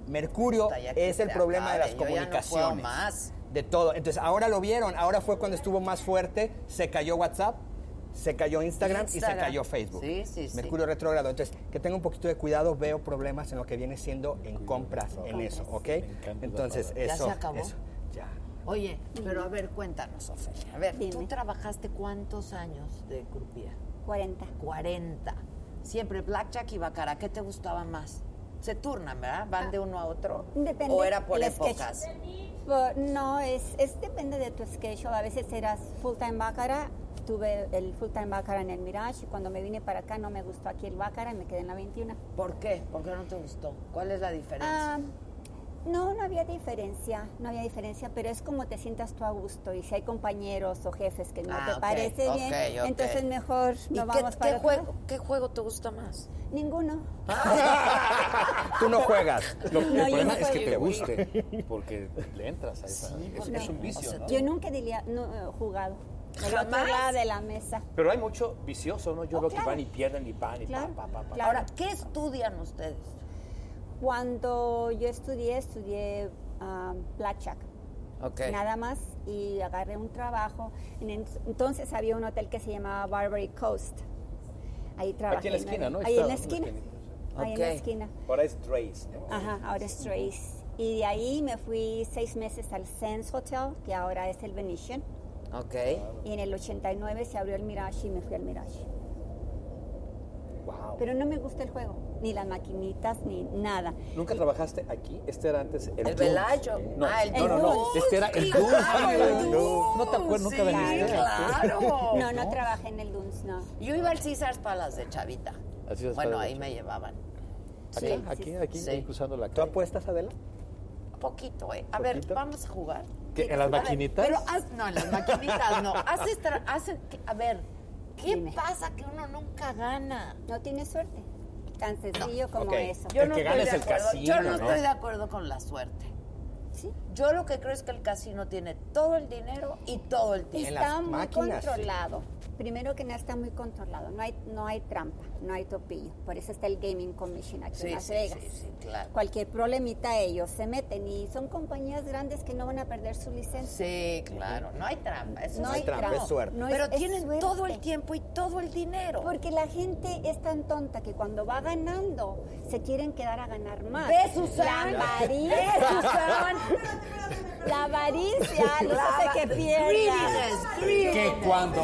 Speaker 7: Mercurio
Speaker 2: Puta, ya que
Speaker 7: es el
Speaker 2: se
Speaker 7: problema de
Speaker 2: acabe,
Speaker 7: las
Speaker 2: yo ya no puedo
Speaker 7: comunicaciones.
Speaker 2: más.
Speaker 7: De todo. Entonces, ahora lo vieron, ahora fue cuando estuvo más fuerte, se cayó WhatsApp, se cayó Instagram, y se
Speaker 2: Instagram.
Speaker 7: cayó Facebook.
Speaker 2: Sí, sí, sí.
Speaker 7: Mercurio retrógrado. Entonces, que tenga un poquito de cuidado, veo problemas en lo que viene siendo en compras, en eso, ¿ok? Entonces,
Speaker 2: ¿Ya
Speaker 7: eso.
Speaker 2: se acabó?
Speaker 7: eso.
Speaker 2: <laughs>
Speaker 7: Ya. <laughs>
Speaker 2: Oye, pero a ver, cuéntanos, Ofelia. A ver, ¿tú trabajaste cuántos años de croupier?
Speaker 10: 40.
Speaker 2: 40. Siempre blackjack y bacara, ¿qué te gustaba más? Se turnan, ¿verdad? ¿Van de uno a otro?
Speaker 10: Ah. Depende
Speaker 2: ¿O era por
Speaker 10: del sketch.
Speaker 2: épocas?
Speaker 10: Por- no, es, es depende de tu schedule. A veces eras full time Bácara. Tuve el full time Bácara en el Mirage y cuando me vine para acá no me gustó aquí el Bácara y me quedé en la 21.
Speaker 2: ¿Por qué? ¿Por qué no te gustó? ¿Cuál es la diferencia?
Speaker 10: Ah, no, no había diferencia, no había diferencia, pero es como te sientas tú a gusto y si hay compañeros o jefes que no
Speaker 2: Ah,
Speaker 10: te
Speaker 2: ok,
Speaker 10: parece
Speaker 2: ok,
Speaker 10: bien,
Speaker 2: ok.
Speaker 10: entonces mejor
Speaker 2: ¿Y
Speaker 10: no
Speaker 2: qué,
Speaker 10: vamos
Speaker 2: qué
Speaker 10: para otro
Speaker 2: juego,
Speaker 10: lado.
Speaker 2: qué juego te gusta más?
Speaker 10: Ninguno.
Speaker 7: Tú no juegas.
Speaker 3: Lo-
Speaker 10: No, yo
Speaker 3: el problema
Speaker 10: no
Speaker 3: es que
Speaker 10: soy-
Speaker 3: te guste, porque le entras a esa. es, es un vicio, ¿no?
Speaker 10: Yo nunca diría no, eh, jugado. Del otro
Speaker 2: ¿Jamás?
Speaker 10: lado de la mesa.
Speaker 3: Pero hay mucho vicioso, ¿no? Yo veo
Speaker 10: claro.
Speaker 3: que van y pierden y van y
Speaker 10: Claro,
Speaker 3: pa, pa, pa, pa.
Speaker 10: claro.
Speaker 2: Ahora, ¿qué estudian ustedes?
Speaker 10: Cuando yo estudié, estudié ah, blackjack.
Speaker 2: Ok.
Speaker 10: Nada más y agarré un trabajo. En en- Entonces había un hotel que se llamaba Barbary Coast. Ahí trabajé.
Speaker 3: Aquí en la esquina, ¿no?
Speaker 10: Ahí en la
Speaker 3: Está
Speaker 10: esquina. Ahí en la
Speaker 2: Ok.
Speaker 10: esquina.
Speaker 3: Ahora es Trace. ¿no?
Speaker 10: Ajá, ahora es Trace. Y de ahí me fui seis meses al Sands Hotel, que ahora es el Venetian.
Speaker 2: Ok.
Speaker 10: Y en el 89 se abrió el Mirage y me fui al Mirage.
Speaker 3: Wow.
Speaker 10: Pero no me gusta el juego, ni las maquinitas, ni nada.
Speaker 3: ¿Nunca trabajaste aquí? Este era antes el
Speaker 2: El
Speaker 3: Dulce.
Speaker 2: Velayo.
Speaker 3: No,
Speaker 2: Ah, el
Speaker 3: no, no, no.
Speaker 2: Dulce.
Speaker 3: Este era el
Speaker 2: Sí,
Speaker 3: Dulce.
Speaker 2: claro, el
Speaker 3: No, no te acuerdas,
Speaker 2: Dulce,
Speaker 3: nunca veniste.
Speaker 2: claro.
Speaker 10: No, no trabajé en el Duns, no.
Speaker 2: Yo iba al César's Palace de Chavita.
Speaker 3: Así es,
Speaker 2: bueno,
Speaker 3: padre.
Speaker 2: ahí me llevaban.
Speaker 3: Aquí,
Speaker 2: Sí.
Speaker 3: aquí, aquí,
Speaker 2: Sí.
Speaker 3: cruzando la calle. ¿Tú apuestas, Adela?
Speaker 2: Poquito, ¿eh? A ver, vamos a jugar.
Speaker 3: ¿Qué, ¿En las
Speaker 2: A ver,
Speaker 3: maquinitas?
Speaker 2: pero haz- no, en las maquinitas no. Haces, tra- haces que- a ver, ¿Qué pasa que uno nunca gana?
Speaker 10: No tiene suerte. Tan sencillo como
Speaker 2: Ok.
Speaker 10: eso.
Speaker 2: Yo no estoy de acuerdo. Yo no, estoy de acuerdo con la suerte. Yo lo que creo es que el casino tiene todo el dinero y todo el tiempo.
Speaker 10: Está muy controlado. Primero que nada está muy controlado. No hay, no hay trampa, no hay topillo. Por eso está el Gaming Commission aquí
Speaker 2: Sí,
Speaker 10: en Las
Speaker 2: sí,
Speaker 10: Vegas.
Speaker 2: sí, sí, claro.
Speaker 10: Cualquier problemita ellos se meten y son compañías grandes que no van a perder su licencia.
Speaker 2: Sí, claro. No hay trampa. eso
Speaker 10: No hay
Speaker 2: sí.
Speaker 10: trampa, es suerte. No es-
Speaker 2: Pero
Speaker 10: es
Speaker 2: tienen
Speaker 10: suerte.
Speaker 2: todo el tiempo y todo el dinero.
Speaker 10: Porque la gente es tan tonta que cuando va ganando se quieren quedar a ganar más.
Speaker 2: Ve, Susan.
Speaker 10: La avaricia.
Speaker 2: Ve, Susan.
Speaker 10: La avaricia los
Speaker 2: La
Speaker 10: hace que
Speaker 2: ava-
Speaker 10: pierdan.
Speaker 3: Que cuando,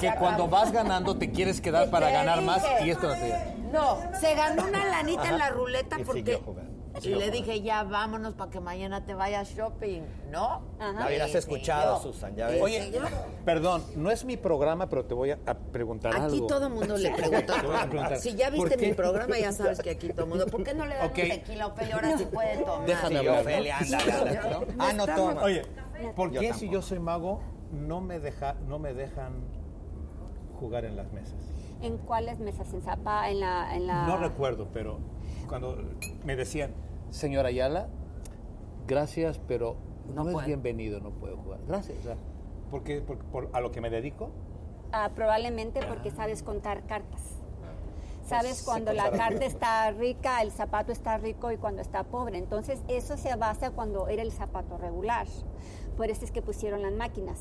Speaker 3: que cuando vas ganando te quieres quedar para
Speaker 2: Te
Speaker 3: ganar más
Speaker 2: dije.
Speaker 3: y es cuando te-
Speaker 2: No, se ganó una lanita en la
Speaker 3: Ajá.
Speaker 2: ruleta
Speaker 3: Y
Speaker 2: porque
Speaker 3: siguió jugando,
Speaker 2: y
Speaker 3: siguió
Speaker 2: le
Speaker 3: jugando.
Speaker 2: dije, ya vámonos para que mañana te vayas shopping. No.
Speaker 3: La hubieras
Speaker 2: Y
Speaker 3: escuchado,
Speaker 2: siguió.
Speaker 3: Susan, ya ves.
Speaker 2: Y
Speaker 3: Oye,
Speaker 2: siguió.
Speaker 3: Perdón, no es mi programa, pero te voy a a preguntar algo.
Speaker 2: Aquí todo el mundo le
Speaker 3: Sí,
Speaker 2: pregunta.
Speaker 3: te voy a preguntar.
Speaker 2: Si ya
Speaker 3: ¿Por
Speaker 2: viste
Speaker 3: qué?
Speaker 2: mi programa, ya sabes que aquí todo el mundo. ¿Por qué no le damos
Speaker 3: Ok.
Speaker 2: tequila a Ofelia ahora sí puede tomar?
Speaker 3: Déjame
Speaker 2: Ah, Sí,
Speaker 3: hablar.
Speaker 2: Ofelia, ándale, ándale.
Speaker 3: Ah, no
Speaker 2: Estamos-
Speaker 3: toma. Oye, ¿por
Speaker 2: Yo
Speaker 3: qué
Speaker 2: tampoco.
Speaker 3: si yo soy mago no me, deja, no me dejan jugar en las mesas?
Speaker 10: ¿En cuáles mesas? ¿En Zapa? ¿En la...? En la...
Speaker 2: Ah.
Speaker 3: No recuerdo, pero cuando me decían, señora Ayala, gracias, pero no, es bienvenido, no puedo jugar. Gracias. o sea, porque, por- por- a lo que me dedico,
Speaker 10: Ah, probablemente porque sabes contar cartas.
Speaker 2: Pues
Speaker 10: Sabes
Speaker 3: se
Speaker 10: cuando la
Speaker 3: contará.
Speaker 10: carta está rica, el zapato está rico y cuando está pobre. Entonces eso se basa cuando era el zapato regular. Por eso es que pusieron las máquinas.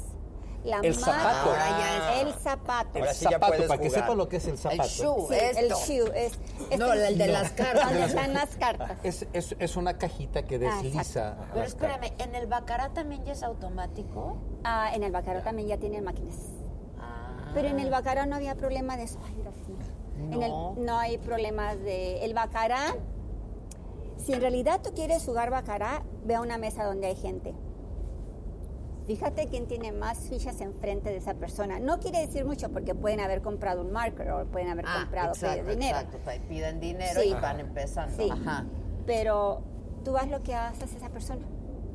Speaker 10: La
Speaker 3: El zapato.
Speaker 10: máquina-
Speaker 3: Ahora
Speaker 2: Ah.
Speaker 3: ya es-
Speaker 10: El zapato.
Speaker 3: El zapato, para que sepa lo que es el zapato.
Speaker 10: Sí, el shoe. Es, es
Speaker 2: No, el de las cartas.
Speaker 10: Donde están las
Speaker 2: <laughs>
Speaker 10: cartas.
Speaker 3: Es, es- es una cajita que
Speaker 10: Ah,
Speaker 3: desliza.
Speaker 10: exacto.
Speaker 3: a
Speaker 2: Pero
Speaker 3: las cartas.
Speaker 2: espérame, ¿en el bacará también ya es automático?
Speaker 10: Ah, en el Bacaró también ya tienen máquinas.
Speaker 2: Ah.
Speaker 10: Pero en el Bacará no había problema de eso. Ay, gracias. En el-
Speaker 2: No.
Speaker 10: no hay problemas de... El Bacará, si en realidad tú quieres jugar Bacará, ve a una mesa donde hay gente. Fíjate quién tiene más fichas enfrente de esa persona. No quiere decir mucho porque pueden haber comprado un marker o pueden haber
Speaker 2: Ah,
Speaker 10: comprado
Speaker 2: exacto,
Speaker 10: dinero.
Speaker 2: exacto. Te piden dinero
Speaker 10: Sí.
Speaker 2: y van empezando.
Speaker 10: Sí.
Speaker 2: Ajá.
Speaker 10: Pero tú haz lo que haces a esa persona.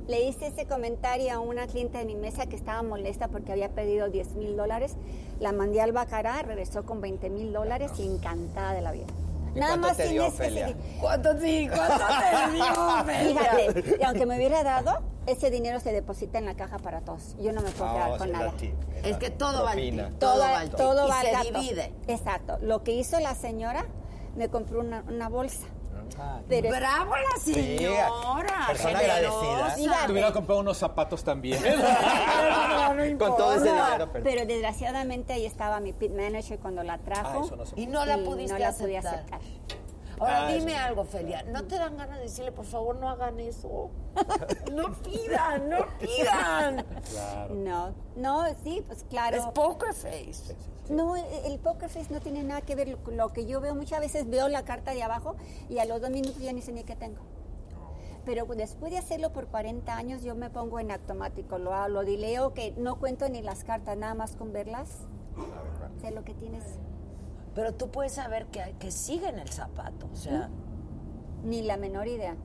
Speaker 10: Le hice ese comentario a una clienta de mi mesa que estaba molesta porque había pedido 10 mil dólares. La mandé al Bacará, regresó con 20 mil dólares y encantada de la vida.
Speaker 7: ¿Y cuánto te dio, Ofelia?
Speaker 2: ¿Cuánto sí? ¿Cuánto te <laughs> dio, Ofelia?
Speaker 10: Fíjate, y aunque me hubiera dado, ese dinero se deposita en la caja para todos. Yo no me puedo
Speaker 7: Ah,
Speaker 10: quedar
Speaker 7: sí,
Speaker 10: con
Speaker 7: la
Speaker 10: nada.
Speaker 7: tip,
Speaker 2: Es que todo va al tip,
Speaker 7: Propina.
Speaker 2: todo va al
Speaker 10: todo,
Speaker 2: tip.
Speaker 10: todo
Speaker 2: Y
Speaker 10: va al
Speaker 2: se
Speaker 10: gato.
Speaker 2: divide.
Speaker 10: Exacto. Lo que hizo la señora, me compró una, una bolsa. Pero-
Speaker 2: ¡Bravo la señora!
Speaker 3: Persona
Speaker 2: Generosa.
Speaker 3: agradecida. Te hubiera comprado unos zapatos también.
Speaker 7: <laughs> Con todo ese
Speaker 10: No,
Speaker 7: dinero,
Speaker 10: pero... desgraciadamente ahí estaba mi pit manager cuando la trajo.
Speaker 3: Ah, eso no se
Speaker 2: Y no la pudiste
Speaker 10: no la pude
Speaker 2: aceptar.
Speaker 10: aceptar.
Speaker 2: Ahora
Speaker 10: Ah,
Speaker 2: dime algo, Felia. ¿No te dan ganas de decirle, por favor, no hagan eso? <laughs> no pidan, no pidan.
Speaker 10: No, no, sí, pues claro.
Speaker 2: Es poker face.
Speaker 10: No, el poker face no tiene nada que ver con lo que yo veo. Muchas veces veo la carta de abajo y a los dos minutos ya ni sé ni qué tengo. Pero después de hacerlo por 40 años, yo me pongo en automático, lo hablo, dileo que no cuento ni las cartas, nada más con verlas, sé lo que tienes.
Speaker 2: Pero tú puedes saber que, que sigue en el zapato. O sea,
Speaker 10: Ni la menor idea.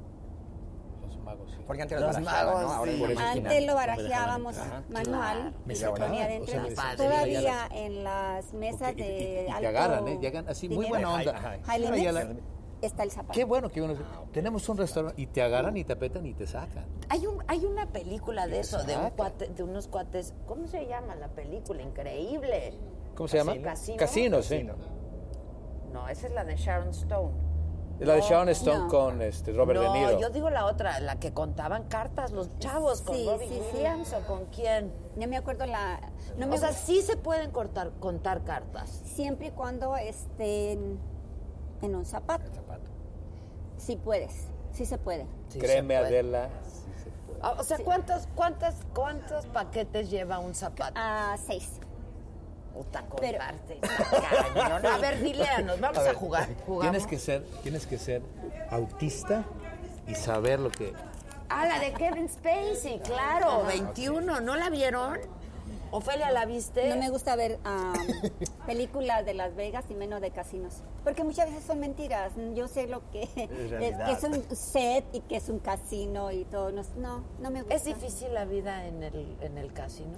Speaker 3: Los magos, sí.
Speaker 7: Porque antes
Speaker 2: Los
Speaker 7: los barajaban,
Speaker 2: magos,
Speaker 7: ¿no? Ahora
Speaker 2: sí.
Speaker 7: es por original.
Speaker 10: Antes
Speaker 7: No
Speaker 10: lo
Speaker 7: me
Speaker 10: barajeábamos
Speaker 7: dejaban entrar.
Speaker 10: manual
Speaker 3: Me
Speaker 10: y se
Speaker 3: cago en la
Speaker 10: ponía
Speaker 3: madre.
Speaker 10: dentro.
Speaker 3: O sea,
Speaker 10: de-
Speaker 3: les-
Speaker 10: Todavía en las mesas
Speaker 3: Ok, y-
Speaker 10: de
Speaker 3: y- y te
Speaker 10: alto
Speaker 3: agarran, ¿eh? Te agarran así, muy
Speaker 10: dinero.
Speaker 3: buena onda. Ajá, ajá.
Speaker 10: High limits,
Speaker 3: Ahí a la-
Speaker 10: está el zapato.
Speaker 3: Qué bueno que uno... Tenemos un restaurante y te agarran y te apretan y te sacan.
Speaker 2: hay, un, hay una película de eso, de, un
Speaker 3: Exacto.
Speaker 2: cuate- de unos cuates. ¿Cómo se llama la película? Increíble.
Speaker 3: ¿Cómo se llama?
Speaker 2: Casino.
Speaker 3: Casino, sí.
Speaker 2: No, esa es la de Sharon Stone.
Speaker 3: La de
Speaker 2: No,
Speaker 3: Sharon Stone
Speaker 2: no.
Speaker 3: con este, Robert
Speaker 2: no,
Speaker 3: De Niro.
Speaker 2: yo digo la otra, la que contaban cartas los chavos con
Speaker 10: Sí,
Speaker 2: Robin
Speaker 10: sí, sí.
Speaker 2: Williams o con quién.
Speaker 10: No me acuerdo la... No me
Speaker 2: o sea,
Speaker 10: acuerdo-
Speaker 2: sí se pueden cortar, contar cartas.
Speaker 10: siempre y cuando estén en un zapato. Si puedes, sí se puede.
Speaker 3: Créeme, Adela.
Speaker 2: Ah, O sea, ¿cuántos, cuántos, cuántos paquetes lleva un zapato?
Speaker 10: Ah, seis.
Speaker 2: Puta,
Speaker 10: Pero-
Speaker 2: contarte. está cañón. A ver, dileanos, vamos a,
Speaker 3: ver,
Speaker 2: jugar.
Speaker 3: Tienes
Speaker 2: Jugamos.
Speaker 3: que, ser, tienes que ser autista y saber lo que...
Speaker 2: Ah, la de Kevin Spacey, claro, 21, ¿no la vieron? Ofelia, ¿la viste?
Speaker 10: No me gusta ver ah, <laughs> películas de Las Vegas y menos de casinos. Porque muchas veces son mentiras. Yo sé lo que es,
Speaker 7: realidad.
Speaker 10: que es un set y que es un casino y todo. No, no, no me gusta.
Speaker 2: ¿Es difícil la vida en el, en el casino?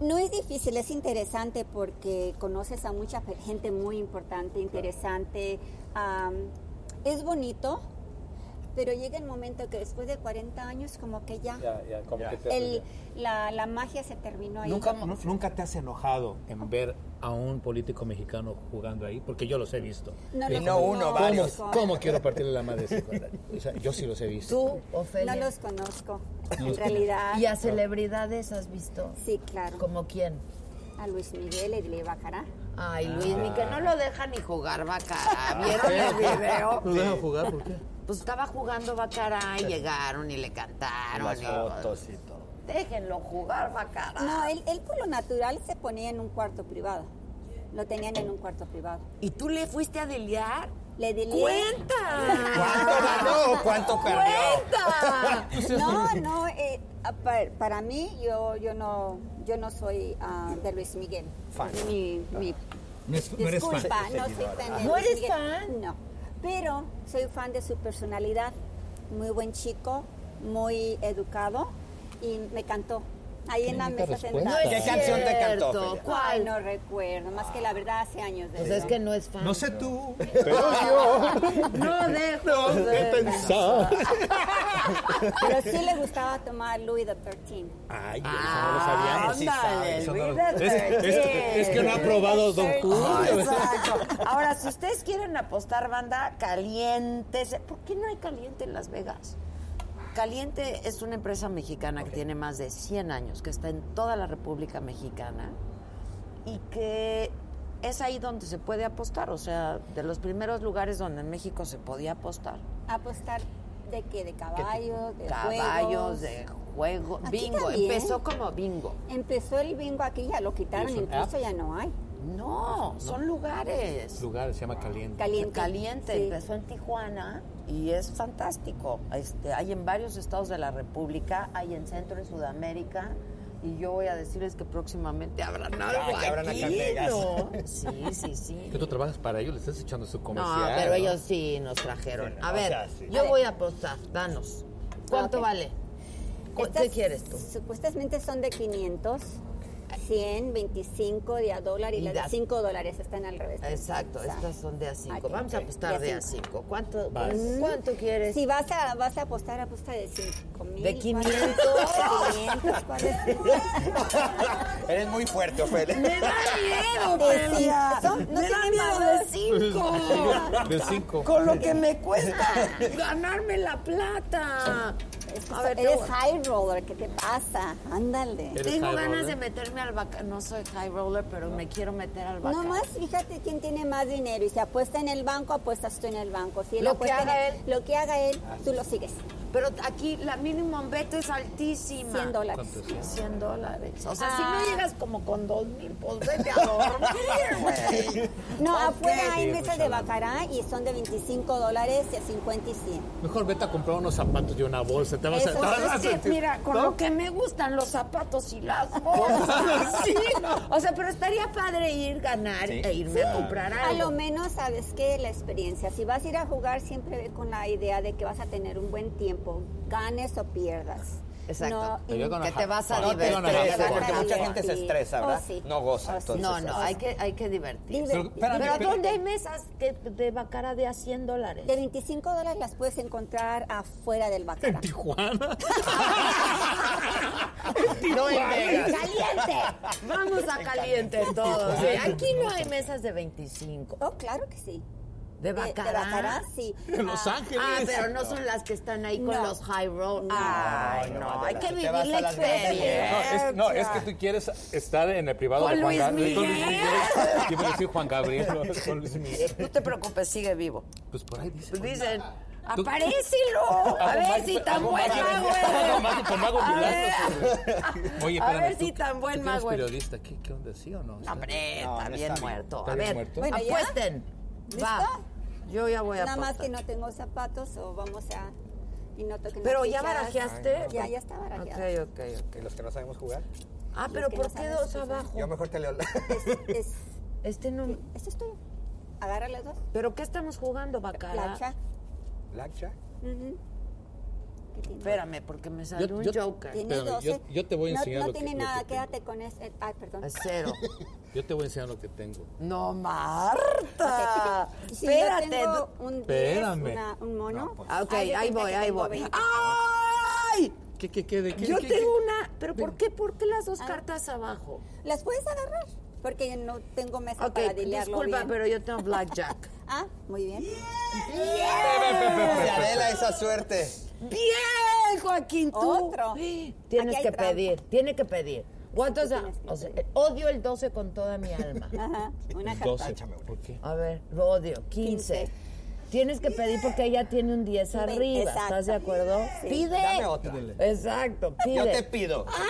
Speaker 10: No es difícil, es interesante porque conoces a mucha pe- gente muy importante, interesante. am, es bonito, pero llega el momento que después de 40 años como que ya,
Speaker 3: Ya, ya, como que te-
Speaker 10: el- la, la magia se terminó ahí.
Speaker 3: ¿Nunca, nu- nunca te has enojado en ver a un político mexicano jugando ahí? Porque yo los he visto.
Speaker 10: No,
Speaker 3: Y
Speaker 10: los- no uno,
Speaker 3: ¿Cómo-
Speaker 10: varios.
Speaker 3: ¿Cómo, quiero partirle la madre? ese cuadra- O sea, yo sí los he visto.
Speaker 2: ¿Tú, Ofelia?
Speaker 10: No los conozco,
Speaker 3: No
Speaker 10: en
Speaker 3: los
Speaker 10: realidad.
Speaker 2: ¿Y a celebridades has visto?
Speaker 10: Sí, claro.
Speaker 2: ¿Como quién?
Speaker 10: A Luis Miguel y le bajará.
Speaker 2: Ay, Luis, ni que no lo deja ni jugar <laughs> Bacara. ¿Vieron el
Speaker 3: ¿Eh?
Speaker 2: video?
Speaker 3: ¿No dejan jugar? ¿Por qué?
Speaker 2: Pues estaba jugando Bacara y llegaron y le cantaron.
Speaker 3: Las
Speaker 2: y-
Speaker 3: fotos y todo.
Speaker 2: Déjenlo jugar Bacara.
Speaker 10: No, él, él por lo natural se ponía en un cuarto privado. Lo tenían en un cuarto privado.
Speaker 2: ¿Y tú le fuiste a deliar?
Speaker 10: Le
Speaker 2: <laughs>
Speaker 10: delié.
Speaker 2: ¡Cuenta!
Speaker 7: ganó o cuánto
Speaker 2: perdió?
Speaker 10: No, no, eh, a- pa- para, mí yo, yo, no, yo no soy ah, de Luis Miguel.
Speaker 7: Fan.
Speaker 10: Ni- ni-
Speaker 3: No es- no eres fan.
Speaker 10: disculpa, no soy fan de
Speaker 2: ¿No
Speaker 10: Luis
Speaker 2: eres
Speaker 10: Miguel.
Speaker 2: fan?
Speaker 10: No, pero soy fan de su personalidad. Muy buen chico, muy educado y me cantó. Ahí en la
Speaker 2: bonita
Speaker 10: mesa
Speaker 2: respuesta.
Speaker 10: sentada.
Speaker 2: No es ¿Qué canción te cierto, cantó, Ophelia? ¿cuál?
Speaker 10: Ay, no recuerdo, más que la verdad hace años. de
Speaker 2: Pues
Speaker 10: eso.
Speaker 2: es que no es fan.
Speaker 3: No sé tú.
Speaker 7: Pero yo.
Speaker 2: <laughs> No dejo
Speaker 7: No,
Speaker 2: de
Speaker 7: de pensar.
Speaker 10: Pero sí le gustaba tomar Louis XIII.
Speaker 3: Ay,
Speaker 2: Ah,
Speaker 3: eso no lo sabía. Él sí sabe,
Speaker 2: ándale,
Speaker 3: eso no lo-
Speaker 2: Luis
Speaker 3: Es- es- es que no ha probado Don
Speaker 2: Ah,
Speaker 3: Julio.
Speaker 2: exacto. Ahora, si ustedes quieren apostar banda, calientes. ¿Por qué no hay caliente en Las Vegas? Caliente es una empresa mexicana que tiene más de 100 años, que está en toda la República Mexicana y que es ahí donde se puede apostar, o sea, de los primeros lugares donde en México se podía apostar.
Speaker 10: Apostar de qué, de caballos, de
Speaker 2: Caballos,
Speaker 10: juegos.
Speaker 2: de juego,
Speaker 10: Aquí
Speaker 2: bingo,
Speaker 10: también.
Speaker 2: empezó como bingo.
Speaker 10: Empezó el bingo aquí, ya lo quitaron,
Speaker 3: ¿Y es un
Speaker 10: incluso
Speaker 2: ah.
Speaker 3: app?
Speaker 10: ya no hay.
Speaker 2: No, son lugares.
Speaker 3: este Lugar se llama Caliente.
Speaker 10: Caliente.
Speaker 2: Caliente, pues,
Speaker 10: Sí.
Speaker 2: empezó en Tijuana y es fantástico. Este, hay en varios estados de la República, hay en Centro, en Sudamérica. Y yo voy a decirles que próximamente habrán algo
Speaker 7: Ah, que habrán
Speaker 2: aquí,
Speaker 7: acá en
Speaker 2: <laughs>
Speaker 7: Vegas.
Speaker 2: ¿no? Sí, sí, sí.
Speaker 3: Que tú trabajas para ellos, le estás echando su
Speaker 2: No,
Speaker 3: comercial.
Speaker 2: pero ellos sí nos trajeron.
Speaker 3: Sí,
Speaker 2: A
Speaker 3: o
Speaker 2: ver,
Speaker 3: sea, sí.
Speaker 2: yo voy a apostar. Danos. ¿Cuánto
Speaker 10: Ok.
Speaker 2: vale? ¿Cu-
Speaker 10: Estas
Speaker 2: ¿Qué quieres tú?
Speaker 10: Supuestamente son de 500, 100, 25 de a dólar y,
Speaker 2: Y
Speaker 10: las de
Speaker 2: das-
Speaker 10: 5 dólares están al revés.
Speaker 2: Exacto, estas son de a 5.
Speaker 10: Ok,
Speaker 2: Vamos a
Speaker 10: ok.
Speaker 2: apostar
Speaker 10: De
Speaker 2: de
Speaker 10: a
Speaker 2: a 5. ¿Cuánto,
Speaker 3: Vas.
Speaker 2: ¿Cuánto quieres?
Speaker 10: Mm. Si vas a, vas a apostar, apuesta de 5 mil.
Speaker 2: De 500.
Speaker 10: ¿cuál es? De 500, ¿cuál
Speaker 2: <laughs>
Speaker 10: es?
Speaker 7: Eres muy fuerte, Ofelia.
Speaker 10: De cinco. Son- no
Speaker 2: Me da
Speaker 10: tiene
Speaker 2: miedo
Speaker 10: valor.
Speaker 2: de cinco.
Speaker 3: De
Speaker 2: <laughs>
Speaker 3: cinco.
Speaker 2: Con lo que me cuesta
Speaker 7: <laughs>
Speaker 2: ganarme la plata.
Speaker 10: Es que
Speaker 2: A ver,
Speaker 10: Este. eres
Speaker 2: tú.
Speaker 10: high roller, ¿qué te pasa? Ándale.
Speaker 3: ¿Eres
Speaker 2: Tengo
Speaker 3: high
Speaker 2: ganas
Speaker 3: roller?
Speaker 2: de meterme al vaca. No soy high roller, pero me quiero meter al vaca.
Speaker 10: Nomás fíjate quién tiene más dinero y si apuesta en el banco, apuestas tú en el banco. Si él
Speaker 2: Lo
Speaker 10: apuesta
Speaker 2: que
Speaker 10: en
Speaker 2: haga
Speaker 10: el- Lo que haga él,
Speaker 2: Ah,
Speaker 10: tú lo sigues.
Speaker 2: Pero aquí la minimum bet es altísima.
Speaker 10: 100 dólares.
Speaker 2: 100 dólares. O sea, si
Speaker 10: Ah.
Speaker 2: no llegas como con 2 mil, pues vete a
Speaker 10: <laughs>
Speaker 2: dormir, güey.
Speaker 10: No,
Speaker 2: Ok.
Speaker 10: afuera hay mesas de bacará y son de 25 dólares y a 50 y 100.
Speaker 3: Mejor vete a comprar unos zapatos y una bolsa. Te vas a,
Speaker 10: Eso
Speaker 3: te vas
Speaker 10: sí
Speaker 3: a
Speaker 2: Es que,
Speaker 3: sentir-
Speaker 2: mira, con
Speaker 3: ¿no?
Speaker 2: lo que me gustan los zapatos y
Speaker 10: <laughs>
Speaker 2: las bolsas. sí. O sea, pero estaría padre ir, ganar e irme a comprar
Speaker 10: A
Speaker 2: algo.
Speaker 10: lo menos sabes que la experiencia, si vas a ir a jugar siempre ve con la idea de que vas a tener un buen tiempo, ganes o pierdas.
Speaker 2: Exacto.
Speaker 10: No,
Speaker 3: You're
Speaker 10: y-
Speaker 3: gonna
Speaker 2: Que te
Speaker 3: have
Speaker 2: vas a
Speaker 3: fun.
Speaker 7: No te
Speaker 2: divertir.
Speaker 10: Te
Speaker 7: estreses,
Speaker 10: vas a
Speaker 7: porque mucha gente se
Speaker 10: divertir.
Speaker 7: estresa, ¿verdad?
Speaker 10: Oh, sí.
Speaker 7: No goza.
Speaker 10: Oh, sí.
Speaker 7: entonces,
Speaker 2: No, no,
Speaker 7: así.
Speaker 2: hay que, hay que divertir.
Speaker 10: Diver-
Speaker 3: espérame,
Speaker 2: Pero
Speaker 3: espérame.
Speaker 2: ¿dónde hay mesas que- de bacara de a 100 dólares?
Speaker 10: De 25 dólares las puedes encontrar afuera del bacará.
Speaker 2: <laughs>
Speaker 3: En <laughs> Tijuana.
Speaker 7: No en
Speaker 10: <laughs>
Speaker 7: Vegas.
Speaker 2: ¡Caliente! Vamos a caliente todos. ¿eh? Aquí no hay mesas de 25.
Speaker 10: Oh, claro que sí.
Speaker 2: ¿De
Speaker 10: De-
Speaker 2: bacará?
Speaker 10: De bacará, sí.
Speaker 3: En Los
Speaker 10: Ah,
Speaker 3: Ángeles.
Speaker 2: Ah, pero no son las que están ahí con
Speaker 10: No.
Speaker 2: los high roll.
Speaker 10: No.
Speaker 2: Ay, no,
Speaker 7: no,
Speaker 2: hay
Speaker 7: no,
Speaker 2: que
Speaker 7: te
Speaker 2: vivir
Speaker 7: vas a
Speaker 2: la
Speaker 7: las de-
Speaker 2: experiencia.
Speaker 3: No, es, no, es que tú quieres estar en el privado
Speaker 2: Con
Speaker 3: de Juan
Speaker 2: Luis
Speaker 3: Gabriel. Con
Speaker 2: Miguel.
Speaker 3: Yo me decía
Speaker 2: <laughs>
Speaker 3: Juan Gabriel. no, Con Luis Miguel.
Speaker 2: No te preocupes, sigue vivo.
Speaker 3: Pues por ahí dice.
Speaker 2: Dicen, aparécilo. A
Speaker 3: Hago
Speaker 2: ver
Speaker 3: magia-
Speaker 2: si tan
Speaker 3: hago
Speaker 2: buen
Speaker 3: magia-
Speaker 2: mago
Speaker 3: <laughs> hago
Speaker 2: eres.
Speaker 3: magia con mago
Speaker 2: A
Speaker 3: Velasco,
Speaker 2: ver.
Speaker 3: Oye,
Speaker 2: A
Speaker 3: espérame,
Speaker 2: ver
Speaker 3: tú-
Speaker 2: si tan
Speaker 3: tú
Speaker 2: buen
Speaker 3: que eres
Speaker 2: mago eres.
Speaker 3: periodista, ¿qué, ¿qué onda? ¿Sí o no?
Speaker 2: No, Hombre, está
Speaker 7: no
Speaker 2: bien
Speaker 7: está bien.
Speaker 2: muerto.
Speaker 3: ¿Está
Speaker 2: A
Speaker 3: bien
Speaker 2: ver,
Speaker 3: muerto?
Speaker 10: Bueno, ya.
Speaker 2: apuesten. Va. Yo ya voy a
Speaker 10: Nada más
Speaker 2: apostar.
Speaker 10: que no tengo zapatos o vamos a... Y no toquen
Speaker 2: Pero
Speaker 10: las
Speaker 2: ya
Speaker 10: fichas.
Speaker 2: barajeaste.
Speaker 10: Ya, ya está barajeado.
Speaker 2: Ok, ok, ok.
Speaker 7: ¿Y los que no sabemos jugar?
Speaker 2: Ah, pero
Speaker 10: que
Speaker 2: ¿por
Speaker 10: no
Speaker 2: qué
Speaker 10: sabes
Speaker 2: dos
Speaker 10: usar.
Speaker 2: abajo?
Speaker 7: Yo mejor te leo la...
Speaker 10: Es- es-
Speaker 2: Este no.
Speaker 10: esto es tuyo. Agarra las dos.
Speaker 2: ¿Pero qué estamos jugando, Bacara?
Speaker 10: Plancha.
Speaker 7: Blackjack.
Speaker 10: Ujú. que tiene.
Speaker 2: Espérame, porque me salió
Speaker 10: Yo-
Speaker 2: un
Speaker 10: yo-
Speaker 2: joker.
Speaker 10: Tiene
Speaker 3: Espérame,
Speaker 10: 12.
Speaker 3: yo- yo te voy a
Speaker 10: No-
Speaker 3: enseñar
Speaker 10: No,
Speaker 3: lo que-
Speaker 10: tiene
Speaker 3: lo
Speaker 10: nada,
Speaker 3: que tengo.
Speaker 10: quédate con ese. Ay, perdón. <laughs>
Speaker 2: cero.
Speaker 3: Yo te voy a enseñar lo que tengo.
Speaker 2: No, Marta.
Speaker 10: Si
Speaker 2: Ah, Espérate.
Speaker 10: yo tengo un 10,
Speaker 3: Espérame. pues.
Speaker 10: una- un mono.
Speaker 2: Ah, Ok,
Speaker 10: haz de
Speaker 2: ahí
Speaker 10: cuenta
Speaker 2: voy,
Speaker 10: que
Speaker 2: ahí
Speaker 10: tengo
Speaker 2: voy. Ah.
Speaker 10: 20.
Speaker 2: ¡Ay!
Speaker 3: ¿Qué, qué, qué? ¿De qué?
Speaker 2: Yo
Speaker 3: qué,
Speaker 2: tengo
Speaker 3: qué?
Speaker 2: una. ¿Pero por qué? ¿Por qué las dos
Speaker 10: Ah.
Speaker 2: cartas abajo?
Speaker 10: ¿Las puedes agarrar? Porque yo no tengo mesa
Speaker 2: Ok,
Speaker 10: para dilearlo
Speaker 2: disculpa,
Speaker 10: bien.
Speaker 2: pero yo tengo
Speaker 10: <laughs>
Speaker 2: blackjack.
Speaker 10: Ah, muy bien.
Speaker 7: Y Adela, esa suerte.
Speaker 2: ¡Bien, Joaquín! ¿Tú?
Speaker 10: Otro.
Speaker 2: <gasps> Tienes
Speaker 10: hay
Speaker 2: que
Speaker 10: trampa.
Speaker 2: pedir, tiene que pedir. ¿Cuántos? da- o sea, odio el 12 con toda mi alma.
Speaker 10: Ajá, Ah, una
Speaker 3: Doce.
Speaker 10: carta.
Speaker 3: ¿Por qué?
Speaker 2: A ver, lo odio. 15. Tienes que pedir porque ella tiene un 10 arriba.
Speaker 10: Exacto.
Speaker 2: ¿Estás de acuerdo?
Speaker 10: Sí.
Speaker 2: Pide.
Speaker 7: Dame otra.
Speaker 2: Exacto, pide.
Speaker 7: Yo te pido.
Speaker 2: Ah.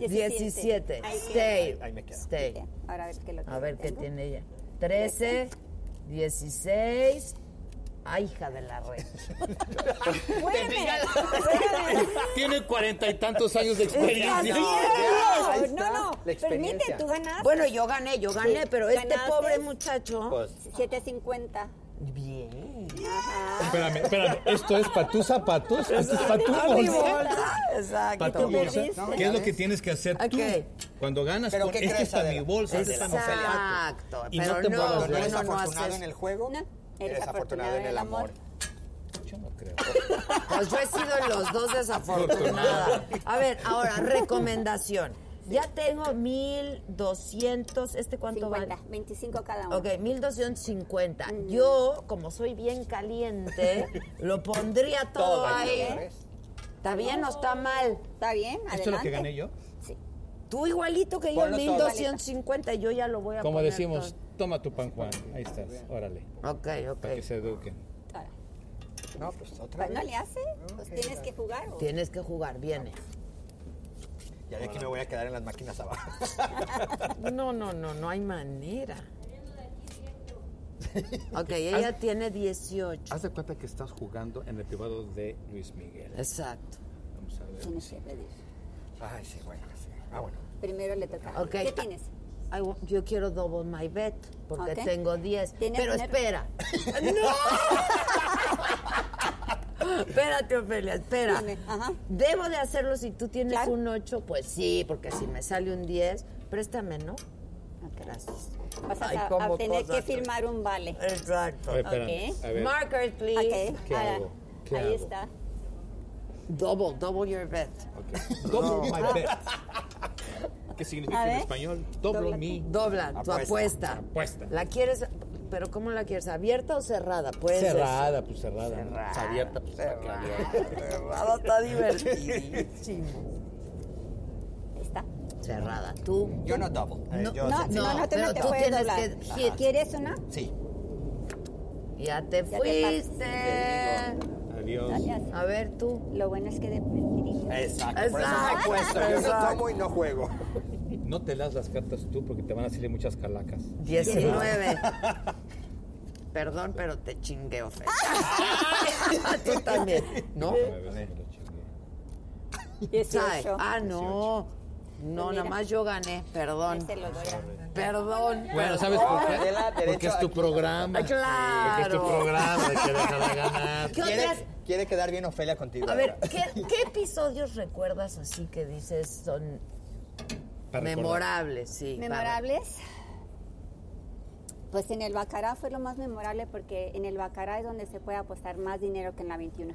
Speaker 2: 17.
Speaker 10: Ahí sí.
Speaker 2: Stay.
Speaker 7: Ahí me quedo.
Speaker 2: Stay.
Speaker 10: Ahora a ver qué lo que
Speaker 2: A ver qué
Speaker 10: tengo.
Speaker 2: tiene ella. 13, 16. Ay, hija de la red.
Speaker 3: Tiene cuarenta y tantos años de experiencia.
Speaker 10: No,
Speaker 12: Ahí
Speaker 10: no,
Speaker 12: está
Speaker 10: no,
Speaker 12: la
Speaker 10: permite,
Speaker 12: experiencia.
Speaker 10: tú ganaste.
Speaker 2: Bueno, yo gané, yo gané, pero este
Speaker 10: Ganaste.
Speaker 2: pobre muchacho.
Speaker 12: Pues,
Speaker 10: 750.
Speaker 2: Bien.
Speaker 3: Espérame, espérame. ¿Esto es para tus zapatos? ¿Esto es para tu
Speaker 2: Ah, mi
Speaker 3: bolsa?
Speaker 2: bolsa. Exacto.
Speaker 3: ¿Para tu
Speaker 2: ¿Qué
Speaker 3: bolsa?
Speaker 2: pediste?
Speaker 3: ¿Qué es lo que tienes que hacer tú?
Speaker 2: Ok.
Speaker 3: Cuando ganas,
Speaker 7: ¿Pero
Speaker 3: pon,
Speaker 7: qué
Speaker 3: este
Speaker 7: crees,
Speaker 3: es para mi
Speaker 7: Adela?
Speaker 3: bolsa.
Speaker 7: Adela, no se lea.
Speaker 2: Exacto.
Speaker 3: Y
Speaker 2: pero
Speaker 3: no te
Speaker 2: no,
Speaker 3: muevas,
Speaker 7: Cuando
Speaker 3: ¿no?
Speaker 7: eres
Speaker 2: bueno, no
Speaker 7: afortunado en
Speaker 2: haces.
Speaker 7: el juego,
Speaker 10: No,
Speaker 7: eres, afortunado en el amor.
Speaker 3: Yo no creo.
Speaker 2: Pues yo he sido en los dos desafortunada. A ver, ahora, recomendación. Ya tengo 1200. ¿Este cuánto vale?
Speaker 10: 50, 25 cada uno.
Speaker 2: Ok, 1250. Yo, como soy bien caliente,
Speaker 3: <laughs>
Speaker 2: lo pondría todo, ahí. ¿Está bien o está mal?
Speaker 10: ¿Está bien? Adelante.
Speaker 3: ¿Esto es lo que gané yo?
Speaker 2: Tú igualito que yo,
Speaker 7: Ponlo todo.
Speaker 2: 1250, yo ya lo voy a
Speaker 3: Como
Speaker 2: poner
Speaker 3: decimos, toma tu pan Juan. Ahí estás, órale,
Speaker 2: todo. Ok, ok.
Speaker 3: para que se eduquen.
Speaker 10: Ahora,
Speaker 7: No, pues otra
Speaker 10: pues, ¿No
Speaker 7: vez.
Speaker 10: le hace? Pues tienes que jugar. ¿o?
Speaker 2: Tienes que jugar, viene.
Speaker 7: Ya de aquí me voy a quedar en las máquinas abajo.
Speaker 2: No, no, no, no hay <laughs> manera. Ok, ella tiene 18.
Speaker 3: Haz de cuenta que estás jugando en el privado de Luis Miguel.
Speaker 2: Exacto.
Speaker 3: Vamos a ver.
Speaker 10: Tienes que pedir.
Speaker 7: Ay, sí, bueno, sí. Ah, bueno.
Speaker 10: Primero le toca.
Speaker 2: Ok.
Speaker 10: ¿Qué tienes?
Speaker 2: I wa- yo quiero double my bet porque
Speaker 10: Ok.
Speaker 2: tengo 10.
Speaker 10: Tienes
Speaker 2: Pero
Speaker 10: que tener-
Speaker 2: espera.
Speaker 10: <laughs>
Speaker 2: ¡No! <laughs> Espérate, Ofelia, espera.
Speaker 10: Dime, ajá.
Speaker 2: Debo de hacerlo si tú tienes
Speaker 10: Claro.
Speaker 2: un 8, pues sí, porque si me sale un 10, préstame, ¿no?
Speaker 10: Ok.
Speaker 2: Gracias.
Speaker 10: Vas a,
Speaker 2: Ay,
Speaker 10: a
Speaker 2: cómo
Speaker 10: tener que
Speaker 2: cosas.
Speaker 10: firmar un vale.
Speaker 2: Exacto.
Speaker 3: A ver, espérame.
Speaker 10: Ok.
Speaker 3: A ver.
Speaker 2: Marker, please.
Speaker 10: Ok,
Speaker 3: ¿Qué
Speaker 10: ahora,
Speaker 3: hago? ¿Qué
Speaker 10: ahí
Speaker 3: hago?
Speaker 10: está.
Speaker 2: Double, double your bet.
Speaker 3: ok. Double my bet. <laughs> ¿Qué
Speaker 10: A
Speaker 3: significa en
Speaker 10: ver.
Speaker 3: español? Doblo
Speaker 10: Doblate.
Speaker 3: mi.
Speaker 2: Dobla tu apuesta.
Speaker 3: Apuesta. Apuesta.
Speaker 2: ¿La quieres, pero cómo la quieres? ¿Abierta o cerrada? Puedes decir.
Speaker 3: Cerrada, pues cerrada. ¿no?
Speaker 2: Cerrada.
Speaker 3: Pues Abierta, pues para que abierta.
Speaker 2: Cerrada está divertidísimo.
Speaker 10: Ahí está.
Speaker 2: Cerrada. Tú.
Speaker 7: Yo no double. Eh,
Speaker 2: No,
Speaker 7: yo
Speaker 10: No,
Speaker 7: sí.
Speaker 10: no, no, te,
Speaker 2: pero
Speaker 10: no te
Speaker 2: tú
Speaker 10: puedes
Speaker 2: tienes
Speaker 10: doblar.
Speaker 2: que-
Speaker 10: Ajá. ¿Quieres una?
Speaker 7: Sí.
Speaker 2: Ya te
Speaker 10: te
Speaker 2: fuiste.
Speaker 3: Adiós.
Speaker 10: Dale así.
Speaker 2: A ver, tú.
Speaker 10: Lo bueno es que de preferir. <laughs>
Speaker 7: Exacto. Por eso
Speaker 2: Exacto.
Speaker 7: me cuesta. Yo no tomo y no juego.
Speaker 3: No te las las cartas tú porque te van a salir muchas calacas.
Speaker 2: 19. Perdón, pero te chingué, Ofelia. <laughs> tú también. ¿No?
Speaker 3: Déjame ver si me lo chingué.
Speaker 2: Ay,
Speaker 10: 18.
Speaker 2: Ah, no. No, nada más yo gané. Perdón.
Speaker 10: Te lo doy. a-
Speaker 2: Perdón.
Speaker 3: Bueno, ¿sabes por qué?
Speaker 7: Adela, derecho
Speaker 3: Porque es tu
Speaker 7: aquí.
Speaker 3: programa. Porque es tu
Speaker 2: Claro.
Speaker 3: programa, hay que dejarla ganar.
Speaker 2: ¿Qué
Speaker 7: Quiere,
Speaker 2: otras?
Speaker 7: quiere quedar bien Ofelia contigo.
Speaker 2: A ver,
Speaker 7: Adela.
Speaker 2: ¿qué, qué episodios recuerdas así que dices son
Speaker 3: Para recordar.
Speaker 2: memorables? Sí. para-
Speaker 10: ¿Memorables? Pues en el Bacará fue lo más memorable porque en el Bacará es donde se puede apostar más dinero que en la 21.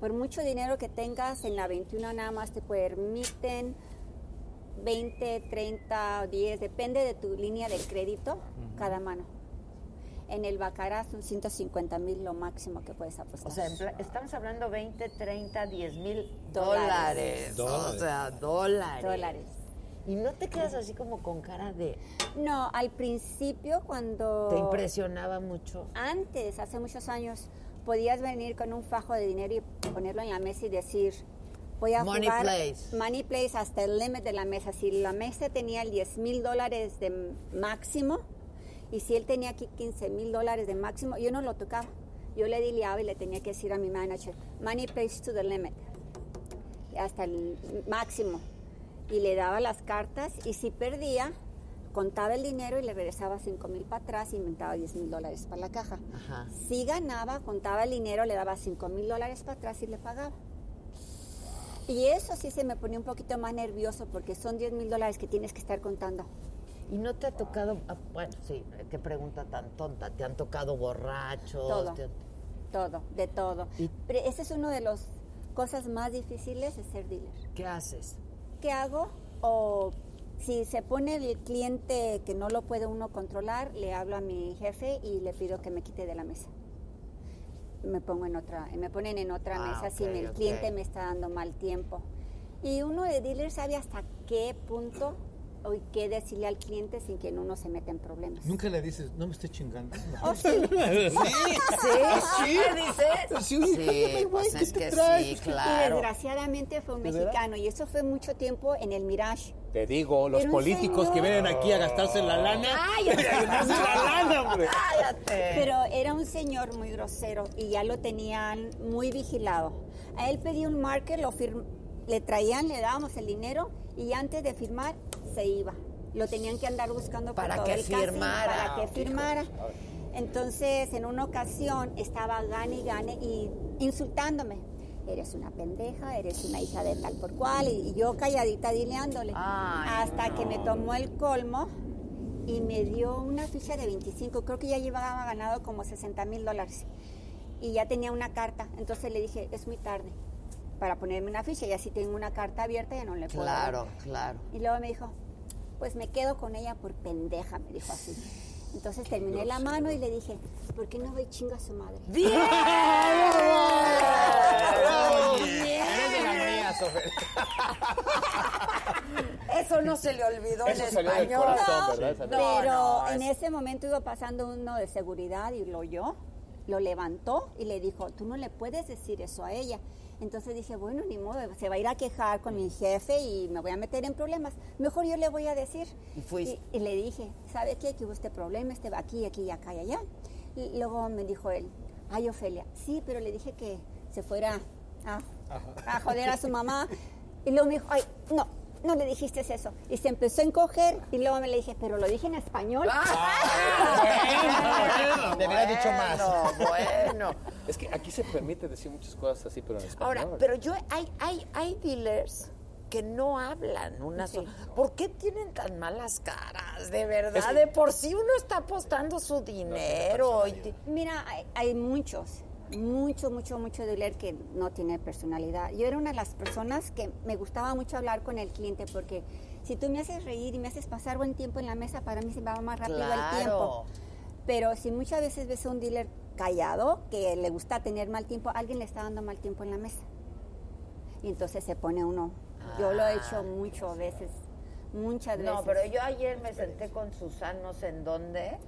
Speaker 10: Por mucho dinero que tengas en la 21 nada más te permiten 20, 30, 10, depende de tu línea de crédito cada mano. En el Bacará son 150 mil lo máximo que puedes apostar.
Speaker 2: O sea, en pla- estamos hablando 20, 30, 10 mil dólares.
Speaker 10: Dólares.
Speaker 2: O sea, dólares.
Speaker 10: dólares.
Speaker 2: Y no te quedas así como con cara de...
Speaker 10: No, al principio cuando...
Speaker 2: Te impresionaba mucho.
Speaker 10: Antes, hace muchos años, podías venir con un fajo de dinero y ponerlo en la mesa y decir, voy a
Speaker 2: Money
Speaker 10: jugar
Speaker 2: place.
Speaker 10: Money Place hasta el límite de la mesa. Si la mesa tenía el 10 mil dólares de m- máximo y si él tenía aquí 15 mil dólares de máximo, yo no lo tocaba. Yo le dileaba y le tenía que decir a mi manager, Money Place to the limit, hasta el máximo. Y le daba las cartas y si perdía, contaba el dinero y le regresaba 5 mil para atrás y inventaba 10 mil dólares para la caja.
Speaker 2: Ajá.
Speaker 10: Si ganaba, contaba el dinero, le daba 5 mil dólares para atrás y le pagaba. Y eso sí se me ponía un poquito más nervioso porque son 10 mil dólares que tienes que estar contando.
Speaker 2: ¿Y no te ha tocado, ah, bueno, sí, qué pregunta tan tonta, te han tocado borrachos?
Speaker 10: Todo.
Speaker 2: te han-
Speaker 10: Todo, de todo. Pero ese es uno de las cosas más difíciles de ser dealer.
Speaker 2: ¿Qué haces?
Speaker 10: ¿Qué hago? O si se pone el cliente que no lo puede uno controlar, le hablo a mi jefe y le pido que me quite de la mesa. Me pongo en otra, me ponen en otra
Speaker 2: Ah,
Speaker 10: mesa si
Speaker 2: ok,
Speaker 10: el
Speaker 2: ok.
Speaker 10: cliente me está dando mal tiempo. Y uno de dealer sabe hasta qué punto o y qué decirle al cliente sin que uno se meta en problemas.
Speaker 1: Nunca le dices, no me estés chingando.
Speaker 10: Oh, sí.
Speaker 1: ¿Así?
Speaker 2: ¿Así? Sí, pues es que sí,
Speaker 10: <laughs> Y
Speaker 2: claro.
Speaker 10: desgraciadamente fue un
Speaker 2: ¿De veras?
Speaker 10: mexicano y eso fue mucho tiempo en el Mirage.
Speaker 3: Te digo, los
Speaker 10: Pero,
Speaker 3: políticos que
Speaker 10: señor.
Speaker 3: vienen aquí a gastarse la lana.
Speaker 10: Ay,
Speaker 3: a gastarse la lana, hombre!
Speaker 10: Pero era un señor muy grosero y ya lo tenían muy vigilado. A él pedía un marker, lo fir- le traían, le dábamos el dinero y antes de firmar se iba. Lo tenían que andar buscando por
Speaker 2: Para
Speaker 10: todo
Speaker 2: que
Speaker 10: el casino,
Speaker 2: firmara.
Speaker 10: Para que
Speaker 2: Hijo.
Speaker 10: firmara. Entonces, en una ocasión estaba gane y gane y insultándome. Eres una pendeja, eres una hija de tal por cual. Y, y yo calladita dileándole. hasta que me tomó el colmo y me dio una ficha de 25. Creo que ya llevaba ganado como 60 mil dólares. Y ya tenía una carta. Entonces le dije, es muy tarde para ponerme una ficha. Y así tengo una carta abierta y no le puedo. dar".
Speaker 2: Claro, claro.
Speaker 10: Y luego me dijo, pues me quedo con ella por pendeja, me dijo así. Entonces terminé la mano y le dije, ¿por qué no voy chingo a su madre? <laughs>
Speaker 2: ¡Bien!
Speaker 13: Eres de la mía, Sofer.
Speaker 2: Eso no se le olvidó
Speaker 13: Eso
Speaker 2: en
Speaker 13: salió del
Speaker 2: español.
Speaker 13: corazón, ¿verdad?
Speaker 2: No,
Speaker 13: Esa-
Speaker 2: no,
Speaker 10: Pero
Speaker 2: no,
Speaker 10: en
Speaker 2: es-
Speaker 10: ese momento iba pasando uno de seguridad y lo oyó, lo levantó y le dijo, tú no le puedes decir eso a ella. Entonces dije, bueno, ni modo, se va a ir a quejar con mi jefe y me voy a meter en problemas. Mejor yo le voy a decir.
Speaker 2: Y fuiste.
Speaker 10: Y, y le dije, ¿sabe qué? Que hubo este problema, este va aquí, aquí, y acá y allá. Y luego me dijo él, ay, Ofelia, sí, pero le dije que se fuera a, a joder a
Speaker 13: <laughs>
Speaker 10: su mamá. Y luego me dijo, ay, no, no le dijiste eso. Y se empezó a encoger y luego me le dije, pero lo dije en español.
Speaker 13: Debería haber dicho más.
Speaker 2: Bueno,
Speaker 3: Es que aquí se permite decir muchas cosas así, pero en español.
Speaker 2: Ahora, pero yo hay, hay, hay dealers que no hablan una sola. ¿Por qué tienen tan malas caras? De verdad,
Speaker 10: Es que-
Speaker 2: de por sí uno está apostando su dinero. y ti-
Speaker 10: Mira, hay, hay muchos, mucho, mucho, mucho dealer que no tiene personalidad. Yo era una de las personas que me gustaba mucho hablar con el cliente porque si tú me haces reír y me haces pasar buen tiempo en la mesa, para mí se me va más rápido el
Speaker 2: Claro.
Speaker 10: tiempo. Pero si muchas veces ves a un dealer callado que le gusta tener mal tiempo, alguien le está dando mal tiempo en la mesa. Y entonces se pone uno. Yo lo he hecho mucho veces, muchas veces.
Speaker 2: Ah, No, pero yo ayer me senté con Susan, no sé en dónde.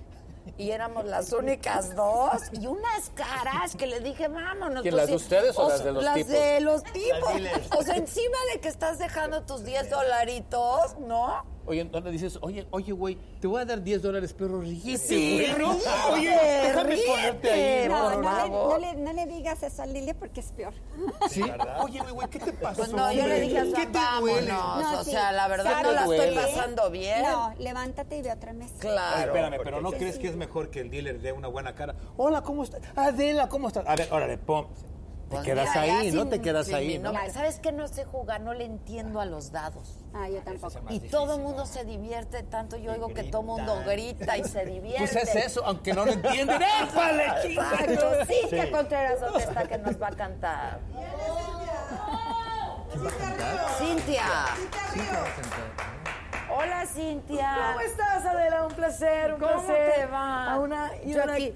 Speaker 2: Y éramos las únicas dos y unas caras que le dije, vámonos.
Speaker 3: ¿Quién,
Speaker 2: tú
Speaker 3: las
Speaker 2: sí".
Speaker 3: de ustedes o las
Speaker 2: sea,
Speaker 3: de los
Speaker 2: las
Speaker 3: tipos?
Speaker 2: de los tipos.
Speaker 3: dealers.
Speaker 2: O sea, encima de que estás dejando tus 10 dolaritos, ¿no?
Speaker 3: Oye, ¿dónde dices? Oye, oye, güey, te voy a dar 10 dólares, pero ríete,
Speaker 2: Sí,
Speaker 3: güey, ¿no?
Speaker 2: ríete,
Speaker 3: Oye, déjame
Speaker 2: ríete.
Speaker 3: ponerte ahí,
Speaker 10: No,
Speaker 3: por
Speaker 10: no le-
Speaker 3: favor.
Speaker 10: no le- no le digas eso al dealer porque es peor.
Speaker 3: ¿Sí? Oye, güey, güey, ¿qué te pasó?
Speaker 2: Pues no, yo le
Speaker 3: hombre?
Speaker 2: dije a
Speaker 3: ¿Qué
Speaker 2: Susan,
Speaker 3: te duele?
Speaker 10: <laughs>
Speaker 2: vámonos. Ah, o
Speaker 10: sí,
Speaker 2: sea, la verdad
Speaker 10: ¿sabes
Speaker 2: no la estoy
Speaker 10: qué?
Speaker 2: pasando bien.
Speaker 10: No, levántate y ve a otra mesa.
Speaker 2: Claro.
Speaker 14: Oye, espérame, pero ¿no crees que es mejor que el dealer dé una buena cara? Hola, ¿cómo estás? Adela, ¿cómo estás? A ver, órale, pum. Te
Speaker 2: Pues
Speaker 14: quedas
Speaker 2: mira, ya
Speaker 14: ahí, ¿no?
Speaker 2: sin-
Speaker 14: Te quedas
Speaker 2: sin
Speaker 14: ahí,
Speaker 2: mi
Speaker 14: ¿no?
Speaker 2: nombre. ¿Sabes qué? No sé jugar, no le entiendo a los dados.
Speaker 10: Ah, yo tampoco.
Speaker 2: Y todo el mundo se divierte tanto. Yo oigo que todo el mundo grita y se divierte.
Speaker 3: Pues es eso, aunque no lo entienden. ¡Épale, chinga!
Speaker 2: Exacto. Cintia Contreras, ¿dónde está que nos va a cantar? Cintia. Hola, Cintia.
Speaker 15: ¿Cómo estás, Adela? Un placer, un
Speaker 2: ¿Cómo
Speaker 15: placer.
Speaker 2: te va?
Speaker 15: A una y
Speaker 2: Yo
Speaker 15: una-
Speaker 2: aquí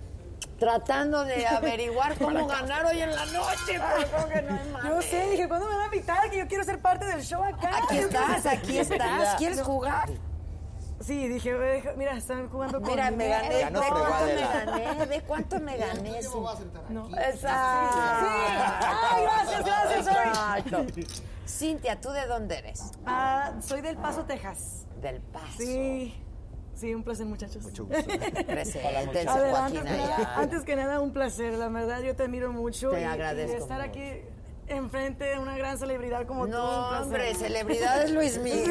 Speaker 2: tratando
Speaker 15: <laughs>
Speaker 2: de averiguar cómo ganar hoy en la noche.
Speaker 15: Ay,
Speaker 2: pero creo que no hay
Speaker 15: Yo
Speaker 2: manera.
Speaker 15: sé, dije, ¿cuándo me van a invitar? Que yo quiero ser parte del show acá.
Speaker 2: Aquí
Speaker 15: Yo quiero-
Speaker 2: estás, aquí estás. ¿Quieres
Speaker 15: No.
Speaker 2: jugar?
Speaker 15: Sí, dije, ve, deja- mira, están jugando con
Speaker 2: Mira, me gané.
Speaker 15: dinero.
Speaker 2: ¿De cuánto me gané? ¿De cuánto me gané? No. Exacto.
Speaker 15: Ay, gracias, gracias, sorry.
Speaker 2: Exacto. Cintia, ¿tú de dónde eres?
Speaker 15: Ah, soy del Paso, Texas.
Speaker 2: Del Paso.
Speaker 15: Sí. Sí, un placer, muchachos. Mucho
Speaker 2: gusto. Preséntense,
Speaker 15: Adelante,
Speaker 2: Joaquín
Speaker 15: antes que nada-
Speaker 2: Ayala.
Speaker 15: Antes que nada, un placer, la verdad, yo te admiro mucho.
Speaker 2: Te
Speaker 15: y- y
Speaker 2: agradezco
Speaker 15: estar
Speaker 2: mucho.
Speaker 15: aquí enfrente de una gran celebridad como tú. No,
Speaker 2: hombre, celebridad es Luis Miguel.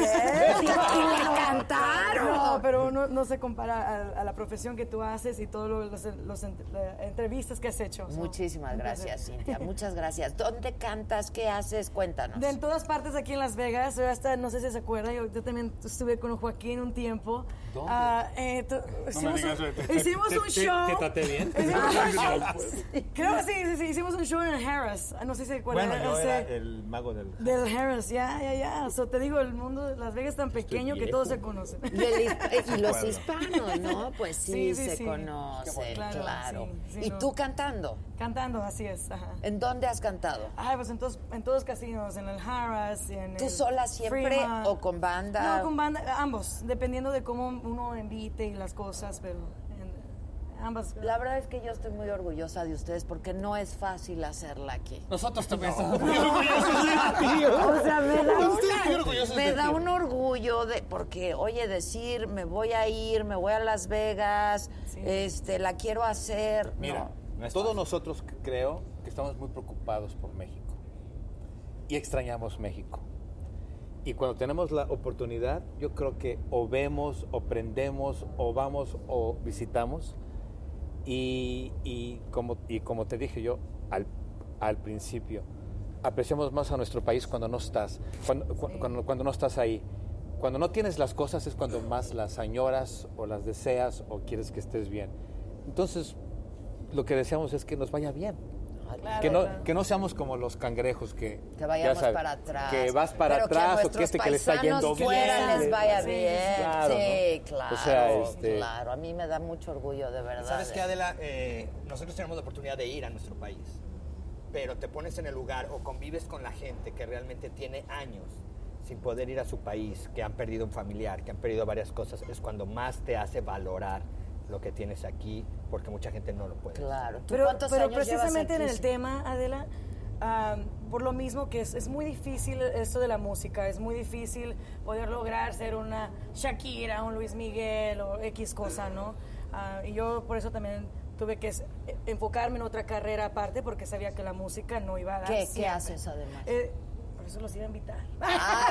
Speaker 2: Y
Speaker 15: <laughs>
Speaker 2: le cantaron.
Speaker 15: No, pero no, no se compara a, a la profesión que tú haces y todas las entrevistas que has hecho. So,
Speaker 2: Muchísimas
Speaker 15: un placer.
Speaker 2: gracias, Cintia. Muchas gracias. ¿Dónde cantas? ¿Qué haces? Cuéntanos.
Speaker 15: De en todas partes aquí en Las Vegas, yo hasta, no sé si se acuerdan, yo, yo también estuve con Joaquín un tiempo.
Speaker 16: ¿Dónde?
Speaker 15: Ah, eh, to- hicimos, un, hicimos un show.
Speaker 16: ¿Te traté bien? <laughs>
Speaker 15: Hicimos un show. Creo que sí, sí, sí, hicimos un show en el Harris. Ah, No sé si se acuerdan.
Speaker 16: Bueno, yo
Speaker 15: ese-
Speaker 16: era el mago del...
Speaker 15: Del Harris, ya, ya, ya. O sea, te digo, el mundo de Las Vegas es tan pequeño que
Speaker 16: viejo.
Speaker 15: todos se conocen. <laughs>
Speaker 2: Y, el hisp- y los hispanos, ¿no? Pues sí, se conocen, claro.
Speaker 15: Claro, sí, sí,
Speaker 2: ¿Y
Speaker 15: no.
Speaker 2: tú cantando?
Speaker 15: Cantando, así es. Ajá.
Speaker 2: ¿En dónde has cantado?
Speaker 15: Ay, pues en todos, en todos casinos, en el Harris, en
Speaker 2: ¿Tú
Speaker 15: el
Speaker 2: sola siempre
Speaker 15: Fremont.
Speaker 2: o con banda?
Speaker 15: No, con banda, ambos, dependiendo de cómo uno invite y las cosas, pero en- ambas.
Speaker 2: La verdad es que yo estoy muy orgullosa de ustedes porque no es fácil hacerla aquí.
Speaker 16: Nosotros también somos
Speaker 2: muy
Speaker 16: orgullosos de ti.
Speaker 2: O sea, me da,
Speaker 16: Estoy muy
Speaker 2: una-
Speaker 16: orgulloso de
Speaker 2: me
Speaker 16: ti.
Speaker 2: da un orgullo de porque oye decir me voy a ir, me voy a Las Vegas, este la quiero hacer.
Speaker 3: Mira, todos nosotros c- creo que estamos muy preocupados por México y extrañamos México. Y cuando tenemos la oportunidad, yo creo que o vemos, o prendemos, o vamos, o visitamos. Y, y como, y como te dije yo al, al principio, apreciamos más a nuestro país cuando no estás, cuando, cu- cuando, cuando no estás ahí. Cuando no tienes las cosas es cuando más las añoras o las deseas o quieres que estés bien. Entonces, lo que deseamos es que nos vaya bien.
Speaker 2: Claro,
Speaker 3: que, no,
Speaker 2: claro.
Speaker 3: que no seamos como los cangrejos que...
Speaker 2: Que vayamos
Speaker 3: ya sabes,
Speaker 2: para atrás.
Speaker 3: Que vas para
Speaker 2: Pero
Speaker 3: atrás
Speaker 2: que a
Speaker 3: o que este que le
Speaker 2: nuestros
Speaker 3: está yendo
Speaker 2: paisanos
Speaker 3: bien.
Speaker 2: fuera les vaya
Speaker 3: Sí,
Speaker 2: bien.
Speaker 3: claro,
Speaker 2: sí,
Speaker 3: ¿no?
Speaker 2: claro.
Speaker 3: O sea, este,
Speaker 2: Claro, a mí me da mucho orgullo, de verdad.
Speaker 7: Sabes que Adela, Eh, nosotros tenemos la oportunidad de ir a nuestro país, pero te pones en el lugar o convives con la gente que realmente tiene años sin poder ir a su país, que han perdido un familiar, que han perdido varias cosas, es cuando más te hace valorar lo que tienes aquí, porque mucha gente no lo puede.
Speaker 2: Claro.
Speaker 15: Pero, pero precisamente en el tema, Adela, am, por lo mismo que es, es muy difícil esto de la música, es muy difícil poder lograr ser una Shakira, un Luis Miguel o X cosa, ¿no? Ah, y yo por eso también tuve que es- e, enfocarme en otra carrera aparte porque sabía que la música no iba a dar.
Speaker 2: ¿Qué- qué
Speaker 15: siempre.
Speaker 2: haces además?
Speaker 15: Eh, por eso los iba a <laughs> invitar.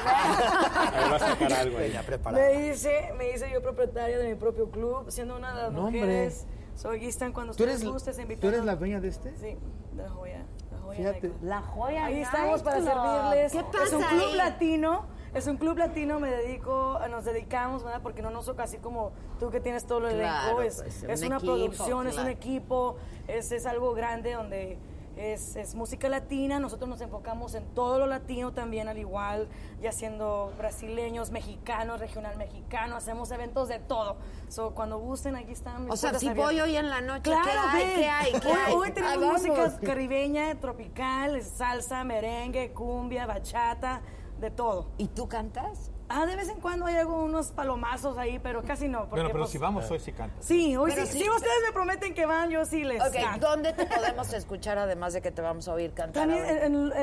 Speaker 7: Me vas a sacar algo ahí. Ya preparado.
Speaker 15: Me hice, me hice yo propietaria de mi propio club, siendo una de las
Speaker 16: No, hombre.
Speaker 15: mujeres. Soy Gistan cuando
Speaker 16: ¿Tú eres,
Speaker 15: ustedes gusten se
Speaker 16: ¿Tú eres la dueña de este?
Speaker 15: Sí, de la joya. La joya.
Speaker 16: Fíjate.
Speaker 15: nightclub.
Speaker 2: La joya.
Speaker 15: Ahí estamos para servirles. es un club latino. Es un club latino, me dedico, nos dedicamos, ¿verdad? Porque no nos toca así como tú que tienes todo lo
Speaker 2: Claro,
Speaker 15: elenco. Es,
Speaker 2: pues,
Speaker 15: es
Speaker 2: un
Speaker 15: una
Speaker 2: equipo,
Speaker 15: producción, es un
Speaker 2: claro.
Speaker 15: equipo, es, es algo grande donde es, es música latina. Nosotros nos enfocamos en todo lo latino también, al igual, ya siendo brasileños, mexicanos, regional mexicano, hacemos eventos de todo. So, cuando gusten, aquí están mis
Speaker 2: O sea,
Speaker 15: puertas
Speaker 2: si
Speaker 15: abiertas.
Speaker 2: voy hoy en la noche,
Speaker 15: Claro,
Speaker 2: ¿qué hay?
Speaker 15: ven.
Speaker 2: ¿Qué hay? ¿Qué
Speaker 15: hoy,
Speaker 2: hay?
Speaker 15: hoy tenemos
Speaker 2: Ah, vamos.
Speaker 15: música caribeña, tropical, salsa, merengue, cumbia, bachata, de todo.
Speaker 2: ¿Y tú cantas?
Speaker 15: Ah, de vez en cuando hay algo, unos palomazos ahí, pero casi no. Porque,
Speaker 16: Bueno, pero
Speaker 15: pues,
Speaker 16: si vamos hoy sí cantas.
Speaker 15: Sí, hoy
Speaker 2: Pero
Speaker 15: sí.
Speaker 2: sí.
Speaker 15: Si ustedes me prometen que van, yo sí les
Speaker 2: Ok,
Speaker 15: canto.
Speaker 2: ¿dónde te podemos escuchar además de que te vamos a oír cantar?
Speaker 15: <laughs> También
Speaker 2: ahora?
Speaker 15: en-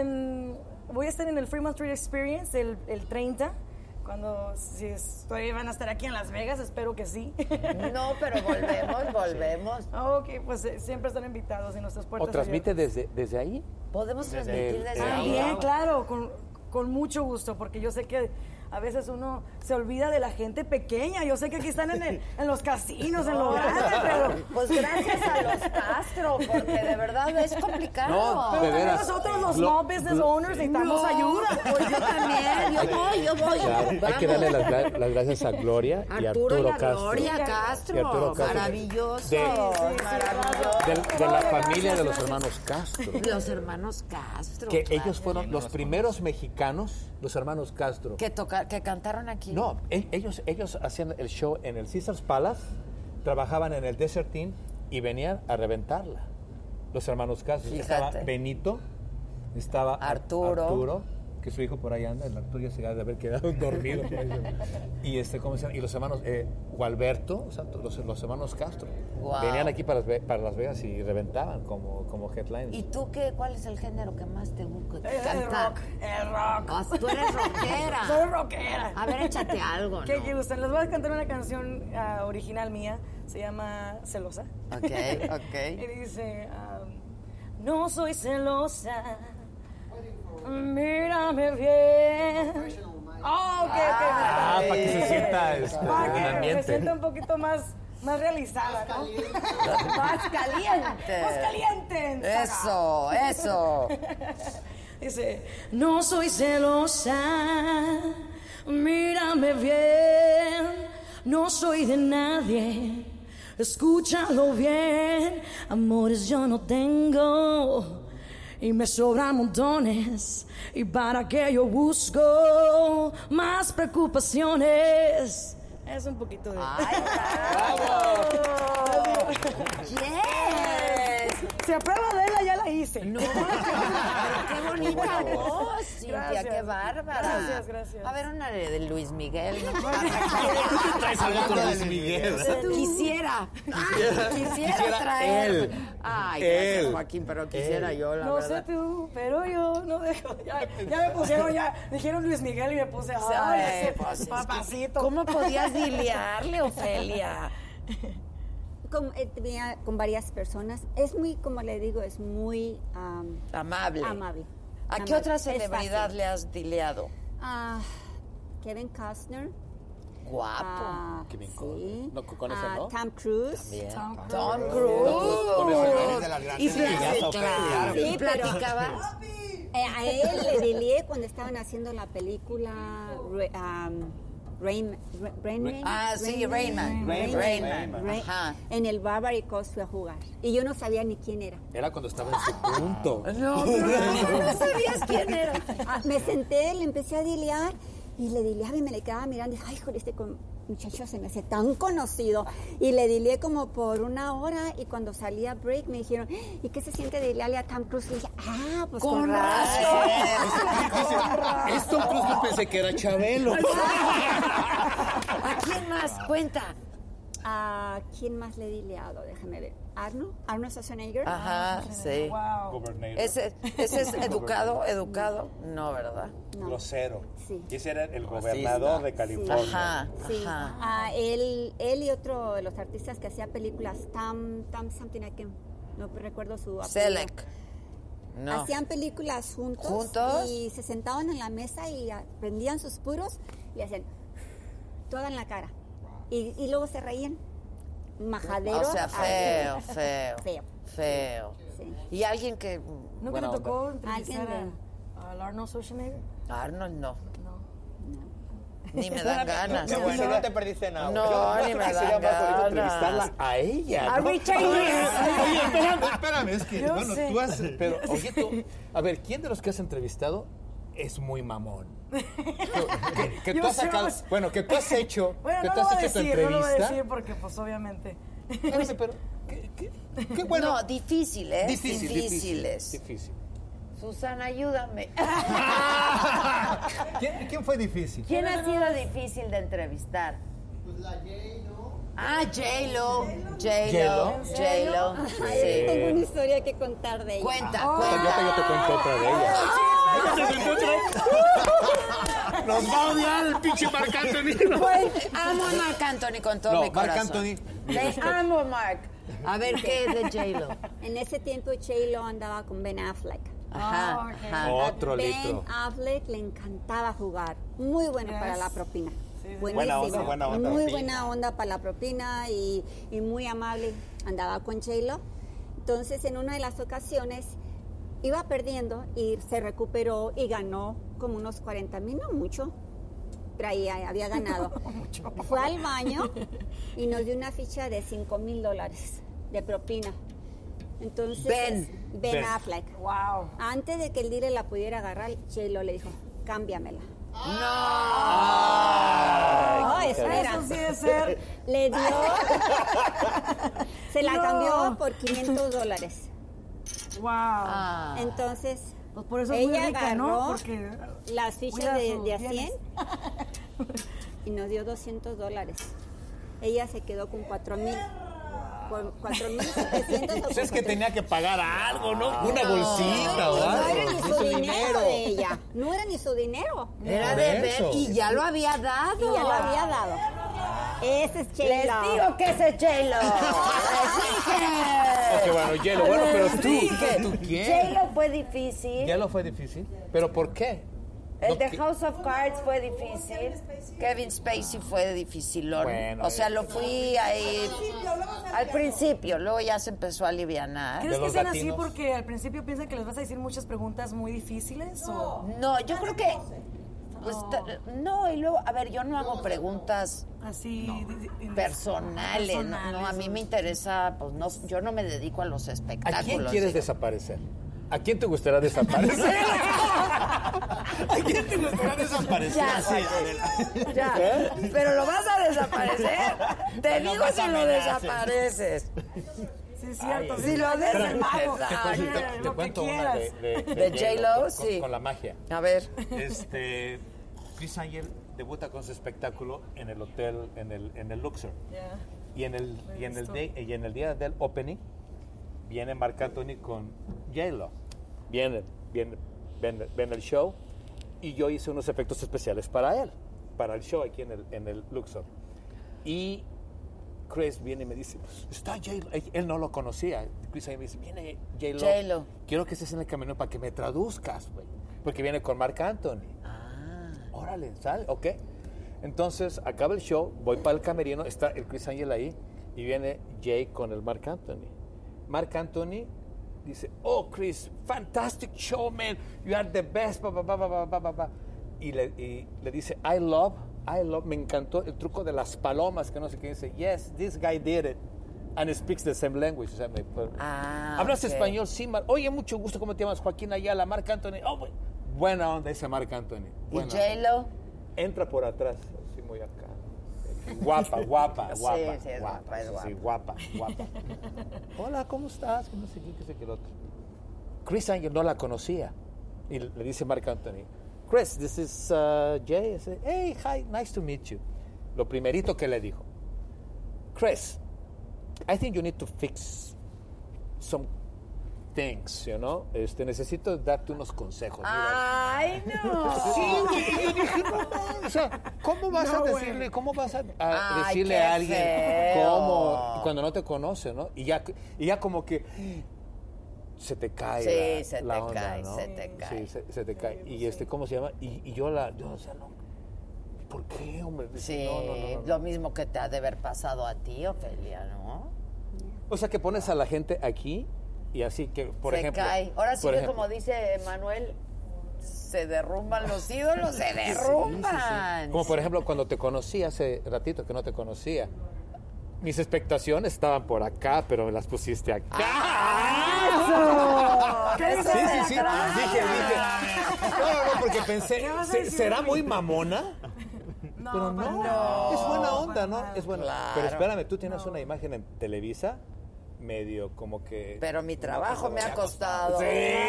Speaker 15: en- voy a estar en el Fremont Street Experience el, el 30. Cuando si estoy, van a estar aquí en Las Vegas, espero que sí.
Speaker 2: No, pero volvemos,
Speaker 15: <laughs>
Speaker 2: volvemos.
Speaker 15: Ok, pues eh, siempre están invitados en nuestras
Speaker 3: ¿O
Speaker 15: puertas.
Speaker 3: transmite desde, desde ahí?
Speaker 2: Podemos
Speaker 3: Desde transmitir el- desde el-
Speaker 15: Ah,
Speaker 3: ahí.
Speaker 15: bien, claro, con, con mucho gusto, porque yo sé que a veces uno se olvida de la gente pequeña. Yo sé que aquí están
Speaker 3: <laughs>
Speaker 15: en, el- en los casinos, en lo grande, pero.
Speaker 2: Pues gracias a los Castro, porque de verdad es complicado.
Speaker 15: No, de Pero también veras. nosotros los Lo- small business lo- owners
Speaker 3: <laughs>
Speaker 15: necesitamos ayuda.
Speaker 2: Pues yo también, yo voy, yo voy.
Speaker 3: Claro, hay que
Speaker 2: Vamos.
Speaker 3: darle las, gra- las gracias a Gloria y
Speaker 2: Arturo
Speaker 3: a Arturo
Speaker 2: y la
Speaker 3: Castro.
Speaker 2: Gloria Castro,
Speaker 3: Y Arturo Castro.
Speaker 2: maravilloso,
Speaker 3: De,
Speaker 2: maravilloso.
Speaker 3: de- de la familia de los hermanos Castro.
Speaker 2: Los hermanos Castro.
Speaker 3: Que
Speaker 2: claro.
Speaker 3: ellos fueron los primeros mexicanos, los hermanos Castro.
Speaker 2: que toca, que cantaron aquí.
Speaker 3: No, e- ellos, ellos hacían el show en el Caesars Palace, trabajaban en el Desert Inn y venían a reventarla. Los hermanos Castro.
Speaker 2: Fíjate.
Speaker 3: Estaba Benito, estaba Ar-
Speaker 2: Arturo.
Speaker 3: Arturo, que su hijo por ahí anda, el Arturo ya se ha de haber quedado <laughs> dormido. por ahí. y, este, ¿cómo se llama? y los hermanos, eh, Gualberto, o sea, to- los, los hermanos Castro.
Speaker 2: Guau.
Speaker 3: Venían aquí para, Las Ve- para Las Vegas y reventaban como, como headliners.
Speaker 2: ¿Y tú qué? ¿Cuál es el género que más te gusta
Speaker 15: El
Speaker 2: cantar?
Speaker 15: rock, el rock.
Speaker 2: Ah, tú eres rockera.
Speaker 15: Soy rockera.
Speaker 2: A ver, échate algo,
Speaker 15: ¿Qué
Speaker 2: ¿no?
Speaker 15: <laughs> que gustan? Les voy a cantar una canción ah, original mía. Se llama Celosa. <laughs>
Speaker 2: Ok, ok.
Speaker 15: y dice, ah, no soy celosa Mírame bien. Oh, ok, ok.
Speaker 3: Ah,
Speaker 15: está
Speaker 3: para que
Speaker 15: bien.
Speaker 7: Eh,
Speaker 3: se sienta,
Speaker 2: Ah,
Speaker 3: este,
Speaker 15: Para que
Speaker 3: el ambiente.
Speaker 15: Me sienta un poquito más, más realizada, ¿no? <laughs>
Speaker 2: Más caliente.
Speaker 15: Más caliente.
Speaker 2: Eso, eso.
Speaker 15: Dice, no soy celosa, mírame bien, no soy de nadie, escúchalo bien, amores yo no tengo. Y me sobran montones, y para qué yo busco más preocupaciones. Es un poquito de. Se aprueba de ella, ya la hice. No,
Speaker 2: Qué bonita voz, Cintia,
Speaker 15: Gracias.
Speaker 2: qué bárbara.
Speaker 15: Gracias, gracias.
Speaker 2: A ver, una de de Luis Miguel.
Speaker 3: Traes algo con Luis Miguel.
Speaker 2: <laughs> Quisiera.
Speaker 3: Quisiera-
Speaker 2: Quisiera
Speaker 3: quisiera
Speaker 2: traer.
Speaker 3: él.
Speaker 2: Ay, gracias,
Speaker 3: Él.
Speaker 2: Joaquín, pero quisiera
Speaker 3: Él.
Speaker 2: yo, la
Speaker 15: No sé
Speaker 2: verdad.
Speaker 15: tú, pero yo no dejo. Ya, ya me pusieron, ya dijeron Luis Miguel y me puse.
Speaker 2: Sí,
Speaker 15: Ay, ese
Speaker 2: pues, es que-
Speaker 15: papacito.
Speaker 2: ¿Cómo
Speaker 15: <laughs>
Speaker 2: podías dilearle, Ofelia?
Speaker 10: Con, eh, tenía con varias personas. Es muy, como le digo, es muy am,
Speaker 2: Amable.
Speaker 10: amable.
Speaker 2: ¿A qué
Speaker 10: Amable.
Speaker 2: otra
Speaker 10: Es
Speaker 2: celebridad
Speaker 10: fácil.
Speaker 2: le has dileado?
Speaker 10: Ah, Kevin Costner.
Speaker 2: Guapo.
Speaker 10: Ah,
Speaker 17: Qué bien sí. No, con ese
Speaker 10: ah,
Speaker 17: no.
Speaker 10: Tom Cruise.
Speaker 17: También.
Speaker 10: Tom
Speaker 17: Tom
Speaker 10: Cruise.
Speaker 2: Y platicaban.
Speaker 10: Sí,
Speaker 2: Y
Speaker 10: pero-
Speaker 2: platicaba.
Speaker 10: Eh, a él le delié cuando estaban haciendo la película Re- um, Rain, Ra- Rain Man.
Speaker 2: Ah, sí, Rain Man.
Speaker 10: Rain
Speaker 2: Rain
Speaker 10: Man.
Speaker 2: Man.
Speaker 10: Rain-
Speaker 2: Ajá.
Speaker 10: En el Barbary Coast fui a jugar. Y yo no sabía ni quién era.
Speaker 3: Era cuando estaba en su punto.
Speaker 2: No,
Speaker 10: no sabías quién era. Ah, me senté, le empecé a dilear y le dileaba y me le quedaba mirando. Y dije, ay, joder, este con- muchacho se me hace tan conocido. Y le dileé como por una hora y cuando salí a break me dijeron, ¿y qué se siente dilearle a Tom Cruise? Le dije, ah, pues con,
Speaker 2: Con
Speaker 10: razón. <laughs>
Speaker 3: Esto pues no pensé que era Chabelo.
Speaker 10: ¿A quién más? Cuenta. ¿A quién más le he dileado? Déjame ver. ¿Arno? ¿Arno Schwarzenegger?
Speaker 2: Ajá, sí. Ese, ese es educado, educado. No, ¿verdad?
Speaker 1: Grosero.
Speaker 10: Sí.
Speaker 1: Y ese era el
Speaker 2: Racista.
Speaker 1: gobernador de California.
Speaker 2: Ajá,
Speaker 10: Sí.
Speaker 2: ajá.
Speaker 10: Ah, él, él y otro de los artistas que hacía películas, Tam, Tam Something I can, no recuerdo su apellido.
Speaker 2: Selec. No.
Speaker 10: Hacían películas juntos,
Speaker 2: ¿Juntos?
Speaker 10: y se sentaban en la mesa y ah, prendían sus puros y hacían toda en la cara. Y, y luego se reían. Majaderos.
Speaker 2: O sea, feo,
Speaker 10: ah,
Speaker 2: feo.
Speaker 10: Feo.
Speaker 2: Feo. Y alguien que.
Speaker 15: ¿Nunca
Speaker 2: Buena
Speaker 15: te
Speaker 2: onda.
Speaker 15: tocó
Speaker 10: Alguien
Speaker 15: entrevistar
Speaker 10: de-
Speaker 15: a, al Arnold Schwarzenegger?
Speaker 2: Arnold no. Ni me dan
Speaker 15: Espérame,
Speaker 2: ganas.
Speaker 15: qué bueno,
Speaker 18: no te perdiste nada.
Speaker 2: No,
Speaker 3: <laughs>
Speaker 2: ni me dan ganas.
Speaker 3: a ella.
Speaker 2: A
Speaker 3: ¿no?
Speaker 2: Richard
Speaker 3: Oye,
Speaker 2: Gere.
Speaker 3: Oye, espérame, espérame. Es que,
Speaker 2: Yo
Speaker 3: bueno,
Speaker 2: sé.
Speaker 3: tú has. Pero, oye, tú. A ver, ¿quién de los que has entrevistado es muy mamón?
Speaker 15: <laughs>
Speaker 3: Que, que
Speaker 15: Yo
Speaker 3: tú has
Speaker 15: sé,
Speaker 3: sacado.
Speaker 15: pues.
Speaker 3: Bueno, que tú
Speaker 15: <laughs>
Speaker 3: has hecho.
Speaker 15: Bueno,
Speaker 3: que
Speaker 15: no
Speaker 3: tú
Speaker 15: lo
Speaker 3: has
Speaker 15: voy a
Speaker 3: hecho
Speaker 15: decir,
Speaker 3: tu
Speaker 15: no lo voy a
Speaker 3: entrevista.
Speaker 15: decir porque, pues, obviamente. <laughs>
Speaker 2: No, difícil, ¿eh?
Speaker 3: Difícil,
Speaker 2: Difíciles.
Speaker 3: difícil. Difícil.
Speaker 2: Susana, ayúdame.
Speaker 3: ¿Quién, quién fue difícil?
Speaker 2: ¿Quién ha sido difícil de entrevistar?
Speaker 19: Pues la Jay, ¿no?
Speaker 2: Ah, J-Lo.
Speaker 3: J-Lo.
Speaker 2: J-Lo. J-Lo.
Speaker 10: Ay, yo tengo una historia que contar de ella.
Speaker 2: Cuenta,
Speaker 20: Ah.
Speaker 3: Yo te, yo te cuento otra de ella. Nos va a odiar el pinche Marc Anthony.
Speaker 2: Pues, amo a Marc Anthony con todo
Speaker 3: No,
Speaker 2: mi
Speaker 3: Marc
Speaker 2: corazón.
Speaker 3: Anthony, mi
Speaker 2: Te
Speaker 3: respeto.
Speaker 2: amo, Marc. A ver, ¿qué es
Speaker 20: <laughs>
Speaker 2: de J-Lo?
Speaker 10: En ese tiempo J-Lo andaba con Ben Affleck.
Speaker 2: Ajá, Ah, ok. ajá.
Speaker 3: Otro
Speaker 10: ben
Speaker 3: litro.
Speaker 10: Affleck le encantaba jugar. Muy bueno para la propina. Buenísimo.
Speaker 3: Buena onda, buena onda.
Speaker 10: Muy
Speaker 3: Propina.
Speaker 10: buena onda para la propina y, y muy amable. Andaba con J-Lo. Entonces, en una de las ocasiones, iba perdiendo y se recuperó y ganó como unos 40 mil, no mucho. Traía, había ganado. Fue al baño y nos dio una ficha de 5 mil dólares de propina. Entonces,
Speaker 2: Ben.
Speaker 10: Ben,
Speaker 2: Ben.
Speaker 10: Affleck. Wow. Antes de que el dealer la pudiera agarrar, J-Lo le dijo, cámbiamela. ¡No!
Speaker 15: Ay,
Speaker 10: espera.
Speaker 15: eso sí es ser-
Speaker 10: <laughs> Le
Speaker 15: <laughs>
Speaker 10: dio... se la
Speaker 15: No.
Speaker 10: cambió por 500 dólares.
Speaker 15: ¡Wow!
Speaker 10: Entonces,
Speaker 15: Pues Ah. por eso es muy
Speaker 10: Ah. ella
Speaker 15: rica,
Speaker 10: agarró
Speaker 15: ¿no? Porque
Speaker 10: las fichas
Speaker 15: cuida
Speaker 10: de,
Speaker 15: sus
Speaker 10: de a 100
Speaker 15: <laughs> bienes.
Speaker 10: y nos dio 200 dólares. Ella se quedó con 4 mil. Con 4 mil 700 o
Speaker 3: Pues <laughs> es que
Speaker 10: 4,000.
Speaker 3: tenía que pagar algo,
Speaker 21: Ah.
Speaker 3: ¿no? Una bolsita o
Speaker 10: No
Speaker 3: algo.
Speaker 10: era ni su dinero de ella. No era ni su dinero.
Speaker 2: Era
Speaker 3: Por
Speaker 2: de ver
Speaker 3: eso.
Speaker 2: y ya lo había dado.
Speaker 10: Y ya lo había dado. Ese es J-Lo.
Speaker 2: Les
Speaker 10: <laughs>
Speaker 2: digo que ese es J-Lo. Les dije.
Speaker 20: Ok, Oh, bueno, J-Lo, bueno, pero tú,
Speaker 21: Dije,
Speaker 20: ¿tú quién?
Speaker 21: J-Lo fue difícil.
Speaker 20: Ya lo fue difícil. ¿Pero por qué?
Speaker 21: El de House of Cards fue difícil.
Speaker 2: Kevin Spacey fue difícil.
Speaker 20: Bueno,
Speaker 2: o sea, lo fui ahí al principio, luego ya se empezó a alivianar.
Speaker 15: ¿Crees que sean así porque al principio piensan que les vas a decir muchas preguntas muy difíciles? No,
Speaker 2: no yo creo que... Pues, ta- no, y luego, a ver, yo no hago preguntas
Speaker 15: así
Speaker 2: personales, no, No, a mí me interesa, pues no, yo no me dedico a los espectáculos.
Speaker 20: ¿A quién quieres
Speaker 2: digo.
Speaker 20: desaparecer? ¿A quién te gustaría desaparecer?
Speaker 21: <laughs>
Speaker 20: <laughs> ¿A quién te gustaría desaparecer?
Speaker 21: Ya,
Speaker 20: Sí,
Speaker 21: ya.
Speaker 20: Adela.
Speaker 21: Ya.
Speaker 20: <laughs> ¿Eh?
Speaker 21: Pero lo vas a desaparecer. Te
Speaker 2: No
Speaker 21: digo
Speaker 2: más
Speaker 21: si lo
Speaker 2: amenaces.
Speaker 21: desapareces.
Speaker 15: Sí, es
Speaker 20: Ay,
Speaker 15: cierto.
Speaker 20: ay.
Speaker 21: Si lo
Speaker 20: Pero,
Speaker 21: desapareces.
Speaker 20: te cuento- te-
Speaker 21: Ay,
Speaker 20: Te
Speaker 21: lo
Speaker 20: cuento
Speaker 21: que
Speaker 20: una de,
Speaker 21: quieras.
Speaker 20: de,
Speaker 21: De J-Lo,
Speaker 20: con-
Speaker 21: sí.
Speaker 20: Con la magia.
Speaker 21: A ver.
Speaker 3: Este, Chris Angel debuta con su espectáculo en el hotel, en el, en el Luxor. Y en el, y en el, day- y en el día del opening, viene Marc Anthony con J-Lo. Viene, viene, ven, ven el show. Y yo hice unos efectos especiales para él, para el show aquí en el, en el Luxor. Y Chris viene y me dice, "Pues, está J-Lo. Él- Él no lo conocía. Chris ahí me dice, viene J-Lo.
Speaker 20: J-Lo.
Speaker 3: Quiero que estés en el camino para que me traduzcas, güey. Porque viene con Marc Anthony. Órale, sale, ok. Entonces, acaba el show, voy para el camerino, está el Chris Angel ahí, y viene Jay con el Marc Anthony. Marc Anthony dice, oh, Chris, fantastic show, man. You are the best, pa, pa, pa, pa, pa, pa, pa, pa. Y le, y le dice, I love, I love, me encantó el truco de las palomas, que no sé qué. Dice, yes, this guy did it. And speaks the same language. O sea, me- Hablas
Speaker 20: ok.
Speaker 3: español, sí, Mar. Oye, mucho gusto, ¿cómo te llamas? Joaquín Ayala, Marc Anthony. Oh, bu- buena onda ese Marc Anthony.
Speaker 2: ¿Y
Speaker 3: Buena onda.
Speaker 2: J-Lo?
Speaker 3: Entra por atrás, así muy acá. Guapa, guapa,
Speaker 2: Sí,
Speaker 3: guapa.
Speaker 2: sí, es
Speaker 3: guapa,
Speaker 2: guapa, es
Speaker 3: sí, sí, guapa, guapa.
Speaker 2: <laughs>
Speaker 3: Hola, ¿cómo estás? ¿Cómo sé qué, qué sé qué el otro? Chris Angel no la conocía. Y le dice Marc Anthony, Chris, this is uh, Jay. I say, hey, hi, nice to meet you. Lo primerito que le dijo, Chris, I think you need to fix some things, you know? Este, necesito darte unos consejos.
Speaker 21: Ay, no.
Speaker 3: Sí, güey, yo dije, no mames, o sea, ¿cómo vas a decirle, cómo vas a, a
Speaker 20: Ay,
Speaker 3: decirle
Speaker 20: qué
Speaker 3: a alguien
Speaker 20: feo.
Speaker 3: cómo cuando no te conoce, ¿no? Y ya, y ya como que se te cae.
Speaker 2: Sí,
Speaker 3: la-
Speaker 2: se
Speaker 3: la
Speaker 2: te
Speaker 3: onda,
Speaker 2: cae,
Speaker 3: ¿no?
Speaker 2: se te cae.
Speaker 3: Sí, se, se te cae. Y este, ¿cómo se llama? Y, y yo la, yo, o sea, no, ¿por qué, hombre? Dice,
Speaker 2: Sí,
Speaker 3: no, no, no, no, no.
Speaker 2: lo mismo que te ha de haber pasado a ti, Ofelia, ¿no?
Speaker 3: O sea, que pones a la gente aquí y así que, por
Speaker 2: se
Speaker 3: ejemplo.
Speaker 2: cae. Ahora sí
Speaker 3: por
Speaker 2: que
Speaker 3: ejemplo,
Speaker 2: como dice Manuel, se derrumban los ídolos, se derrumban.
Speaker 3: Como por ejemplo cuando te conocí hace ratito que no te conocía. Mis expectaciones estaban por acá, pero me las pusiste acá.
Speaker 20: ¡Ah! Sí, sí, sí. Dije, dije. No, no, porque pensé, "¿Se- ¿será muy mamona? pero no, es buena onda, ¿no? Es buena. Pero espérame, tú tienes una imagen en Televisa medio como que...
Speaker 2: Pero mi trabajo
Speaker 3: no,
Speaker 2: me
Speaker 3: no,
Speaker 2: ha costado.
Speaker 3: Sí,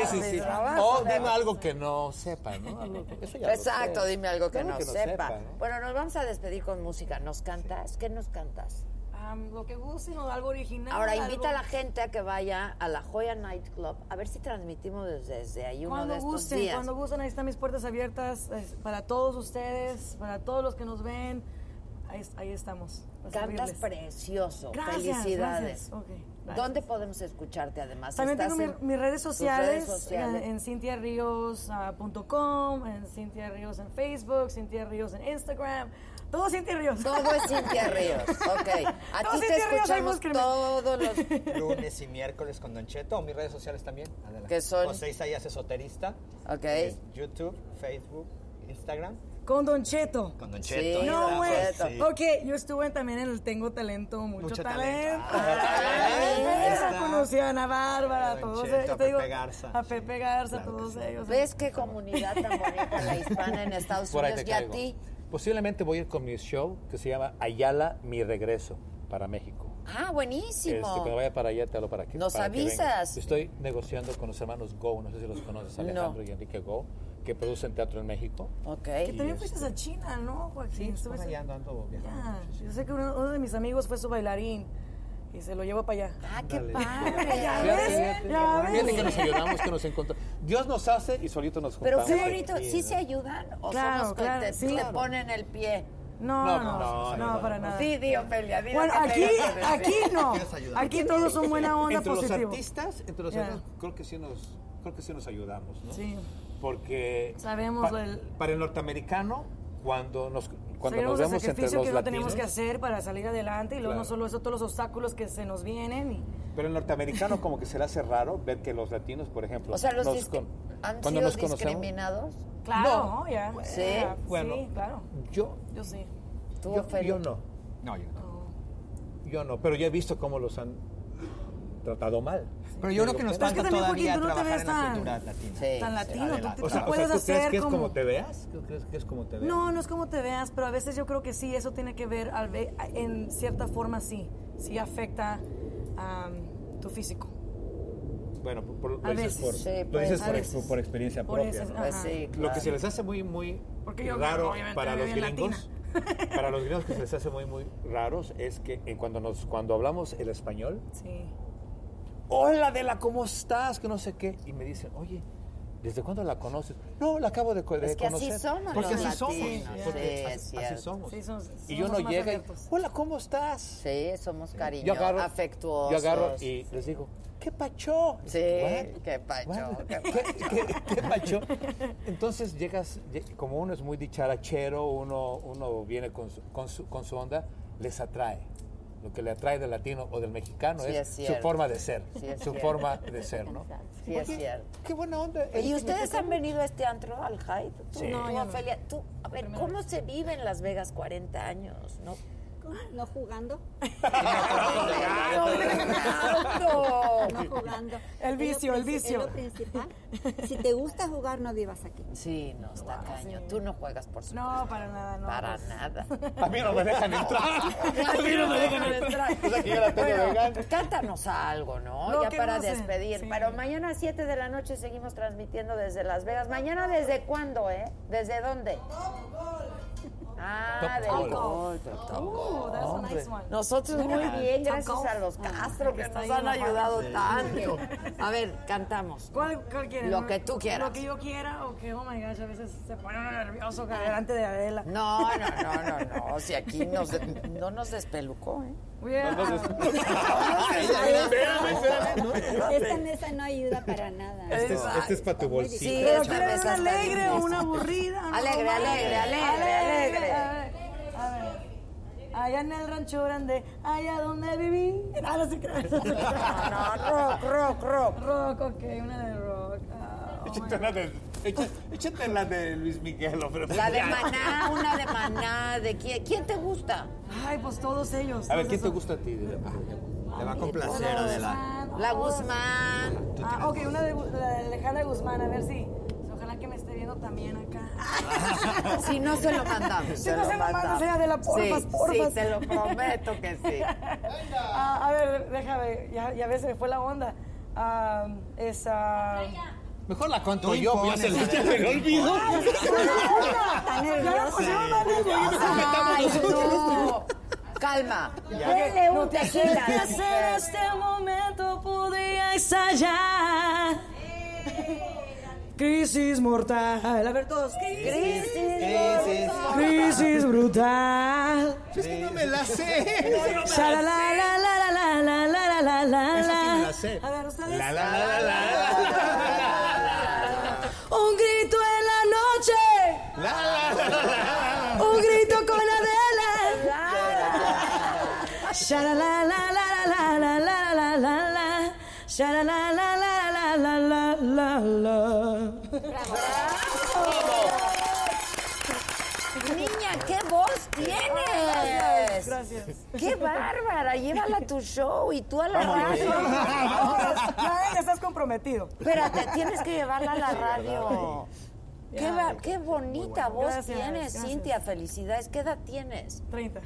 Speaker 3: sí,
Speaker 2: Mi
Speaker 3: sí.
Speaker 2: trabajo
Speaker 20: Oh,
Speaker 3: O
Speaker 2: me ha
Speaker 3: dime algo que no sepa, ¿no? Algo que- Eso ya lo
Speaker 2: Exacto,
Speaker 3: sé.
Speaker 2: dime algo que
Speaker 3: Algo
Speaker 2: no, sepa. Bueno, nos vamos a despedir con música. ¿Nos cantas? ¿Qué nos cantas?
Speaker 15: Am, lo que gusten o algo original.
Speaker 2: Ahora
Speaker 15: algo-
Speaker 2: invita a la gente a que vaya a la Joya Nightclub a ver si transmitimos desde, desde ahí uno
Speaker 15: Cuando
Speaker 2: de estos
Speaker 15: gusten,
Speaker 2: días.
Speaker 15: cuando gusten, ahí están mis puertas abiertas eh, para todos ustedes, para todos los que nos ven. Ahí, ahí estamos. para
Speaker 2: Cantas
Speaker 15: servirles.
Speaker 2: precioso.
Speaker 15: Gracias,
Speaker 2: Felicidades.
Speaker 15: gracias. Ok, gracias.
Speaker 2: ¿Dónde podemos escucharte además?
Speaker 15: También
Speaker 2: ¿Estás
Speaker 15: tengo mi-
Speaker 2: en
Speaker 15: mis redes
Speaker 2: tus
Speaker 15: sociales, eh,
Speaker 2: redes sociales?
Speaker 15: en, en cintiarrios.com, en Cintia Ríos en Facebook, Cintia Ríos en Instagram. Todo Cintia Ríos.
Speaker 2: Todo es
Speaker 15: <laughs>
Speaker 2: Cintia Ríos, ok. A
Speaker 15: Todo
Speaker 2: ti te
Speaker 15: Cintia Ríos, ahí
Speaker 2: escuchamos
Speaker 15: búsquenme.
Speaker 2: todos los
Speaker 7: <laughs> Lunes y miércoles con Don Cheto. O mis redes sociales también. Adelante.
Speaker 2: ¿Qué son?
Speaker 7: José Isaías Esoterista.
Speaker 2: Ok.
Speaker 15: <laughs>
Speaker 7: Es YouTube, Facebook, Instagram.
Speaker 15: Con Don Cheto.
Speaker 7: Con Don Cheto. ahí
Speaker 15: no,
Speaker 7: está,
Speaker 15: güey.
Speaker 7: Cheto. Sí.
Speaker 15: Ok, yo estuve también en el Tengo Talento, mucho,
Speaker 7: Mucho
Speaker 15: talento.
Speaker 7: talento.
Speaker 15: Ay,
Speaker 7: Ahí
Speaker 15: esa
Speaker 7: está.
Speaker 15: conocí a Ana Bárbara, a
Speaker 7: Don
Speaker 15: todos
Speaker 7: Cheto,
Speaker 15: ellos.
Speaker 7: a
Speaker 15: te digo,
Speaker 7: Pepe Garza.
Speaker 15: A Pepe Garza, todos ellos.
Speaker 2: ¿Ves qué comunidad tan bonita la hispana en Estados
Speaker 3: Por ahí
Speaker 2: Unidos?
Speaker 3: te
Speaker 2: Y a
Speaker 3: caigo.
Speaker 2: ti.
Speaker 3: Posiblemente voy a ir con mi show que se llama Ayala, mi regreso para México.
Speaker 2: Ah,
Speaker 3: Este,
Speaker 2: buenísimo.
Speaker 3: cuando vaya para allá, te hablo para que
Speaker 2: Nos
Speaker 3: para que vengas.
Speaker 2: avisas.
Speaker 3: Estoy negociando con los hermanos Go, no sé si los conoces,
Speaker 2: No.
Speaker 3: Alejandro y Enrique Go, que producen teatro en México.
Speaker 2: Ok.
Speaker 15: Que también fuiste a China, ¿no, Joaquín? Estuviste- Ah, yo sé que uno, uno de mis amigos fue su bailarín y se lo llevó para allá.
Speaker 2: Ah, qué
Speaker 15: padre. ya
Speaker 3: Fíjate,
Speaker 15: ves,
Speaker 3: fíjate.
Speaker 15: ya ves.
Speaker 3: Fíjate que nos ayudamos, que nos encontramos. Dios nos hace y solito nos
Speaker 2: Pero
Speaker 3: juntamos.
Speaker 2: qué bonito,
Speaker 3: Sí,
Speaker 2: ¿sí
Speaker 3: ¿no?
Speaker 2: se ayudan? ¿O
Speaker 15: Claro,
Speaker 2: son los que
Speaker 15: claro,
Speaker 2: te,
Speaker 15: sí.
Speaker 2: te
Speaker 15: Claro.
Speaker 2: ponen el pie?
Speaker 15: No, no, no, no, para nada.
Speaker 2: Sí, di, Ofelia, di lo
Speaker 15: Bueno,
Speaker 2: que te
Speaker 15: aquí,
Speaker 2: ibas a decir.
Speaker 15: aquí no.
Speaker 3: ¿Quieres ayudar?
Speaker 15: Aquí todos son buena onda,
Speaker 3: entre
Speaker 15: positivo.
Speaker 3: los artistas, entre los
Speaker 15: Ya.
Speaker 3: artistas, creo que sí nos, creo que sí nos ayudamos, ¿no?
Speaker 15: Sí.
Speaker 3: Porque
Speaker 15: Sabemos
Speaker 3: pa-
Speaker 15: lo del-
Speaker 3: para el norteamericano, cuando nos, cuando
Speaker 15: Sabemos
Speaker 3: nos
Speaker 15: el
Speaker 3: vemos entre
Speaker 15: sacrificio
Speaker 3: los
Speaker 15: que uno tenemos
Speaker 3: latinos,
Speaker 15: que hacer para salir adelante y luego
Speaker 3: Claro.
Speaker 15: no solo eso, todos los obstáculos que se nos vienen. Y...
Speaker 3: pero el norteamericano como que se le hace raro ver que los latinos, por ejemplo,
Speaker 15: O sea, los
Speaker 3: nos
Speaker 15: disc-
Speaker 2: ¿Han
Speaker 3: cuando
Speaker 2: sido
Speaker 3: nos conocemos,
Speaker 2: discriminados?
Speaker 15: Claro, ya.
Speaker 2: Sí.
Speaker 15: Ya,
Speaker 3: Pues, Bueno,
Speaker 15: sí, claro.
Speaker 3: Yo,
Speaker 15: Yo sí.
Speaker 2: ¿Tú,
Speaker 3: yo,
Speaker 2: Ofelia?
Speaker 3: yo no. No, yo no. Yo no, pero yo he visto cómo los han tratado mal.
Speaker 7: Pero yo creo que nos
Speaker 3: Pero es
Speaker 7: falta
Speaker 3: que también,
Speaker 7: todavía
Speaker 3: Joaquín, tú no te
Speaker 7: trabajar
Speaker 3: ves
Speaker 7: en la
Speaker 3: tan-
Speaker 7: cultura latina.
Speaker 15: tan latino, tú-
Speaker 7: adelante.
Speaker 15: tú- tú puedes
Speaker 3: ¿tú crees
Speaker 15: hacer
Speaker 3: que es como
Speaker 15: como-
Speaker 3: te veas? ¿Tú crees que es como te veas?
Speaker 15: No, no es como te veas, pero a veces yo creo que sí, eso tiene que ver, al ve- en cierta forma sí, sí afecta am, tu físico.
Speaker 3: Bueno, por- por-
Speaker 15: A
Speaker 3: lo dices
Speaker 15: veces,
Speaker 3: por,
Speaker 15: sí,
Speaker 3: lo
Speaker 15: pues,
Speaker 3: dices
Speaker 15: a
Speaker 3: por,
Speaker 15: veces.
Speaker 3: ex- por experiencia
Speaker 15: Por
Speaker 3: propia.
Speaker 15: eso,
Speaker 3: ¿no? Pues
Speaker 15: ajá. Sí,
Speaker 3: Lo que
Speaker 15: claro.
Speaker 3: se les hace muy, muy
Speaker 15: Porque yo,
Speaker 3: raro
Speaker 15: obviamente,
Speaker 3: para
Speaker 15: vivo
Speaker 3: los
Speaker 15: en
Speaker 3: gringos, <laughs> para los gringos que se les hace muy, muy raros es que eh, cuando, nos, cuando hablamos el español,
Speaker 15: Sí.
Speaker 3: hola Adela, ¿cómo estás? Que no sé qué. Y me dicen, oye, ¿desde cuándo la conoces? No, la acabo de, co- de
Speaker 2: Es que así
Speaker 3: conocer.
Speaker 2: somos
Speaker 3: Porque
Speaker 2: los
Speaker 3: así
Speaker 2: latinos,
Speaker 3: somos.
Speaker 2: sí,
Speaker 3: Porque
Speaker 2: es
Speaker 3: así, así
Speaker 2: cierto.
Speaker 3: somos.
Speaker 2: Sí, somos-
Speaker 3: Y yo no
Speaker 2: somos más
Speaker 3: llega y,
Speaker 2: abiertos.
Speaker 3: hola, ¿cómo estás?
Speaker 2: Sí, somos
Speaker 3: Yo
Speaker 2: cariñosos,
Speaker 3: agarro-
Speaker 2: afectuosos.
Speaker 3: yo agarro y les digo, ¿qué pacho?
Speaker 2: Sí,
Speaker 3: What?
Speaker 2: qué pacho, qué
Speaker 3: <laughs> ¿Qué macho? Entonces llegas, lle- como uno es muy dicharachero, uno, uno viene con su, con, su, con su onda, les atrae. Lo que le atrae del latino o del mexicano
Speaker 2: Sí, es
Speaker 3: es, su
Speaker 2: cierto.
Speaker 3: forma de ser,
Speaker 2: Sí, es
Speaker 3: su
Speaker 2: cierto.
Speaker 3: forma de ser, ¿no?
Speaker 2: Sí, es
Speaker 3: Oye,
Speaker 2: cierto.
Speaker 3: Qué buena onda.
Speaker 2: ¿Y ustedes han venido a este antro, al Hyde? ¿Tú,
Speaker 3: Sí.
Speaker 2: tú,
Speaker 3: No, yo no.
Speaker 2: Ofelia? ¿Tú, a ver, ¿cómo se vive en Las Vegas 40 años? ¿No?
Speaker 10: No
Speaker 15: <laughs>
Speaker 10: jugando.
Speaker 2: jugando.
Speaker 10: No jugando. Es
Speaker 15: El
Speaker 10: lo
Speaker 15: vicio, el
Speaker 10: princi-
Speaker 15: vicio.
Speaker 10: Es lo principal. Si te gusta jugar, no
Speaker 3: <laughs>
Speaker 10: vivas aquí.
Speaker 2: Sí, no, está caño. Tú no juegas, por supuesto.
Speaker 15: No, para nada, no.
Speaker 2: Para
Speaker 15: <laughs>
Speaker 2: nada.
Speaker 3: A mí no me dejan
Speaker 2: <laughs>
Speaker 3: entrar.
Speaker 2: A
Speaker 3: mí no me dejan
Speaker 2: entrar.
Speaker 3: O sea que yo la tengo
Speaker 2: Bueno,
Speaker 3: legal.
Speaker 2: cántanos algo, ¿no?
Speaker 15: No,
Speaker 2: ya
Speaker 15: que
Speaker 2: para
Speaker 15: no sé.
Speaker 2: despedir. Pero mañana a 7 de la noche seguimos transmitiendo desde Las Vegas. ¿Mañana desde cuándo, eh? ¿Desde dónde? Ah,
Speaker 15: Top
Speaker 2: del
Speaker 15: Golf.
Speaker 2: gol. del Top
Speaker 15: Oh,
Speaker 2: Golf.
Speaker 15: that's a nice one.
Speaker 2: Nosotros muy bien,
Speaker 15: Top
Speaker 2: gracias
Speaker 15: Golf. Mm,
Speaker 2: a los Castro que
Speaker 15: Está
Speaker 2: nos
Speaker 15: ahí
Speaker 2: han
Speaker 15: la parte.
Speaker 2: ayudado
Speaker 15: Sí.
Speaker 2: tanto. A ver, cantamos.
Speaker 15: ¿Cuál, cuál quieres?
Speaker 2: Lo
Speaker 15: ¿No?
Speaker 2: que tú quieras.
Speaker 15: Lo que yo quiera o que, oh my gosh, a veces se pone uno nervioso
Speaker 3: Ah.
Speaker 15: que delante de Adela.
Speaker 2: No, no, no, no, no. Si aquí nos, no nos despelucó, ¿eh?
Speaker 15: Voy a-
Speaker 10: Esta mesa no ayuda para nada.
Speaker 3: Este es, este es para tu bolsillo.
Speaker 2: Sí,
Speaker 15: Pero
Speaker 2: esta
Speaker 15: quiero
Speaker 2: mesa
Speaker 15: una
Speaker 2: está bien
Speaker 15: alegre o
Speaker 2: puesta. <laughs>
Speaker 15: una aburrida. una
Speaker 2: Alegre,
Speaker 15: normal.
Speaker 2: alegre, alegre, alegre.
Speaker 15: A ver, a ver. Allá en el rancho grande, allá donde viví. Ah, no se crean.
Speaker 2: <laughs> rock, rock, rock.
Speaker 15: Rock, ok, una de rock. Ah, oh my
Speaker 3: Échate la de, echa- échate la de Luis Miguel, hombre.
Speaker 2: La de Maná, una de Maná, de quién, ¿quién te gusta?
Speaker 15: Ay, pues todos ellos.
Speaker 3: A ver, ¿quién te gusta a ti? Te va a complacer, Adela.
Speaker 2: La
Speaker 15: <laughs>
Speaker 2: Guzmán.
Speaker 15: Ah, ok, una de, Gu- la de Alejandra Guzmán, a ver si. Ojalá que me esté viendo también acá.
Speaker 2: Si no se lo mandamos.
Speaker 15: Si no se lo mandas, sea de la porfas,
Speaker 2: sí,
Speaker 15: porfas.
Speaker 2: Sí, te lo prometo que
Speaker 15: <laughs>
Speaker 2: sí.
Speaker 15: Ah, a ver, déjame, ya, ya ves, se me fue la onda. Ah, esa.
Speaker 3: Mejor la cuento
Speaker 7: Tú
Speaker 3: yo, pues, ya se <laughs>
Speaker 7: impones,
Speaker 3: la- ya me la olvido.
Speaker 15: Está pues,
Speaker 2: Ay, no. Calma. Dele un tequila.
Speaker 15: en este momento podría estallar. Crisis mortal. A ver todos. Crisis,
Speaker 2: Crisis.
Speaker 15: crisis brutal.
Speaker 3: No me la sé.
Speaker 15: Sha la la la la la la la la la la
Speaker 3: Esa sí me la sé.
Speaker 15: la. A ver, ustedes.
Speaker 3: Ah, La, la, la, la, la, la.
Speaker 15: Un grito en la noche. Un grito con Adela. Sha la la la la la la la la la la la. Sha la la la la la la la la <laughs> la.
Speaker 2: Niña, qué voz tienes.
Speaker 15: Gracias.
Speaker 2: Qué bárbara. Llévala a tu show y tú a la
Speaker 15: <laughs>
Speaker 2: radio.
Speaker 15: Ya ya estás comprometido.
Speaker 2: Espérate, tienes que llevarla
Speaker 15: <laughs>
Speaker 2: a la radio. Qué, ba- qué bonita voz
Speaker 15: Gracias,
Speaker 2: tienes,
Speaker 15: gracias.
Speaker 2: Cintia. Felicidades. ¿Qué edad tienes?
Speaker 15: 30.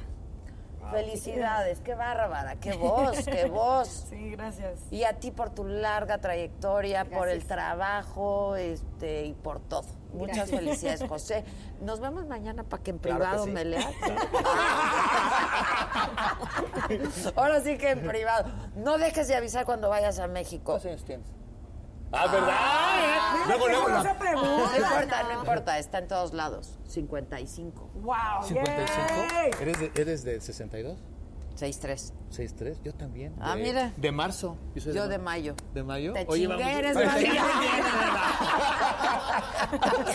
Speaker 2: Felicidades. Qué bárbara. Qué voz,
Speaker 15: <laughs>
Speaker 2: qué voz.
Speaker 15: Sí, gracias.
Speaker 2: Y a ti por tu larga trayectoria, por el trabajo este, y por todo. Muchas
Speaker 15: Gracias. <laughs>
Speaker 2: felicidades, José. Nos vemos mañana para que en
Speaker 15: Claro que
Speaker 2: privado
Speaker 15: sí.
Speaker 2: me leas. <laughs> Ahora sí que en privado. No dejes de avisar cuando vayas a México.
Speaker 3: Ah, ¿verdad?
Speaker 22: Luego, luego, la-
Speaker 23: esa pregunta,
Speaker 2: <laughs> No importa,
Speaker 23: no.
Speaker 2: no importa, está en todos lados. 55.
Speaker 23: ¡Wow!
Speaker 15: Ah,
Speaker 3: ¿55? ¿Eres de, ¿Eres de 62?
Speaker 2: 6-3.
Speaker 3: 6-3, yo también.
Speaker 2: Ah,
Speaker 3: de-
Speaker 2: mira.
Speaker 3: De marzo. soy
Speaker 2: Yo
Speaker 3: mar-
Speaker 2: de mayo.
Speaker 3: ¿De mayo?
Speaker 2: Te
Speaker 3: Oye,
Speaker 2: chingué,
Speaker 3: vamos-
Speaker 2: eres
Speaker 3: <laughs> Ay,
Speaker 2: más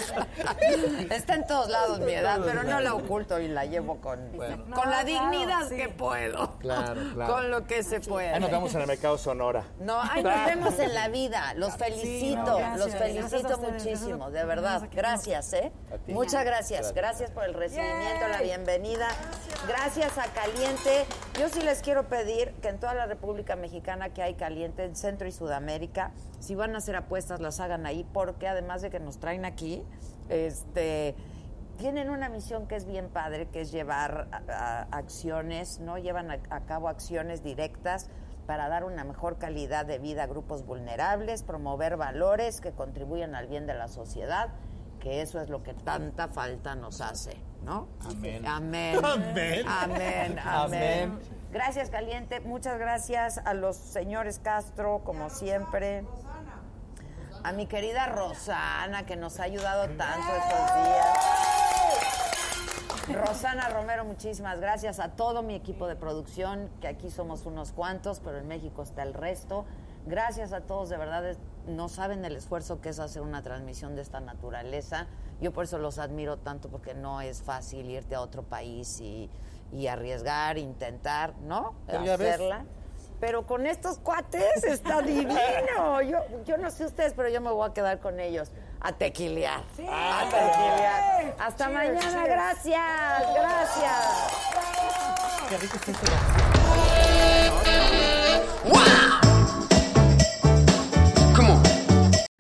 Speaker 3: ay,
Speaker 2: <laughs> Está en todos lados mi edad, pero no la oculto y la llevo con, con la
Speaker 15: No, claro,
Speaker 2: dignidad
Speaker 15: sí.
Speaker 2: que puedo.
Speaker 3: Claro, claro.
Speaker 2: Con lo que se puede.
Speaker 3: Ahí nos vemos en el mercado Sonora.
Speaker 2: No, ay, nos vemos en la vida. Los felicito,
Speaker 15: no, gracias.
Speaker 2: los
Speaker 15: Gracias a
Speaker 2: felicito
Speaker 15: ustedes.
Speaker 2: muchísimo, de verdad. Gracias, ¿eh?
Speaker 15: A ti.
Speaker 2: Muchas gracias.
Speaker 15: Gracias.
Speaker 2: Gracias por el recibimiento, la bienvenida. Gracias a Caliente. Yo sí les quiero pedir que en toda la República Mexicana que hay Caliente, en Centro y Sudamérica, si van a hacer apuestas, las hagan ahí, porque además de que nos traen aquí, este tienen una misión que es bien padre, que es llevar a- a- acciones, ¿no? Llevan a, a cabo acciones directas para dar una mejor calidad de vida a grupos vulnerables, promover valores que contribuyan al bien de la sociedad, que eso es lo que tanta falta nos hace, ¿no? Amén. Amén.
Speaker 24: Amén.
Speaker 2: Amén. Amén.
Speaker 24: Amén.
Speaker 2: Gracias, Caliente. Muchas gracias a los señores Castro, como siempre. A mi querida Rosana, que nos ha ayudado tanto estos días. Rosana Romero, muchísimas gracias a todo mi equipo de producción, que aquí somos unos cuantos, pero en México está el resto. Gracias a todos, de verdad, es- no saben el esfuerzo que es hacer una transmisión de esta naturaleza. Yo por eso los admiro tanto, porque no es fácil irte a otro país y, y arriesgar, intentar, ¿no?
Speaker 23: Pero ya ves.
Speaker 2: Hacerla. Pero con estos
Speaker 23: <laughs>
Speaker 2: cuates está divino. Yo, yo no sé ustedes, pero yo me voy a quedar con ellos. A tequilear. A tequilear. Hasta
Speaker 23: Cheers,
Speaker 2: mañana.
Speaker 23: cheers.
Speaker 2: Gracias. Gracias.
Speaker 24: Qué rico está